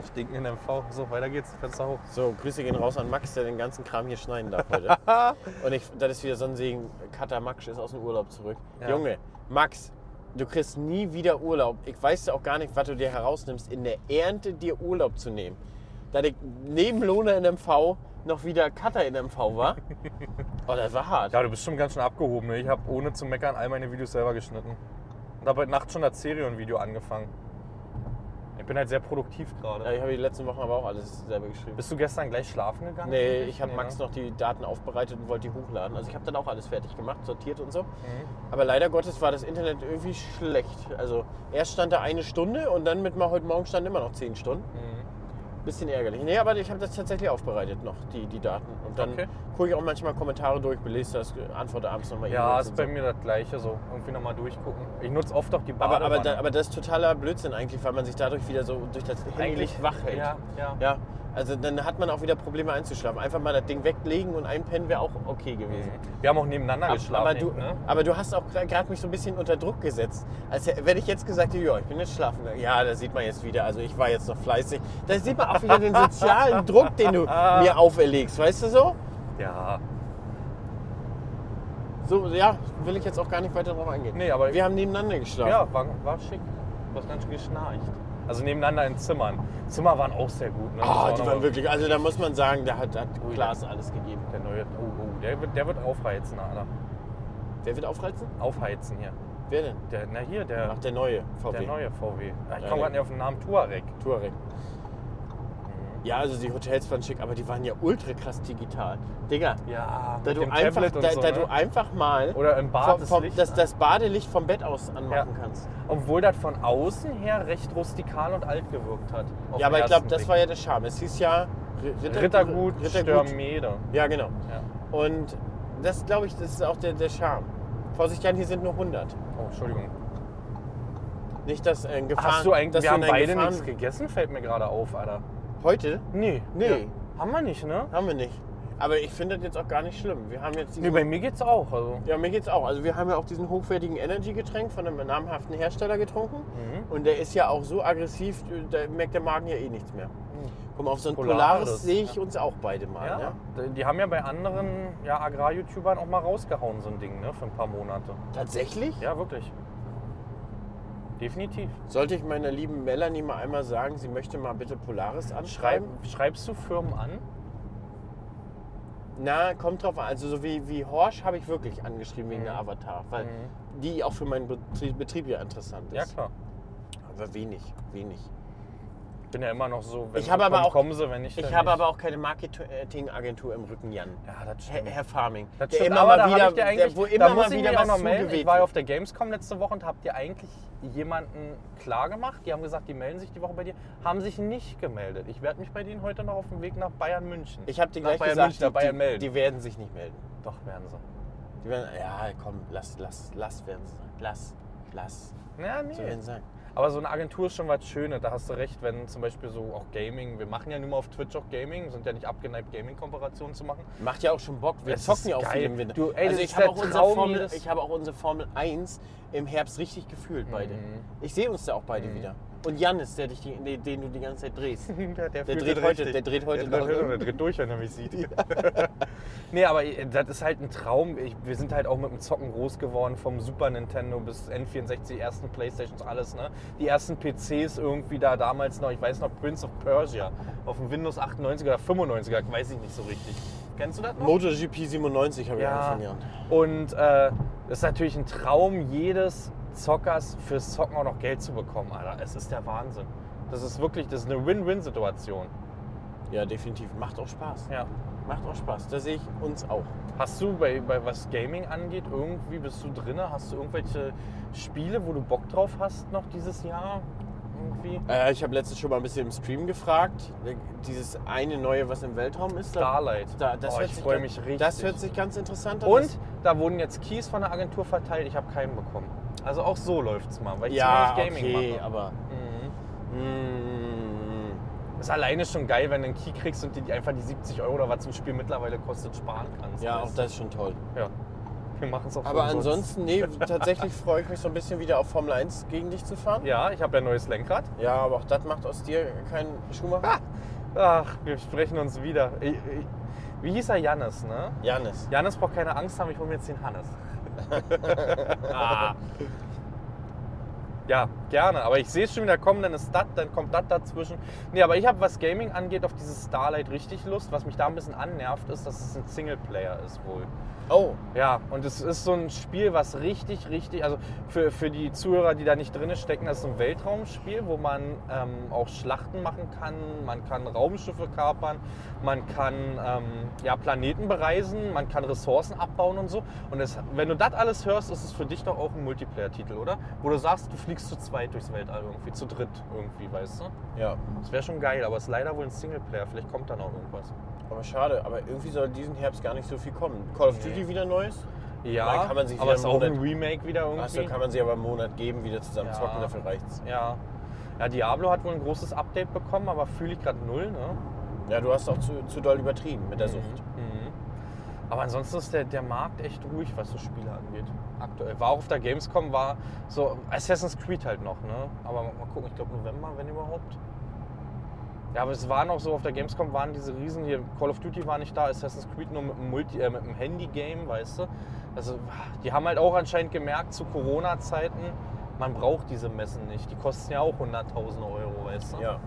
Stinken in MV. So, weiter geht's. Fenster hoch.
So, Grüße gehen raus an Max, der den ganzen Kram hier schneiden darf heute. und ich, das ist wieder so ein Segen. Katar Max ist aus dem Urlaub zurück.
Ja.
Junge, Max, du kriegst nie wieder Urlaub. Ich weiß auch gar nicht, was du dir herausnimmst, in der Ernte dir Urlaub zu nehmen. Da ich neben Lohne in MV noch wieder Katar in MV war. oh, das war hart.
Ja, du bist schon ganz schön abgehoben. Ne? Ich habe ohne zu meckern all meine Videos selber geschnitten. Und habe heute Nacht schon das Serion-Video angefangen. Ich bin halt sehr produktiv
Ja,
gerade.
ich habe die letzten Wochen aber auch alles selber geschrieben.
Bist du gestern gleich schlafen gegangen?
Nee,
eigentlich?
ich habe
Nee,
Max
ne?
noch die Daten aufbereitet und wollte die hochladen. Also ich habe dann auch alles fertig gemacht, sortiert und so.
Mhm.
Aber leider Gottes war das Internet irgendwie schlecht. Also erst stand da eine Stunde und dann mit mal heute Morgen stand immer noch zehn Stunden. Bisschen ärgerlich. Nee, aber ich habe das tatsächlich aufbereitet noch, die, die Daten. Und dann
Okay.
gucke ich auch manchmal Kommentare durch, belese das, antworte abends nochmal
Ja,
E-Mails
ist
und
bei
so.
mir das gleiche, so irgendwie nochmal durchgucken. Ich nutze oft auch die
Aber,
Badewanne.
aber, da, aber das ist totaler Blödsinn eigentlich, weil man sich dadurch wieder so durch das Handy
Eigentlich-
nicht wach hält.
ja, ja.
ja. Also dann hat man auch wieder Probleme einzuschlafen. Einfach mal das Ding weglegen und einpennen wäre auch okay gewesen.
wir haben auch nebeneinander
Ab-
geschlafen.
aber, du,
ne?
aber du hast auch gerade mich so ein bisschen unter Druck gesetzt. Als wenn ich jetzt gesagt hätte, ja, ich bin jetzt schlafen. gegangen. Ja, da sieht man jetzt wieder, also ich war jetzt noch fleißig. Da sieht man auch wieder den sozialen Druck, den du mir auferlegst, weißt du so?
Ja.
So, ja, will ich jetzt auch gar nicht weiter drauf eingehen.
Nee, aber-
wir haben nebeneinander geschlafen.
Ja, war, war schick. Du hast ganz schön geschnarcht. Also nebeneinander in Zimmern. Zimmer waren auch sehr gut. Ne?
Ah,
Das war
die
noch
waren
mal-
wirklich, also da muss man sagen, da hat, da hat
Ui.
Klaas alles gegeben.
Der neue, oh, oh, der wird, der wird aufheizen, Alter.
Wer wird aufreizen?
Aufheizen hier.
Wer denn?
Der, na hier, der,
Ach, der neue VW.
der neue VW. Ah, Ich
Ja,
komme
ja.
gerade nicht auf den Namen Tuareg.
Touareg.
Mhm.
Ja, also die Hotels waren schick, aber die waren ja ultra krass digital. Digga,
Ja,
da,
mit
du
dem
einfach,
Tablet und
da,
so.
da
ne?
du einfach mal
Oder im Bad
vom,
das
vom,
Licht
das,
an.
das Badelicht vom Bett aus anmachen
Ja.
kannst.
Obwohl das von außen her recht rustikal und alt gewirkt hat. auf
ja, aber
den
ich glaube,
ersten
das
Blick.
war ja der Charme. Es hieß ja R-
Rittergut,
Rittergut.
Störmede.
Ja, genau.
Ja.
Und das, glaube ich, das ist auch der, der Charme. Vorsicht, Jan, hier sind nur 100.
Oh, Entschuldigung.
Nicht, dass äh, in Gefahr...
Hast du eigentlich,
dass
wir haben
in ein
beide
Gefahren-
nichts gegessen, fällt mir gerade auf, Alter.
Heute?
Nee.
Nee.
Ja. Haben wir nicht, ne?
Haben wir nicht. Aber ich finde das jetzt auch gar nicht schlimm. Wir haben jetzt
Nee,
diesen,
bei mir geht's auch. Also.
ja, mir geht's auch. Also wir haben ja auch diesen hochwertigen Energy-Getränk von einem namhaften Hersteller getrunken. Und der ist ja auch so aggressiv, da merkt der Magen ja eh nichts mehr. Guck mal, auf so ein Polaris,
Hm. Polaris,
sehe ich
ja.
uns auch beide mal.
Ja.
Ne?
Die- Die haben ja bei anderen ja, Agrar-YouTubern auch mal rausgehauen, so ein Ding, ne? Für ein paar Monate.
Tatsächlich?
Ja, wirklich. Definitiv.
Sollte ich meiner lieben Melanie mal einmal sagen, sie möchte mal bitte Polaris
Schreib,
anschreiben?
schreibst du Firmen an?
Na, kommt drauf an. Also so wie, wie Horsch habe ich wirklich angeschrieben
Mhm.
wegen der Avatar, weil die auch für meinen Betrie- Betrieb ja interessant ist.
Ja, klar.
Aber wenig, wenig.
Bin ja immer noch so, wenn
Ich
sie
habe aber
kommen,
auch-
kommen sie, wenn nicht,
Ich
dann
habe
nicht.
aber auch keine Marketingagentur im Rücken, Jan.
Ja, das
Herr,
stimmt.
Herr Farming.
Das
der
stimmt,
immer
aber
mal
da hab
wieder,
ich dir eigentlich,
der, wo immer
da muss
mal
ich
wieder
mich auch
was
noch melden. Ich
zugeweht
war ja
wird.
auf der Gamescom letzte Woche und hab dir eigentlich jemanden klar gemacht. Die haben gesagt, die melden sich die Woche bei dir, haben sich nicht gemeldet. Ich werde mich bei denen heute noch auf dem Weg nach Bayern München.
Ich habe dir
Nach
gleich
Bayern
gesagt,
München, nach Bayern
die, die,
melden.
die werden sich nicht melden.
Doch werden sie.
Die werden, ja, komm, lass, lass, lass werden sie sein. Lass, lass,
Ja,
so
nee.
werden sie sein.
Aber so eine Agentur ist schon was Schönes. Da hast du recht, wenn zum Beispiel so auch Gaming. Wir machen ja nur mal auf Twitch auch Gaming, sind ja nicht abgeneigt, Gaming-Kooperationen zu machen.
Macht ja auch schon Bock, wir
Es
zocken
ist
ja auch
geil.
viel im Winter.
Du, ey,
also
das
ich
ist
habe
der
auch, unser
Traum
Formel-
jedes-
ich habe auch unsere Formel 1 im Herbst richtig gefühlt
Mhm.
beide. Ich sehe uns da auch beide wieder. Und Jannis, der dich, die- den, den du die ganze Zeit drehst.
Der, der,
Der
fühlt
dreht
es
heute-
richtig.
der dreht heute
der,
noch,
dreht-
ne?
der dreht durch, wenn er mich sieht. nee, aber das ist halt ein Traum. Ich, wir sind halt auch mit dem Zocken groß geworden, vom Super Nintendo bis N64, ersten Playstations, alles. Ne? Die ersten PCs irgendwie da damals noch, ich weiß noch, Prince of Persia auf dem Windows 98 oder 95er, weiß ich nicht so richtig. Kennst du das noch?
MotoGP 97 habe ich
Ja.
angefangen, Jan.
Und äh, das ist natürlich ein Traum jedes Zockers, fürs Zocken auch noch Geld zu bekommen, Alter. Es ist der Wahnsinn. Das ist wirklich, das ist eine Win-Win-Situation.
Ja, definitiv. Macht auch Spaß.
Ja.
Macht auch Spaß. Da sehe ich uns auch.
Hast du bei, bei was Gaming angeht, irgendwie bist du drinne? Hast du irgendwelche Spiele, wo du Bock drauf hast noch dieses Jahr? Irgendwie?
Äh, ich habe letztens schon mal ein bisschen im Stream gefragt. Dieses eine neue, was im Weltraum ist. Da,
Starlight.
da, das
oh,
hört
ich
sich
freue
ganz-
mich richtig.
Das hört sich ganz interessant an.
Und da wurden jetzt Keys von der Agentur verteilt. Ich habe keinen bekommen. Also auch so läuft's mal,
Das,
weil ich
ja,
zu wenig Gaming
okay,
mache. Mhm.
aber. Mm,
Ist alleine schon geil, wenn du einen Key kriegst und dir die einfach die 70 Euro oder was zum Spiel mittlerweile kostet, sparen kannst.
ja, auch
Weißt
das ist schon toll.
du? Ja. Wir machen es auch
Aber
umsonst.
ansonsten, nee, tatsächlich freue ich mich so ein bisschen wieder auf Formel 1 gegen dich zu fahren.
Ja, ich habe ja ein neues Lenkrad.
Ja, aber auch das macht aus dir keinen Schuhmacher.
Ah! Ach, wir sprechen uns wieder. Ich, ich, wie hieß er? Jannis, ne?
Janis.
Janis braucht keine Angst haben, ich hole mir jetzt den Hannes. Ah. Ja, gerne. Aber ich sehe es schon wieder kommen, dann ist das, dann kommt das dazwischen. Nee, aber ich habe, was Gaming angeht, auf dieses Starlight richtig Lust. Was mich da ein bisschen annervt, ist, dass es ein Singleplayer ist wohl.
Oh,
Ja, und es ist so ein Spiel, was richtig, richtig, also für, für die Zuhörer, die da nicht drin stecken, das ist ein Weltraumspiel, wo man ähm, auch Schlachten machen kann, man kann Raumschiffe kapern, man kann ähm, ja, Planeten bereisen, man kann Ressourcen abbauen und so. Und es, wenn du das alles hörst, ist es für dich doch auch ein Multiplayer-Titel, oder? Wo du sagst, du fliegst nix zu zweit durchs Weltall irgendwie, zu dritt irgendwie, weißt du?
Ja.
Das wäre schon geil, aber es ist leider wohl ein Singleplayer. Vielleicht kommt da noch irgendwas.
Aber schade, aber irgendwie soll diesen Herbst gar nicht so viel kommen. Call of
Nee.
Duty wieder Neues?
Ja,
Dann kann man sich
aber
wieder
es ist auch
einen
ein Remake wieder irgendwie.
Achso, kann man sie aber einen Monat geben, wieder zusammen
Ja.
zocken, dafür reicht's.
ja. ja, Diablo hat wohl ein großes Update bekommen, aber fühle ich gerade null, ne?
Ja, du hast auch zu, zu doll übertrieben mit der Sucht.
Mhm. Aber ansonsten ist der, der Markt echt ruhig, was so Spiele angeht. Aktuell. War auch auf der Gamescom, war so Assassin's Creed halt noch, ne? Aber mal gucken, ich glaube November, wenn überhaupt. Ja, aber es waren auch so, auf der Gamescom waren diese Riesen hier, Call of Duty war nicht da, Assassin's Creed nur mit dem, Multi, äh, mit dem Handy-Game, weißt du? Also, die haben halt auch anscheinend gemerkt, zu Corona-Zeiten, man braucht diese Messen nicht. Die kosten ja auch 100.000 Euro, weißt du?
Ja.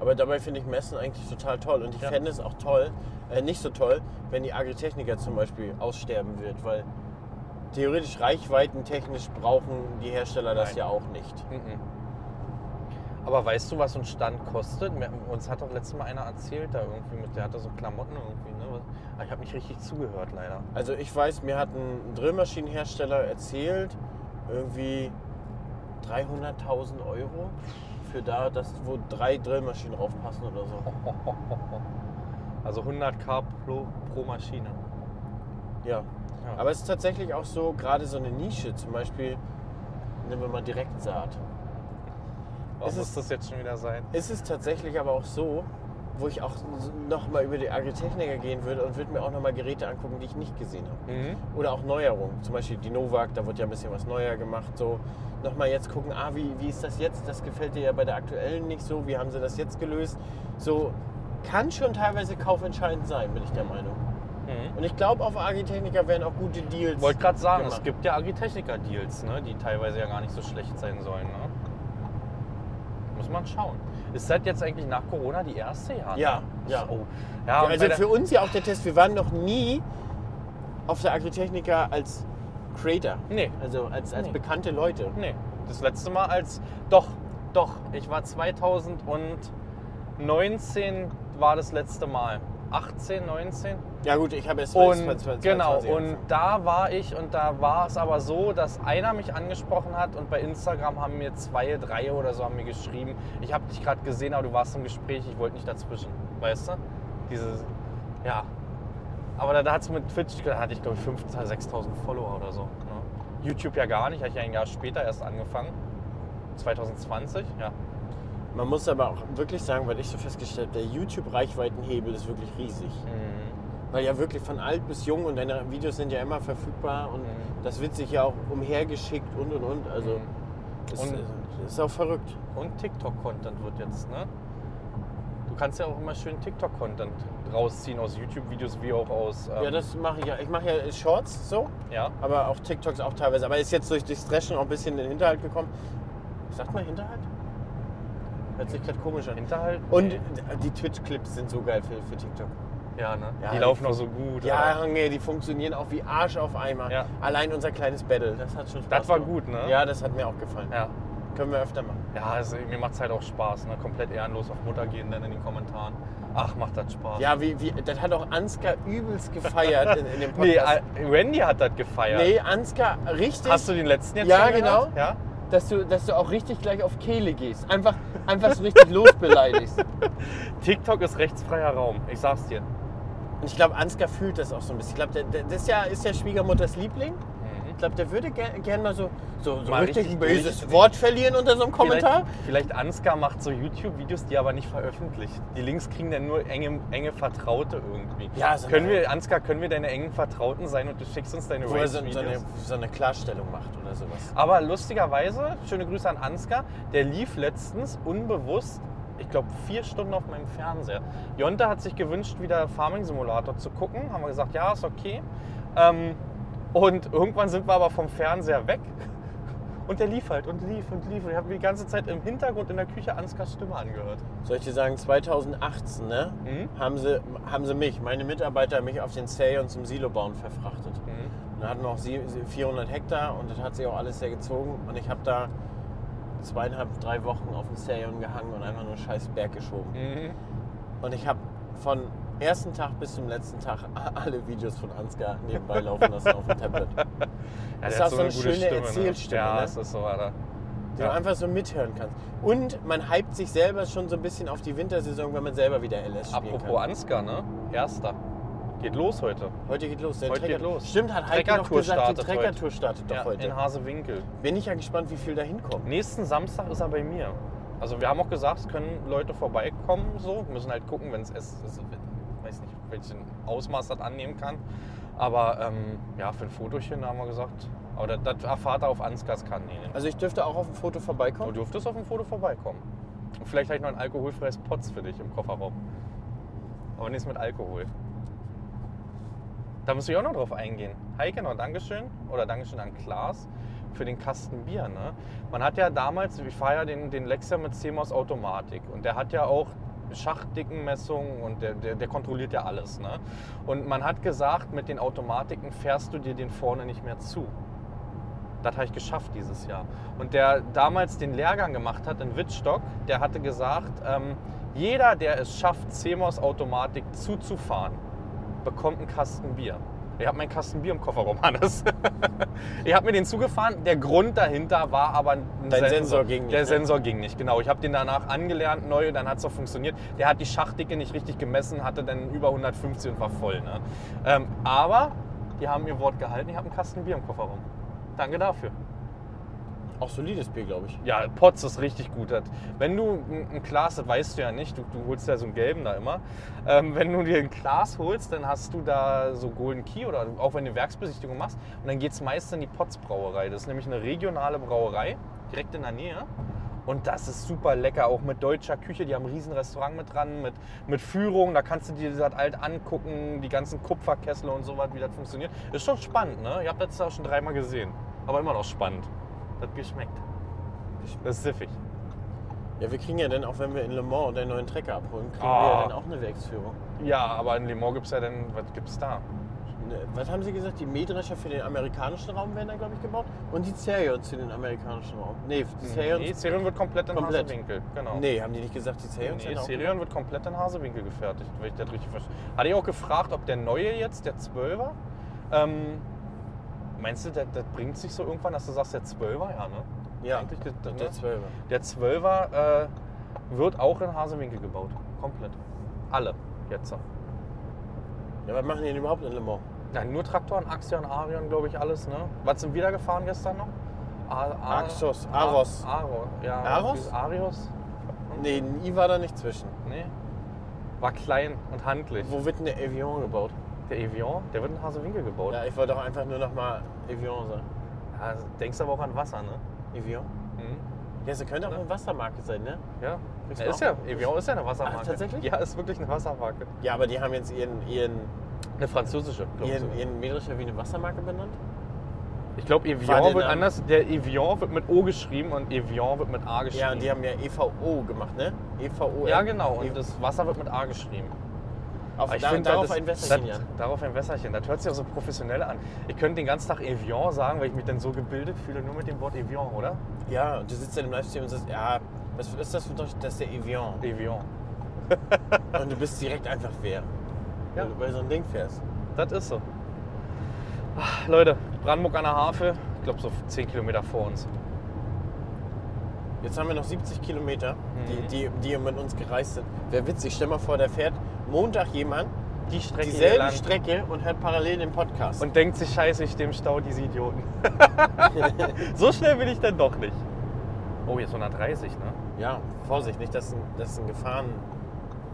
Aber dabei finde ich Messen eigentlich total toll. Und ich
Ja.
fände es auch toll, äh, nicht so toll, wenn die Agritechniker zum Beispiel aussterben wird, weil theoretisch reichweitentechnisch brauchen die Hersteller das
Nein.
ja auch nicht.
Mhm. Aber weißt du, was so ein Stand kostet? Mir- Uns hat doch letztes Mal einer erzählt, da irgendwie mit, der hatte so Klamotten irgendwie, ne? Was- Aber ich habe nicht richtig zugehört, leider.
Also ich weiß, mir hat ein Drillmaschinenhersteller erzählt, irgendwie 300.000 Euro für da, das, wo drei Drillmaschinen draufpassen oder so.
Also 100k pro, pro Maschine.
Ja.
Ja.
Aber es ist tatsächlich auch so, gerade so eine Nische, zum Beispiel, nehmen wir mal Direktsaat.
Warum
es
muss
ist-
das jetzt schon wieder sein?
Ist es tatsächlich aber auch so, wo ich auch nochmal über die Agritechniker gehen würde und würde mir auch nochmal Geräte angucken, die ich nicht gesehen habe.
Mhm.
Oder auch Neuerungen. Zum Beispiel die Novak, da wird ja ein bisschen was neuer gemacht. So nochmal jetzt gucken, ah, wie, wie ist das jetzt? Das gefällt dir ja bei der aktuellen nicht so. Wie haben sie das jetzt gelöst? So kann schon teilweise kaufentscheidend sein, bin ich der Meinung.
Mhm.
Und ich glaube, auf Agritechniker werden auch gute Deals.
Wollte gerade sagen,
gemacht.
es gibt ja Agritechniker-Deals, ne? die teilweise ja gar nicht so schlecht sein sollen. Ne? Muss man schauen. Ist das jetzt eigentlich nach Corona die erste Jahr?
Ja, ja.
Oh. ja,
Ja,
und bei
also
der-
für uns ja auch der Test. Wir waren noch nie auf der Agritechnica als Creator.
Nee.
Also als, als
Nee.
bekannte Leute.
Nee, das letzte Mal als. Doch, doch. Ich war 2019 war das letzte Mal. 18, 19.
Ja gut, ich habe erst
Und
22,
genau,
22
und
angefangen.
da war ich und da war es aber so, dass einer mich angesprochen hat und bei Instagram haben mir zwei, drei oder so haben mir geschrieben, ich habe dich gerade gesehen, aber du warst im Gespräch, ich wollte nicht dazwischen. Weißt du? Dieses, ja. Aber da, da hat es mit Twitch, da hatte ich glaube ich 15.000, 6.000 Follower oder so. Ne? YouTube ja gar nicht, habe ich ja ein Jahr später erst angefangen. 2020, ja.
Man muss aber auch wirklich sagen, weil ich so festgestellt habe, der YouTube-Reichweitenhebel ist wirklich riesig.
Mhm.
Weil ja wirklich von alt bis jung und deine Videos sind ja immer verfügbar und
Mhm.
das wird sich ja auch umhergeschickt und und und. Also das
Und-
äh, ist auch verrückt.
Und TikTok-Content wird jetzt, ne? Du kannst ja auch immer schön TikTok-Content rausziehen aus YouTube-Videos wie auch aus. ähm,
Ja, das mache ich ja. Ich mache ja Shorts so.
ja.
Aber auch TikToks auch teilweise. Aber ist jetzt durch das Thrashen auch ein bisschen in den Hinterhalt gekommen. Sagt man Hinterhalt? Hört sich gerade komisch an.
Hinterhalt.
Und
Nee.
die Twitch-Clips sind so geil für, für TikTok.
Ja, ne?
Ja,
die
die-
laufen auch so gut.
Ja,
aber
nee, die funktionieren auch wie Arsch auf Eimer.
Ja.
Allein unser kleines Battle, das hat schon Spaß
Das war
gemacht.
gut, ne?
Ja, das hat mir auch gefallen.
Ja.
Können wir öfter machen.
Ja, also, mir macht es halt auch Spaß, ne? Komplett ehrenlos auf Mutter gehen dann in den Kommentaren. Ach, macht das Spaß.
Ja, wie, wie, das hat auch Ansgar übelst gefeiert in, in dem
Nee,
Podcast.
äh, Randy hat das gefeiert.
nee Ansgar, richtig,
Hast du den letzten jetzt
Ja,
schon gehört?
genau.
Ja,
dass, du, dass du auch richtig gleich auf Kehle gehst. Einfach, einfach so richtig losbeleidigst.
TikTok ist rechtsfreier Raum. Ich sag's dir.
Und ich glaube, Ansgar fühlt das auch so ein bisschen. Ich glaube, der, der, das ist ja, ist ja Schwiegermutters Liebling. Ich glaube, der würde ger gern Mhm. mal so, so, so
Mal
richtig ein
richtig
böses
richtig-
Wort verlieren unter so einem Kommentar.
Vielleicht, vielleicht Ansgar macht so YouTube-Videos, die er aber nicht veröffentlicht. Die Links kriegen dann nur enge, enge Vertraute irgendwie.
Ja, also so
können
eine-
wir, Ansgar, können wir deine engen Vertrauten sein und du schickst uns deine
Wo er so, so, eine,
Raves-Videos?
so eine Klarstellung macht oder sowas.
Aber lustigerweise, schöne Grüße an Ansgar, der lief letztens unbewusst, ich glaube, vier Stunden auf meinem Fernseher. Jonte hat sich gewünscht, wieder Farming Simulator zu gucken. Haben wir gesagt, ja, ist okay. Ähm, und irgendwann sind wir aber vom Fernseher weg. Und der lief halt und lief und lief. Und ich habe mir die ganze Zeit im Hintergrund in der Küche Ansgars Stimme angehört.
Soll ich dir sagen, 2018 ne,
Mhm.
haben, sie, haben sie mich, meine Mitarbeiter, mich auf den Say und zum Silobauen verfrachtet.
Mhm.
Und da hatten wir auch sie- sie- 400 Hektar und das hat sich auch alles sehr gezogen. Und ich habe da zweieinhalb, drei Wochen auf den Sayon gehangen und einfach nur einen scheiß Berg geschoben.
Mhm.
Und ich habe von ersten Tag bis zum letzten Tag a- alle Videos von Ansgar nebenbei laufen lassen auf dem Tablet.
Ja, der
ist
hat
auch so eine
gute ne?
schöne Erzählstimme,
Ja,
ne?
das ist so, Alter.
Du einfach so mithören kannst. Und man hypt sich selber schon so ein bisschen auf die Wintersaison, wenn man selber wieder LS spielen
Apropos
kann.
Ansgar, ne? Erster. Geht los heute.
Heute geht los. Der
Heute
Trecker.
geht los.
Stimmt, hat Heike noch
Treckertour
gesagt, die
startet heute.
Treckertour startet doch
Ja, in
heute.
Hasewinkel.
Bin ich ja gespannt, wie viel da hinkommt.
Nächsten Samstag ist er bei mir. Also wir haben auch gesagt, es können Leute vorbeikommen, so müssen halt gucken, wenn es ist, ist, weiß nicht, welchen Ausmaß das annehmen kann. Aber ähm, ja, für ein Fotochen haben wir gesagt, aber das, das erfahrt ihr auf Ansgars Kanälen.
Also ich dürfte auch auf ein Foto
Du
vorbeikommen.
dürftest auf dem Foto vorbeikommen. Und vielleicht habe ich noch ein alkoholfreies Potz für dich im Kofferraum. Aber nichts mit Alkohol. Da muss ich auch noch drauf eingehen. Heike, noch Dankeschön. Oder Dankeschön an Klaas für den Kasten Bier. Ne? Man hat ja damals, ich fahre ja den, den Lexia mit CMOS Automatik. Und der hat ja auch Schachtdickenmessungen und der, der, der kontrolliert ja alles. Ne? Und man hat gesagt, mit den Automatiken fährst du dir den vorne nicht mehr zu. Das habe ich geschafft dieses Jahr. Und der damals den Lehrgang gemacht hat in Wittstock, der hatte gesagt, ähm, jeder, der es schafft, CMOS-Automatik zuzufahren, bekommt einen Kasten Bier. Ich habe meinen Kasten Bier im Kofferraum, Hannes. ich habe mir den zugefahren. Der Grund dahinter war aber ein
Dein Sensor ging nicht,
Der
ne?
Sensor ging nicht, genau. Ich habe den danach angelernt, neu, und dann hat es auch funktioniert. Der hat die Schachtdicke nicht richtig gemessen, hatte dann über 150 und war voll. Ne? Ähm, aber die haben ihr Wort gehalten. Ich habe einen Kasten Bier im Kofferraum. Danke dafür.
Auch solides Bier, glaube ich.
Ja, Potz ist richtig gut. Das- Wenn du ein ein Glas, das weißt du ja nicht, du, du holst ja so einen gelben da immer. Ähm, wenn du dir ein Glas holst, dann hast du da so Golden Key oder auch wenn du Werksbesichtigung machst. Und dann geht es meist in die Potz-Brauerei. Das ist nämlich eine regionale Brauerei, direkt in der Nähe. Und das ist super lecker, auch mit deutscher Küche. Die haben ein riesen Restaurant mit dran, mit, mit Führung. Da kannst du dir das alt angucken, die ganzen Kupferkessel und so was, wie das funktioniert. Ist schon spannend, ne? Ich habe das auch schon dreimal gesehen. Aber immer noch spannend. Das geschmeckt. Das ist siffig.
Ja, wir kriegen ja dann, auch wenn wir in Le Mans den neuen Trecker abholen, kriegen wir ja
Ah.
dann auch eine Werksführung.
Ja, aber in Le Mans gibt es ja dann, was gibt's da?
Ne, Was haben Sie gesagt? Die Mähdrescher für den amerikanischen Raum werden da, glaube ich, gebaut. Und die Zerions für den amerikanischen Raum. Nee, die
Nee,
Zerions.
Serion wird komplett in
Komplett.
Hasewinkel. Genau.
Nee, haben die nicht gesagt, die Zerions
Nee,
werden auch-
Serion wird komplett in Hasewinkel gefertigt, wenn ich das richtig verstehe. Hatte ich auch gefragt, ob der neue jetzt, der 12er, ähm, meinst du, das, das bringt sich so irgendwann, dass du sagst, der 12er? Ja, ne?
Ja,
Eigentlich das- das-
der
ne?
Zwölfer.
Der 12er äh, wird auch in Hasewinkel gebaut. Komplett. Alle jetzt.
Ja, was machen die denn überhaupt in Le Mans?
Ja, nur Traktoren, Axion, Arion, glaube ich, alles, ne? Was sind wir da gefahren gestern noch? A- A-
Axos, Aros.
A- Aros, ja.
Aros?
Arios?
Nee, ein I war da nicht zwischen.
Nee. War klein und handlich.
Wo wird denn der Evian gebaut?
Der Evian, der wird in Hasewinkel gebaut.
Ja, ich wollte doch einfach nur nochmal Evian sagen.
Ja, also, denkst aber auch an Wasser, ne?
Evian?
Mhm.
Ja, sie könnte auch
Ja.
eine Wassermarke sein, ne?
Ja.
Kriegst
Ja,
du
ist
auch?
ja, Evian ist ja eine Wassermarke.
Ach, tatsächlich?
Ja, ist wirklich eine Wassermarke.
Ja, aber die haben jetzt ihren, ihren,
Eine französische, glaube ich.
ihren,
sogar.
ihren Mähdrescher wie eine Wassermarke benannt.
Ich glaube,
War der
Evian wird
Name-
anders. Der Evian wird mit O geschrieben und Evian wird mit A geschrieben.
Ja, und die haben ja EVO gemacht, ne? EVO.
ja genau. Und
das
das Wasser wird mit A geschrieben.
E auf,
Aber ich
da,
finde,
darauf
das-
ein Wässerchen,
das-
Jan.
Darauf ein Wässerchen. Das hört sich auch so professionell an. Ich könnte den ganzen Tag Evian sagen, weil ich mich dann so gebildet fühle, nur mit dem Wort Evian, oder?
Ja, und du sitzt dann im Livestream und sagst, ja, was ist das für ein Deutsch? Das ist der Evian.
Evian.
Und du bist direkt einfach wer.
Ja.
Wenn du bei so einem Ding fährst.
Das ist so. Ah, Leute, Brandenburg an der Havel, ich glaube so 10 Kilometer vor uns.
Jetzt haben wir noch 70 Kilometer, die, die,
Mhm.
die mit uns gereist sind. Wäre witzig, stell mal vor, der fährt Montag jemand
Die Strecke hier
dieselbe
lang
Strecke und hört parallel den Podcast.
und denkt sich, scheiße, ich stehe im Stau, diese Idioten. so schnell bin ich dann doch nicht. Oh, jetzt 130, ne?
ja, Vorsicht, nicht, dass ein, dass ein Gefahren,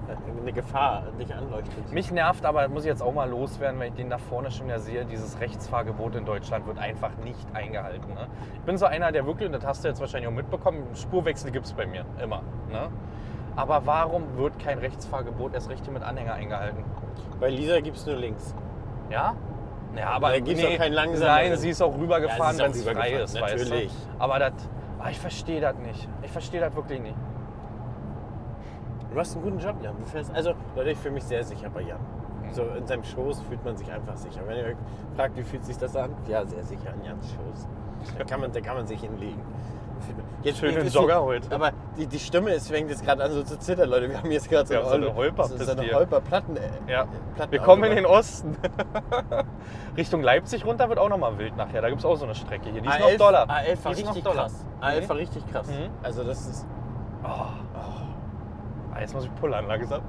äh, eine Gefahr dich anleuchtet.
Mich nervt aber, das muss ich jetzt auch mal loswerden, wenn ich den da vorne schon wieder sehe, dieses Rechtsfahrgebot in Deutschland wird einfach nicht eingehalten. Ne? Ich bin so einer, der wirklich, und das hast du jetzt wahrscheinlich auch mitbekommen, Spurwechsel gibt es bei mir immer. Ne? Aber warum wird kein Rechtsfahrgebot erst richtig mit Anhänger eingehalten?
Bei Lisa gibt es nur links.
Ja? Ja, aber
Da gibt's doch keinen langsamen.
Nein, sie ist auch rübergefahren,
Ja,
wenn
sie
es
ist auch
frei
rübergefahren,
ist,
natürlich.
weißt du? Aber das, ah, ich verstehe das nicht. Ich verstehe das wirklich nicht.
Du hast einen guten Job, Jan. Du fährst, also Leute, ich fühle mich sehr sicher bei Jan. So in seinem Schoß fühlt man sich einfach sicher. Wenn ihr euch fragt, wie fühlt sich das an? Ja, sehr sicher an Jans Schoß. Da kann man, da kann man sich hinlegen. Jetzt
Schönen
jetzt ist
Jogger
die,
heute.
Aber die, die Stimme ist, fängt jetzt gerade an so zu zittern, Leute. Wir haben jetzt gerade so
Wir haben so eine
Holper-
Holperpiste
so eine
hier.
Holperplatten. Äh,
Ja.
Platten
Wir kommen in den
genau.
Osten. Richtung Leipzig runter wird auch nochmal wild nachher. Da gibt es auch so eine Strecke hier. Die ist
A11,
noch Dollar.
A11 war
die ist
richtig
noch Dollar.
krass. A11 war
Mhm.
richtig krass.
Mhm.
Also das ist
Oh, Ah, jetzt muss ich pullern langsam.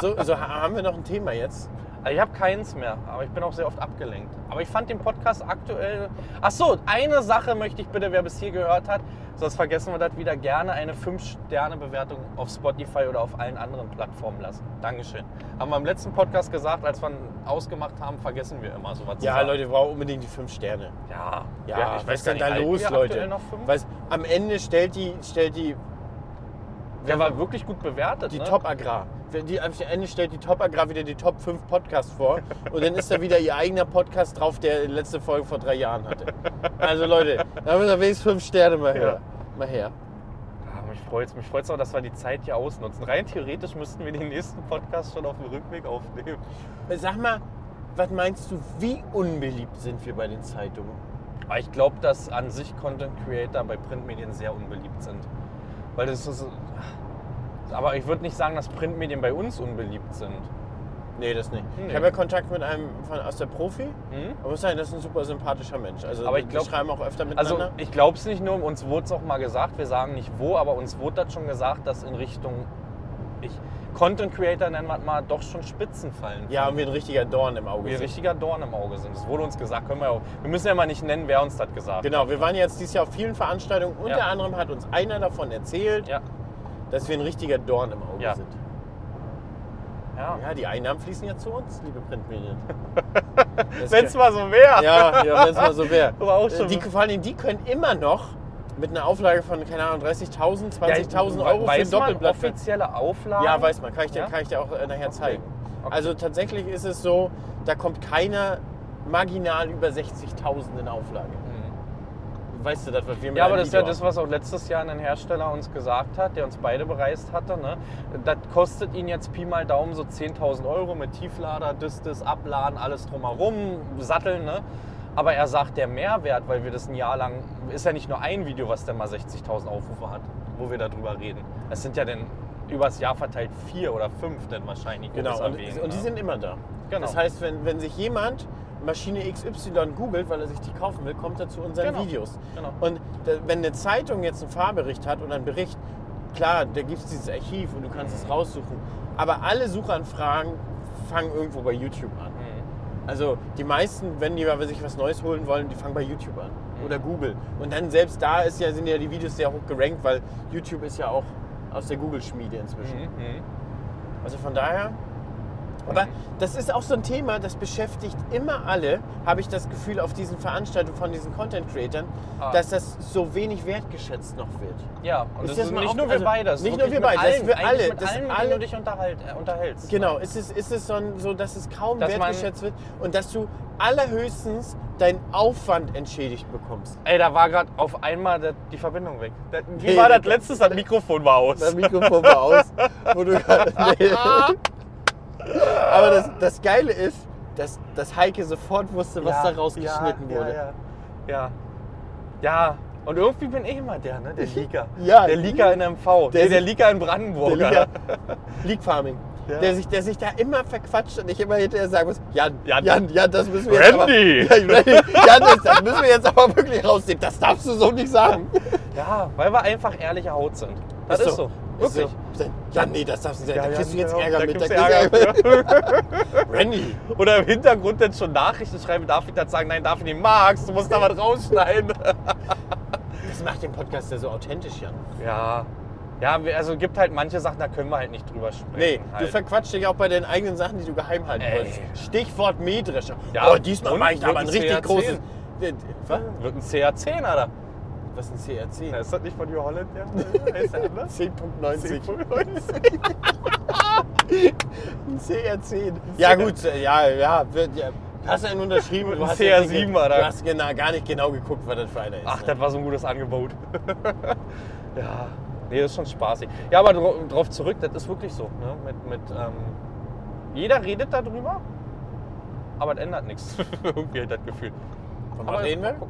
so, so ha- haben wir noch ein Thema jetzt.
Also Ich habe keins mehr, aber ich bin auch sehr oft abgelenkt. Aber ich fand den Podcast aktuell. Ach so, eine Sache möchte ich bitte, wer bis hier gehört hat, sonst vergessen wir das wieder gerne eine 5-Sterne-Bewertung auf Spotify oder auf allen anderen Plattformen lassen. Dankeschön. Haben wir im letzten Podcast gesagt, als wir ihn ausgemacht haben, vergessen wir immer sowas. zu
Ja,
sagen.
Leute, wir brauchen unbedingt die 5 Sterne.
Ja,
Ja,
ich
was
weiß
ist
gar
denn
nicht,
da
halten
los,
wir aktuell
Leute?
Noch fünf?
Weiß, am Ende stellt die, stellt die,
Der war wirklich gut bewertet.
die
ne?
Top Agrar. Wenn Die, am Ende stellt die Top Agrar wieder die Top 5 Podcasts vor. und dann ist da wieder ihr eigener Podcast drauf, der letzte Folge vor drei Jahren hatte. Also Leute, da müssen wir wenigstens 5 Sterne mal her. Mal her.
Ah, mich freut's, mich freut's auch, dass wir die Zeit hier ausnutzen. Rein theoretisch müssten wir den nächsten Podcast schon auf dem Rückweg aufnehmen.
Sag mal, was meinst du, wie unbeliebt sind wir bei den Zeitungen?
Aber ich glaube, dass an sich Content Creator bei Printmedien sehr unbeliebt sind. Weil das ist. Aber ich würde nicht sagen, dass Printmedien bei uns unbeliebt sind.
Nee, das nicht. Ich
Nee.
habe ja Kontakt mit einem von, aus der Profi.
Hm?
Man muss sagen, das ist ein super sympathischer Mensch. Also
Aber ich
wir
glaub-
schreiben auch öfter miteinander.
Also ich glaube es nicht nur, uns wurde es auch mal gesagt, wir sagen nicht wo, aber uns wurde das schon gesagt, dass in Richtung ich, Content Creator nennen wir es mal doch schon Spitzen fallen.
ja, und wir ein richtiger Dorn im Auge
wir ein
sind.
richtiger Dorn im Auge sind. Das wurde uns gesagt, können wir auch. Wir müssen ja mal nicht nennen, wer uns das gesagt hat.
Genau, wir waren jetzt dieses Jahr auf vielen Veranstaltungen. Unter
Ja.
anderem hat uns einer davon erzählt,
Ja.
dass wir ein richtiger Dorn im Auge
Ja.
sind.
Ja.
Ja, die Einnahmen fließen ja zu uns, liebe Printmedien. Das-
Wenn's mal so wäre.
ja, ja wenn es mal so wäre.
Aber auch schon-
Die, vor allem, die können immer noch mit einer Auflage von, keine Ahnung, 30.000, 20.000 Euro für
weiß
ein
man
Doppelblatt.
offizielle Auflagen?
Ja, weiß man. Kann ich dir,
Ja?
kann ich dir auch äh, nachher
Okay.
zeigen.
Okay.
Also tatsächlich ist es so, da kommt keiner marginal über 60.000 in Auflage. Weißt du das, was wir mit
Mhm. Ja, aber
einem
das ist ja
Video
das, was auch letztes Jahr ein Hersteller uns gesagt hat, der uns beide bereist hatte. Ne? Das kostet ihn jetzt Pi mal Daumen so 10.000 Euro mit Tieflader, Distes, Abladen, alles drumherum, Satteln. Ne? Aber er sagt, der Mehrwert, weil wir das ein Jahr lang, ist ja nicht nur ein Video, was dann mal 60.000 Aufrufe hat, wo wir darüber reden. Es sind ja dann übers Jahr verteilt vier oder fünf dann wahrscheinlich. wo wir's
Genau, und,
erwähnen,
und die
ne?
sind immer da.
Genau.
Das heißt, wenn, wenn sich jemand Maschine XY googelt, weil er sich die kaufen will, kommt er zu unseren
Genau.
Videos.
Genau.
Und da, wenn eine Zeitung jetzt einen Fahrbericht hat oder einen Bericht, klar, da gibt es dieses Archiv und du kannst
Mhm.
es raussuchen. Aber alle Suchanfragen fangen irgendwo bei YouTube an. Also die meisten, wenn die mal sich was Neues holen wollen, die fangen bei YouTube an oder
Mhm.
Google. Und dann selbst da ist ja, sind ja die Videos sehr hoch gerankt, weil YouTube ist ja auch aus der Google-Schmiede inzwischen.
Mhm.
Also von daher. Aber das ist auch so ein Thema, das beschäftigt immer alle, habe ich das Gefühl, auf diesen Veranstaltungen von diesen Content-Creatern,
Ah.
dass das so wenig wertgeschätzt noch wird.
Ja, und
Ist
das
das
ist
mal
nicht
auf-
nur wir
also
beide. das ist
nicht nur
wirklich
wir
mit
beide, das ist
allen,
für
eigentlich
alle, das
Mit allen,
sind
mit denen
alle-
du dich unterhalt, äh, unterhältst.
Genau, ist es, ist es so, ein, so, dass es kaum
Dass man-
wertgeschätzt wird und dass du allerhöchstens deinen Aufwand entschädigt bekommst.
Ey, da war gerade auf einmal das, die Verbindung weg. Das, wie
Nee,
war
das-
das letztes? Das Mikrofon war aus.
Das Mikrofon war aus, wo du gerade. Nee. Aber das, das Geile ist, dass, dass Heike sofort wusste, was
Ja,
da rausgeschnitten
ja,
wurde.
Ja, ja. ja. Ja. Und irgendwie bin ich immer der, ne? Der Liga.
Ja.
Der Liga in MV. Der, nee, der Liga in Brandenburg.
Der Liga, League Farming.
Ja.
Der, sich, der sich da immer verquatscht und ich immer hinterher sagen muss, Jan, Jan,
Jan.
Jan, das müssen wir jetzt
Randy!
aber... Ja, Randy! Jan, das, das müssen wir jetzt aber wirklich rausnehmen. Das darfst du so nicht sagen.
Ja, weil wir einfach ehrliche Haut sind. Das ist so.
Ist
Wirklich.
so. Jan, nee, das darfst du nicht sagen. da
Ja,
kriegst du
ja,
jetzt
genau.
Ärger
Da
mit.
kriegst
kriegst du
du Ärger
mit. Randy!
Oder im Hintergrund dann schon Nachrichten schreiben, darf ich das sagen? Nein, darf ich nicht. Max, du musst da was rausschneiden.
Das macht den Podcast ja so authentisch, Jan.
Ja. Ja, wir- also gibt halt manche Sachen, da können wir halt nicht drüber sprechen.
Nee, du
halt.
verquatscht dich auch bei deinen eigenen Sachen, die du geheim halten
Ey.
wolltest. Stichwort Mähdrescher.
Ja,
oh, diesmal
und
mache ich aber ein
würden
richtig
CR10.
großes... Was?
Wird ein CR10, Alter.
Was ist ein CRC?
ist das nicht von New Holland? Ja, ist der anders?
10.90.
10.90.
Ein CR10. Ja, gut, äh, ja, ja. Wird, ja. Hast du einen unterschrieben?
Mit
Du
einem
hast jetzt
CR7
nicht-
war da.
Du hast genau, gar nicht genau geguckt, was das für einer ist.
Ach,
ne?
das war so ein gutes Angebot. ja, nee, das ist schon spaßig. Ja, aber dr- drauf zurück, das ist wirklich so. Ne? Mit, mit, ähm, jeder redet darüber, aber das ändert nichts. Irgendwie hat das Gefühl.
Von was reden wir? Von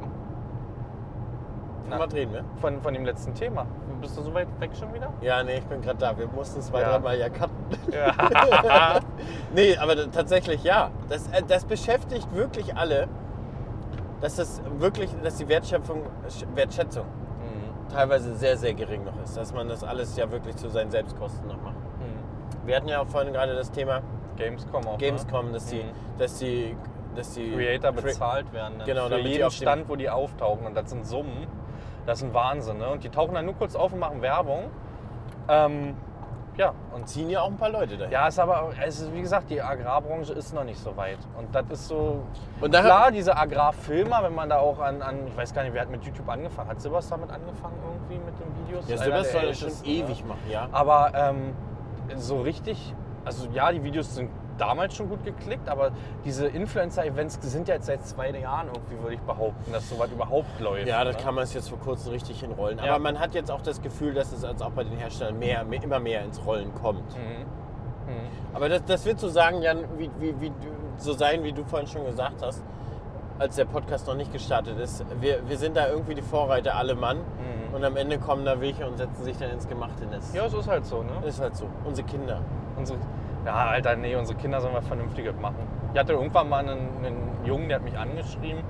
Na.
was reden wir?
Von, von dem letzten Thema. Bist du so weit weg schon wieder?
Ja, nee, ich bin gerade da. Wir mussten zwei,
Ja.
dreimal ja cutten. nee, aber d- tatsächlich ja. Das, äh, das beschäftigt wirklich alle, dass das wirklich, dass die Wertschöpfung, Sch- Wertschätzung
Hm,
teilweise sehr, sehr gering noch ist. Dass man das alles ja wirklich zu seinen Selbstkosten noch macht. Wir hatten ja auch vorhin gerade das Thema
hm. Gamescom auch.
Gamescom, dass die,
Mhm.
dass die, dass die
Ne? Creator
Cre-
bezahlt werden. Dann
Genau,
für
damit die
jeden
auf dem-
Stand, wo die auftauchen. Und das sind Summen. Das ist ein Wahnsinn. Ne? Und die tauchen dann nur kurz auf und machen Werbung. Ähm, ja, und
Ziehen ja auch ein paar Leute dahin.
Ja, ist aber, es ist, wie gesagt, die Agrarbranche ist noch nicht so weit. Und das ist so.
Und da-
klar, diese Agrarfilmer, wenn man da auch an, an. Ich weiß gar nicht, wer hat mit YouTube angefangen? Hat Silvers damit angefangen irgendwie mit den Videos?
Ja,
Einer
Silvester
der
soll das schon
ältesten, ne?
ewig machen, ja.
Aber ähm, so richtig. Also ja, die Videos sind damals schon gut geklickt, aber diese Influencer-Events sind ja jetzt seit zwei Jahren irgendwie, würde ich behaupten, dass sowas überhaupt läuft.
Ja, das
ne?
kann man es jetzt vor kurzem richtig hinrollen.
Ja.
Aber man hat jetzt auch das Gefühl, dass es als auch bei den Herstellern mehr, mehr, immer mehr ins Rollen kommt.
Mhm.
Aber das, das wird so sagen, Jan, wie, wie, wie, du- so sein, wie du vorhin schon gesagt hast, als der Podcast noch nicht gestartet ist. Wir, wir sind da irgendwie die Vorreiter, alle Mann. Und am Ende kommen da welche und setzen sich dann ins gemachte Nest.
Mhm. Ja, es ist halt so, ne?
Ist halt so. Unsere Kinder.
Unsere, ja, Alter, nee, unsere Kinder sollen was Vernünftiges machen. Ich hatte irgendwann mal einen, einen Jungen, der hat mich angeschrieben,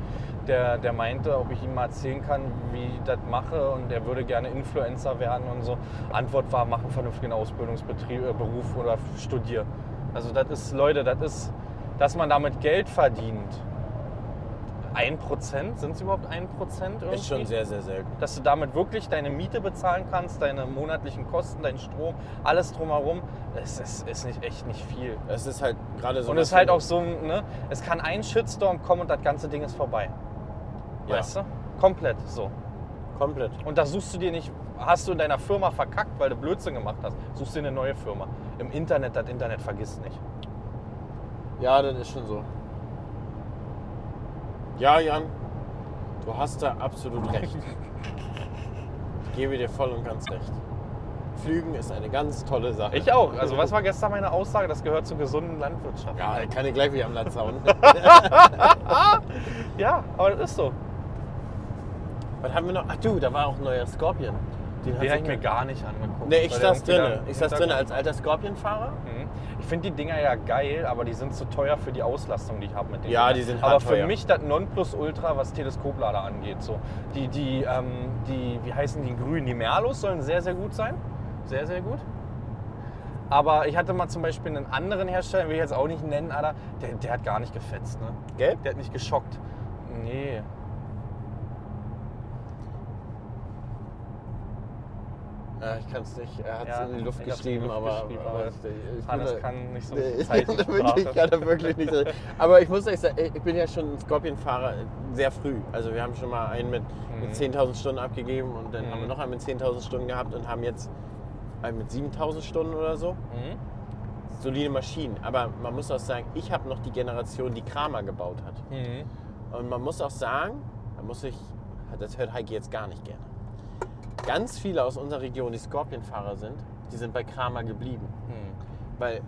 der, der meinte, ob ich ihm mal erzählen kann, wie ich das mache und er würde gerne Influencer werden und so. Antwort war, mach einen vernünftigen Ausbildungsbetrieb, äh, Beruf oder studier. Also das ist, Leute, das ist, dass man damit Geld verdient. 1%? Sind es überhaupt 1% irgendwie?
Ist schon sehr, sehr selten.
dass du damit wirklich deine Miete bezahlen kannst, deine monatlichen Kosten, deinen Strom, alles drumherum. Es ist, ist nicht, echt nicht viel.
Das ist halt gerade so.
Und es ist halt auch so, ne, es kann ein Shitstorm kommen und das ganze Ding ist vorbei.
Ja.
Weißt du? Komplett so.
komplett.
Und da suchst du dir nicht, hast du in deiner Firma verkackt, weil du Blödsinn gemacht hast, suchst dir eine neue Firma. Im Internet, das Internet vergisst nicht.
Ja, das ist schon so. Ja, Jan, du hast da absolut recht. Ich gebe dir voll und ganz recht. Flügen ist eine ganz tolle Sache.
Ich auch. Also was war gestern meine Aussage? Das gehört zur gesunden Landwirtschaft.
Ja, ich kann ich gleich wieder am Land zaun.
ja aber das ist so.
Was haben wir noch? Ach du, da war auch ein neuer Scorpion. Den,
Den
hat
habe ich mir gar nicht angeguckt.
Nee, ich
weil der
saß
irgendwie da
drinne.
im
Ich saß
Hintergrund-
drinne als alter Scorpion-Fahrer.
Mhm. Ich finde die Dinger ja geil, aber die sind zu teuer für die Auslastung, die ich habe mit denen.
Ja, die sind
Aber
hart
für
teuer.
mich das Nonplusultra, was Teleskoplader angeht. So. Die, die, ähm, die, wie heißen die grünen? Die Merlos sollen sehr, sehr gut sein. Sehr, sehr gut. Aber ich hatte mal zum Beispiel einen anderen Hersteller, will ich jetzt auch nicht nennen, Alter, der, der hat gar nicht gefetzt, ne?
Gelb?
Der hat nicht geschockt. Nee.
Ja, ich kann es nicht. Er hat es
Ja,
in die Luft
ich hab's in die
geschrieben,
Luft
aber.
geschrieben,
aber
aber
ich
Hannes
bin da-
kann halt nicht so
Nee,
viel
ich kann da wirklich, ich kann da wirklich nicht so. Aber ich muss euch sagen, ich bin ja schon ein Scorpion-Fahrer sehr früh. Also wir haben schon mal einen mit, mit 10.000 Stunden abgegeben und dann haben wir noch einen mit 10.000 Stunden gehabt und haben jetzt einen mit 7.000 Stunden oder so.
Mhm.
Solide Maschinen. Aber man muss auch sagen, ich habe noch die Generation, die Kramer gebaut hat.
Mhm.
Und man muss auch sagen, da muss ich, das hört Heike jetzt gar nicht gerne. Ganz viele aus unserer Region, die Scorpion-Fahrer sind, die sind bei Kramer geblieben.
Mhm.
Weil,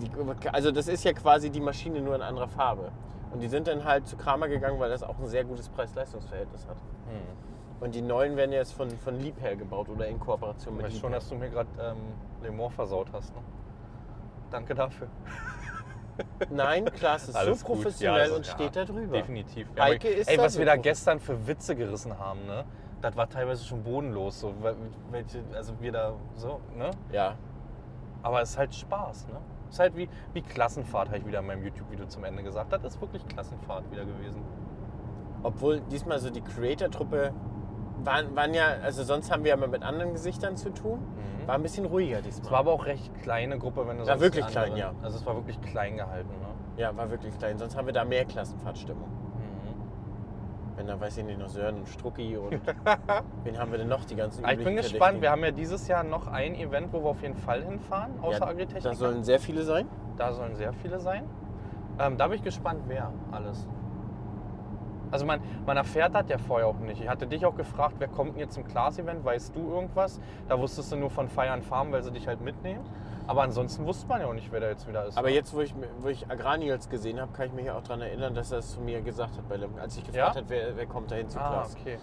die, also das ist ja quasi die Maschine nur in anderer Farbe. Und die sind dann halt zu Kramer gegangen, weil das auch ein sehr gutes Preis-Leistungs-Verhältnis hat.
Mhm.
Und die neuen werden jetzt von, von Liebherr gebaut oder in Kooperation
Ich
mit
weiß schon,
Liebherr.
dass du mir gerade ähm, Le Mans versaut hast. Ne? Danke dafür.
Nein, Klaas ist
Alles
so
gut.
professionell
Ja, also,
und
ja,
steht da drüber.
Definitiv. Ja,
Heike
aber-
ist
ey,
da
was wir da
wirklich-
gestern für Witze gerissen haben, ne? Das war teilweise schon bodenlos. So, wel- welche, also wir da so, ne?
Ja,
Aber es ist halt Spaß, ne? Es ist halt wie, wie Klassenfahrt, habe ich wieder in meinem YouTube-Video zum Ende gesagt. Das ist wirklich Klassenfahrt wieder gewesen.
Obwohl diesmal so die Creator-Truppe waren, waren ja, also sonst haben wir ja immer mit anderen Gesichtern zu tun. War ein bisschen ruhiger diesmal.
Es war aber auch recht kleine Gruppe, wenn du sonst die
Mhm. wirklich
anderen-
klein, ja.
Also es war wirklich klein gehalten, ne?
ja, war wirklich klein. Sonst haben wir da mehr Klassenfahrtstimmung. Mhm. Wenn da, weiß ich nicht, noch Sören und Strucki und wen haben wir denn noch, die ganzen
Aber Ah, ich bin
üblichen
gespannt. Wir
Verdächtigen.
haben ja dieses Jahr noch ein Event, wo wir auf jeden Fall hinfahren, außer
ja,
Agritechnik.
Da sollen sehr viele sein.
Da sollen sehr viele sein. Ähm, da bin ich gespannt, wer alles. Also man, man erfährt das ja vorher auch nicht. Ich hatte dich auch gefragt, wer kommt denn jetzt zum Class-Event? Weißt du irgendwas? Da wusstest du nur von Feiern Farm, weil sie dich halt mitnehmen. Aber ansonsten wusste man ja auch nicht, wer da jetzt wieder ist. Ah,
Aber jetzt, wo ich, wo ich Agrarnils gesehen habe, kann ich mich ja auch daran erinnern, dass er es zu mir gesagt hat, bei Lemken, als ich
Ja?
gefragt hat, wer, wer kommt da hin zu
ah,
Klaas.
okay.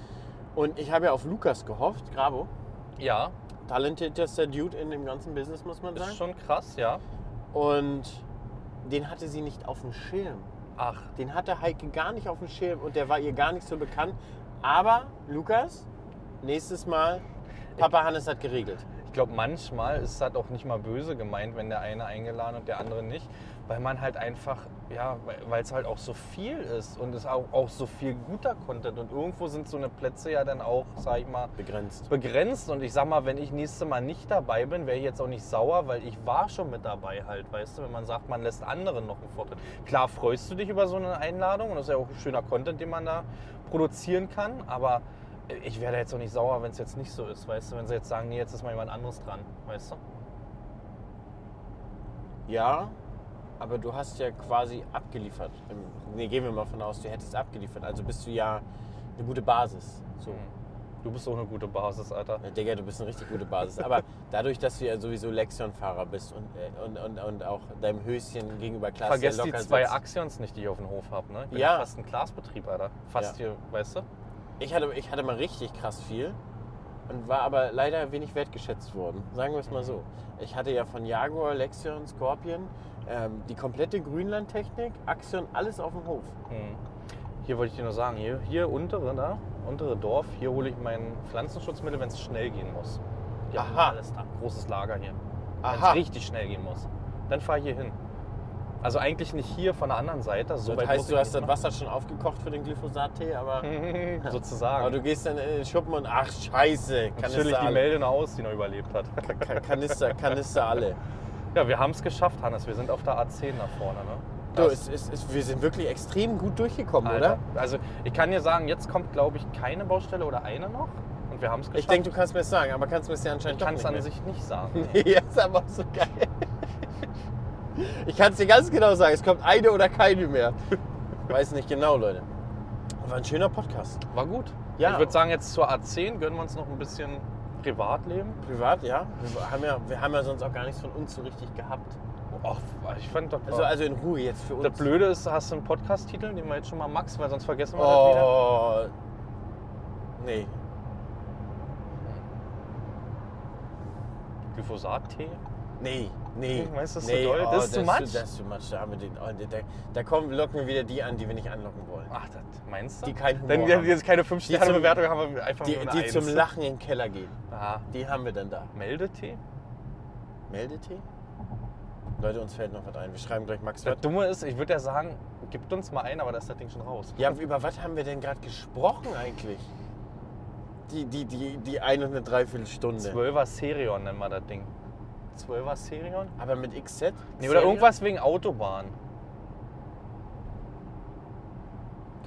Und ich habe ja auf Lukas gehofft, Grabo.
Ja,
Talentiertester Dude in dem ganzen Business, muss man
ist
sagen.
schon krass, ja.
Und den hatte sie nicht auf dem Schirm.
Ach,
Den hatte Heike gar nicht auf dem Schirm und der war ihr gar nicht so bekannt. Aber, Lukas, nächstes Mal, Papa Hannes hat geregelt.
ich glaube, manchmal ist das auch nicht mal böse gemeint, wenn der eine eingeladen und der andere nicht, weil man halt einfach, ja, weil es halt auch so viel ist und es auch, auch so viel guter Content und irgendwo sind so eine Plätze ja dann auch, sag ich mal,
Begrenzt.
begrenzt und ich sag mal, wenn ich nächstes Mal nicht dabei bin, wäre ich jetzt auch nicht sauer, weil ich war schon mit dabei halt, weißt du, wenn man sagt, man lässt anderen noch einen Vortritt. Klar freust du dich über so eine Einladung und das ist ja auch ein schöner Content, den man da produzieren kann, aber äh, ich werde jetzt auch nicht sauer, wenn es jetzt nicht so ist, weißt du, wenn sie jetzt sagen, nee, jetzt ist mal jemand anderes dran, weißt du.
Ja, aber du hast ja quasi abgeliefert. Im- Nee, gehen wir mal von aus, du hättest abgeliefert. Also bist du ja eine gute Basis. So.
Mhm. Du bist so eine gute Basis, Alter.
Ja, Digga, du bist eine richtig gute Basis. Aber dadurch, dass du ja sowieso Lexion-Fahrer bist und, äh, und, und, und auch deinem Höschen gegenüber Klasse
Vergesst die
locker
zwei
sitzt.
Axions nicht, die ich auf dem Hof habe, ne? Ich bin
Ja.
fast ein Glasbetrieb, Alter. Fast hier, weißt du?
Ich hatte, ich hatte mal richtig krass viel und war aber leider wenig wertgeschätzt worden. Sagen wir es
Mhm.
mal so. Ich hatte ja von Jaguar, Lexion, Scorpion ähm, die komplette Grünlandtechnik, Axion, alles auf dem Hof.
Hm. Hier wollte ich dir nur sagen, hier, hier untere, da, untere Dorf, hier hole ich mein Pflanzenschutzmittel, wenn es schnell gehen muss. Die haben
Aha.
alles da. Großes Lager hier. Wenn
Aha.
es richtig schnell gehen muss. Dann fahre ich hier hin. Also eigentlich nicht hier von der anderen Seite. So
das
weit
heißt, du
muss
hast
ich
das Wasser schon aufgekocht für den Glyphosat-Tee, aber,
Hm. nicht machen. Sozusagen.
aber du gehst dann in den Schuppen und ach, scheiße,
Natürlich
Kanister
die
alle.
Melde noch aus, die noch überlebt hat.
Ka- Kanister, Kanister alle.
Ja, wir haben es geschafft, Hannes. Wir sind auf der A10 nach vorne. Ne?
Du, es, es, es, wir sind wirklich extrem gut durchgekommen, oder?
Alter. Also ich kann dir sagen, jetzt kommt, glaube ich, keine Baustelle oder eine noch. Und wir haben es geschafft.
Ich denke, du kannst mir es sagen, aber kannst mir es ja anscheinend
ich kann es
doch
an
nicht
sich nicht sagen.
Nee, das ist aber so geil. Ich kann es dir ganz genau sagen, es kommt eine oder keine mehr. Weiß nicht genau, Leute. War ein schöner Podcast.
War gut.
Ja.
Ich würde sagen, jetzt zur A10 gönnen wir uns noch ein bisschen Privatleben.
Privat, ja. Wir haben ja, wir haben ja sonst auch gar nichts von uns so richtig gehabt.
Och, ich fand das.
Also, also in Ruhe jetzt für uns.
das Oh. Blöde ist, hast du einen Podcast-Titel, den wir jetzt schon mal Max, weil sonst vergessen wir das wieder.
Oh. Nee.
Glyphosat-Tee.
Nee. Nee.
Weißt Hm, du, das ist
nee. Oh,
zu doll. Das ist zu much.
Das ist too much. Da, haben wir den, oh, da, da kommen, locken wir wieder die an, die wir nicht anlocken wollen.
Ach, das meinst du?
Die keinen Humor
Dann
haben.
die, jetzt keine 5
Die
sterne
zum-
bewertung haben wir einfach
Die,
nur eine
die zum
Eins.
Lachen in den Keller gehen.
Ah,
Die haben wir dann da.
Meldetee?
Meldetee? Leute, uns fällt noch was ein. Wir schreiben gleich Max
Das
Watt.
Dumme ist, ich würde ja sagen, gibt uns mal ein, aber da ist das Ding schon raus.
Ja, über was haben wir denn gerade gesprochen eigentlich? Die, die, die, die ein und eine Dreiviertelstunde.
Zwölfer Serion nennen wir das Ding. Zwölfer Serion?
Aber mit XZ?
Nee, oder
Serie?
irgendwas wegen Autobahn.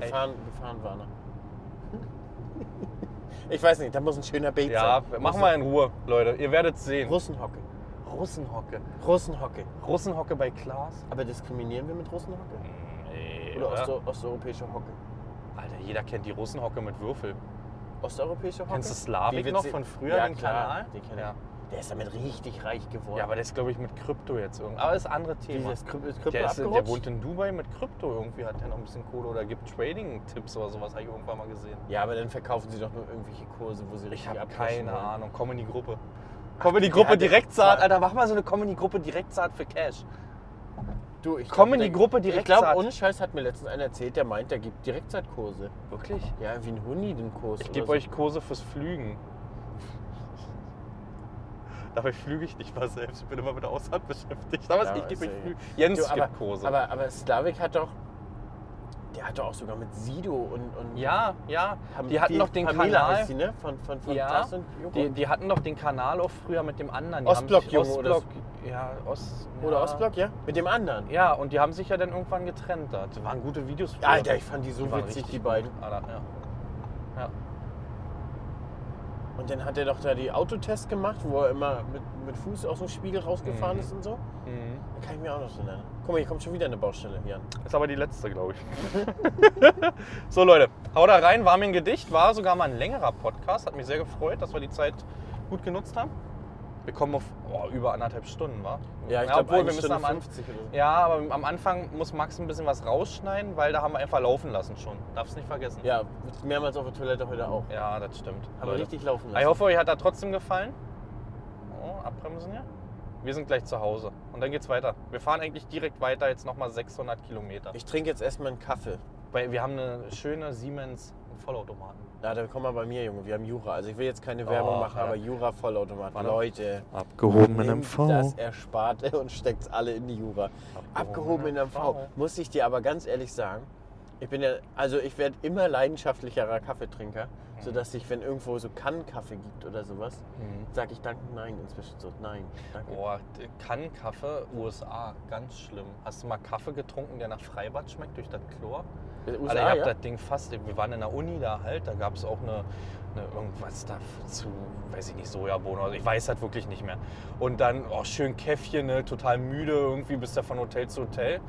Gefahren, gefahren war noch. Ich weiß nicht, da muss ein schöner Beat
Ja,
sein.
mach mal in Ruhe, Leute. Ihr werdet sehen.
Russenhocke.
Russenhocke.
Russenhocke.
Russenhocke bei Klaas?
Aber diskriminieren wir mit Russenhocke?
Nee,
Oder Osteu- osteuropäische Hocke?
Alter, jeder kennt die Russenhocke mit Würfel.
Osteuropäische Hocke?
Kennst du Slavik
Die
noch
witzig-
von früher,
ja,
den
klar,
Kanal?
Die kenn ich.
Ja.
Der ist damit richtig reich geworden.
Ja, aber der ist, glaube ich, mit Krypto jetzt irgendwie. Aber ist ein anderes
Wie,
Thema.
das Krypto, ist Krypto
der, ist, der
abgerutscht?
wohnt in Dubai mit Krypto irgendwie, hat der noch ein bisschen Kohle oder gibt Trading-Tipps oder sowas, habe ich irgendwann mal gesehen.
Ja, aber dann verkaufen sie doch nur irgendwelche Kurse, wo sie
Ich
richtig
habe
abcashen
keine
wollen.
Ahnung. Komm in die Gruppe.
Ach,
Komm in die
ja,
Gruppe
der-
Direktsaat. Alter, mach mal so eine Komm in die Gruppe Direktsaat für Cash.
Du, ich
Komm in
der-
die Gruppe
Ich glaube,
Direktsaat.
ohne Scheiß hat mir letztens einer erzählt, der meint, der gibt Direktsaatkurse.
Wirklich?
Ja, wie ein Huni den Kurs.
Ich
oder
gebe
so.
euch Kurse fürs Flügen. Dabei flüge ich nicht mal selbst. Ich bin immer mit der Ausland beschäftigt. Aber
Ja,
ich gebe euch
ist ja
Flüge.
Du,
Jens
aber,
gibt Kurse.
Aber, aber Slavik hat doch. Der hat doch auch sogar mit Sido und. und
ja, ja.
Pam-
die hatten noch den
Pamela
Kanal.
Heißt die, ne? Von, von, von
Ja,
Taz und Joko.
Die, die hatten doch den Kanal auch früher mit dem anderen. Die
Ostblock-Junge
haben sich
oder so.
Oh Ostblock, ja, Ost,
oder
ja.
Ostblock, ja? Mit dem anderen.
Ja, und die haben sich ja dann irgendwann getrennt. da. Das waren gute Videos. früher.
Alter, ich fand die so
waren
witzig,
richtig
die
gut,
beiden.
Alter, ja.
Und dann hat er doch da die Autotests gemacht, wo er immer mit, mit Fuß aus dem Spiegel rausgefahren
Mhm.
ist und so.
Mhm.
Da kann ich mir auch noch so nennen. Guck mal, hier kommt schon wieder eine Baustelle, Jan.
Ist aber die letzte, glaube ich. so, Leute, hau da rein. War mir ein Gedicht, war sogar mal ein längerer Podcast. Hat mich sehr gefreut, dass wir die Zeit gut genutzt haben. Wir kommen auf oh, über anderthalb Stunden, wa?
Ja, ich glaub,
obwohl,
eine
wir müssen
Stunde
am An-
50 oder so.
Ja, aber am Anfang muss Max ein bisschen was rausschneiden, weil da haben wir einfach laufen lassen schon. Darfst nicht vergessen.
Ja, mehrmals auf der Toilette heute auch.
Ja, das stimmt.
Haben wir
Leute. Ah,
richtig laufen
Ich
lassen.
hoffe, euch hat da trotzdem gefallen. Oh, abbremsen hier. Wir sind gleich zu Hause. Und dann geht's weiter. Wir fahren eigentlich direkt weiter, jetzt nochmal 600 Kilometer.
Ich trinke jetzt erstmal einen Kaffee.
Weil wir haben eine schöne Siemens Vollautomaten.
Na, dann komm mal bei mir, Junge. Wir haben Jura. Also ich will jetzt keine Werbung
Oh,
machen,
ja.
aber Jura Vollautomat.
Warte.
Leute,
Abgehoben
nimmt das Ersparte und steckt's alle in die Jura. Abgehoben in MV. Muss ich dir aber ganz ehrlich sagen, ich bin ja, also ich werde immer leidenschaftlicherer Kaffeetrinker,
Mhm.
sodass ich, wenn irgendwo so Kann-Kaffee gibt oder sowas, sage ich danke, nein, inzwischen so, nein, danke.
Mhm. Boah, kann Kaffee, USA, ganz schlimm. Hast du mal Kaffee getrunken, der nach Freibad schmeckt durch das Chlor?
USA,
Alter, Also ich hab
ja?
das Ding fast, wir waren in der Uni da halt, da gab es auch eine, eine irgendwas da zu, weiß ich nicht, Sojabohnen oder ich weiß das wirklich nicht mehr. Und dann, oh, schön Käffchen, ne, total müde irgendwie, bist ja von Hotel zu Hotel.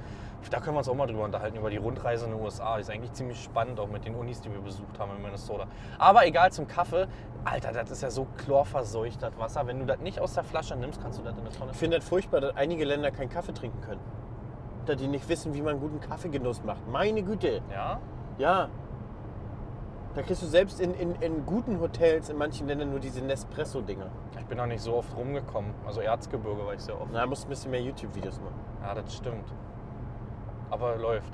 Da können wir uns auch mal drüber unterhalten, über die Rundreise in den USA. Die ist eigentlich ziemlich spannend, auch mit den Unis, die wir besucht haben in Minnesota. Aber egal zum Kaffee, Alter, das ist ja so chlorverseucht, das Wasser. Wenn du das nicht aus der Flasche nimmst, kannst du das in eine Tonne
Ich finde das furchtbar, dass einige Länder keinen Kaffee trinken können. Da die nicht wissen, wie man guten Kaffeegenuss macht. Meine Güte.
Ja?
Ja. Da kriegst du selbst in, in, in guten Hotels in manchen Ländern nur diese Nespresso-Dinger.
Ich bin noch nicht so oft rumgekommen. Also Erzgebirge war ich sehr oft.
Na, musst ein bisschen mehr YouTube-Videos machen.
Ja, das stimmt. Aber läuft.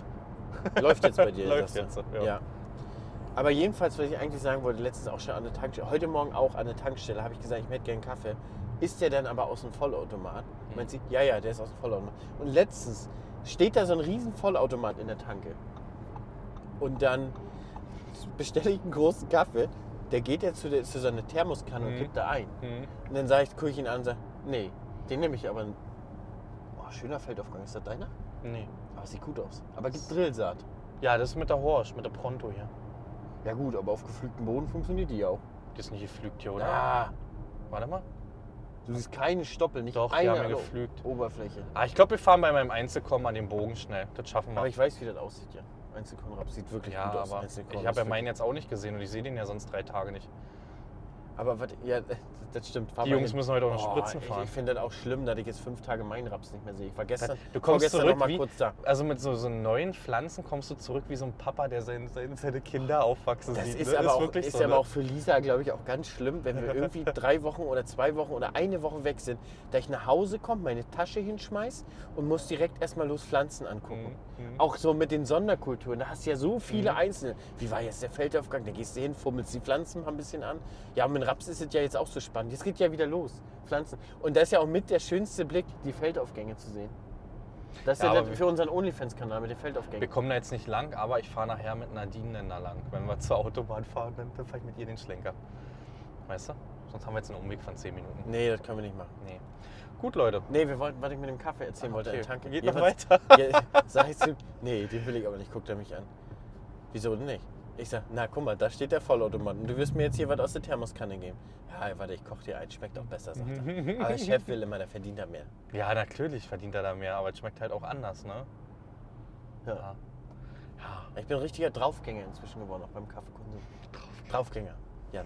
Läuft jetzt bei dir.
Läuft
sagst du?
jetzt, ja.
Aber jedenfalls, was ich eigentlich sagen wollte, letztens auch schon an der Tankstelle, heute Morgen auch an der Tankstelle, habe ich gesagt, ich hätte gern Kaffee. Ist der dann aber aus dem Vollautomat?
Hm.
Meint sie, ja, ja, der ist aus dem Vollautomat. Und letztens steht da so ein riesen Vollautomat in der Tanke. Und dann bestelle ich einen großen Kaffee, der geht ja zu, der, zu so einer Thermoskanne
Hm.
und kippt da ein. Und dann sage ich, gucke ich ihn an und sage, nee, den nehme ich aber. Oh, schöner Feldaufgang, ist das deiner?
Nee.
Aber sieht gut aus. Aber gibt Drillsaat.
Ja, das ist mit der Horsch, mit der Pronto hier.
Ja gut, aber auf geflügtem Boden funktioniert die ja auch.
Die ist nicht geflügt hier, oder?
Ah,
Warte mal.
du siehst keine Stoppel, nicht
Doch, die
eine
haben ja
an der
geflügt.
Oberfläche.
Ah, ich glaube, wir fahren bei meinem Einzelkommen an den Bogen schnell. Das schaffen wir.
Aber ich weiß, wie das aussieht, ja. Einzelkornrap sieht wirklich
ja,
gut aus.
aber
Einzelkorn
ich habe ja
ist
meinen jetzt auch nicht gesehen und ich sehe den ja sonst drei Tage nicht.
wirklich- Aber warte, ja, das stimmt. Fahr
Die
mal
Jungs
hin.
müssen heute auch noch
Oh,
Spritzen
ich-
fahren.
Ich finde das auch schlimm, dass ich jetzt fünf Tage meinen Raps nicht mehr sehe. Ich war gestern,
Du kommst
vorgestern
zurück
noch mal
wie,
kurz da.
Also mit so, so neuen Pflanzen kommst du zurück wie so ein Papa, der sein, sein, seine Kinder aufwachsen
Das
sieht.
ist,
ne?
aber, auch, ist
ne?
aber auch für Lisa, glaube ich, auch ganz schlimm, wenn wir irgendwie drei Wochen oder zwei Wochen oder eine Woche weg sind, da ich nach Hause komme, meine Tasche hinschmeiß und muss direkt erstmal los Pflanzen angucken. Auch so mit den Sonderkulturen, da hast du ja so viele einzelne. Wie war jetzt der Feldaufgang? Da gehst du hin, fummelst die Pflanzen mal ein bisschen an. Ja, und mit Raps ist es ja jetzt auch so spannend. Jetzt geht ja wieder los, Pflanzen. Und da ist ja auch mit der schönste Blick, die Feldaufgänge zu sehen. Das ist
Ja,
ja,
aber
das
wir-
für unseren OnlyFans-Kanal mit den
Wir
Feldaufgängen.
kommen da jetzt nicht lang, aber ich fahre nachher mit Nadine denn da lang. Wenn wir zur Autobahn fahren, dann, dann fahre ich mit ihr den Schlenker. Weißt du? Sonst haben wir jetzt einen Umweg von 10 Minuten.
Nee, das können wir nicht machen.
Nee. Gut, Leute.
Nee, wir wollten, was ich mit dem Kaffee erzählen
Ah,
wollte,
okay.
an Tanke.
Geht noch
Jedenfalls-
weiter.
Ja, sag ich zu ihm, nee, den will ich aber nicht, guckt er mich an. Wieso denn nicht? Ich sag, na guck mal, da steht der Vollautomat und du wirst mir jetzt hier was aus der Thermoskanne geben. Ja, warte, ich koch dir ein, schmeckt auch besser, sagt er. Aber Chef will immer, der verdient er mehr.
Ja, natürlich verdient er da mehr, aber es schmeckt halt auch anders, ne?
Ja. Ich bin richtiger Draufgänger inzwischen geworden, auch beim Kaffeekonsum. Draufgänger, Jan.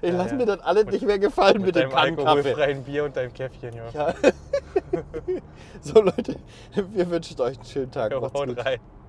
Ich lass
ja.
mir das alles nicht mehr gefallen mit, dem
deinem
Kannenkaffee.
alkoholfreien Bier und deinem Käffchen, Junge.
Ja. so Leute, wir wünschen euch einen schönen Tag.
Jo,
Macht's
haut
gut.
rein.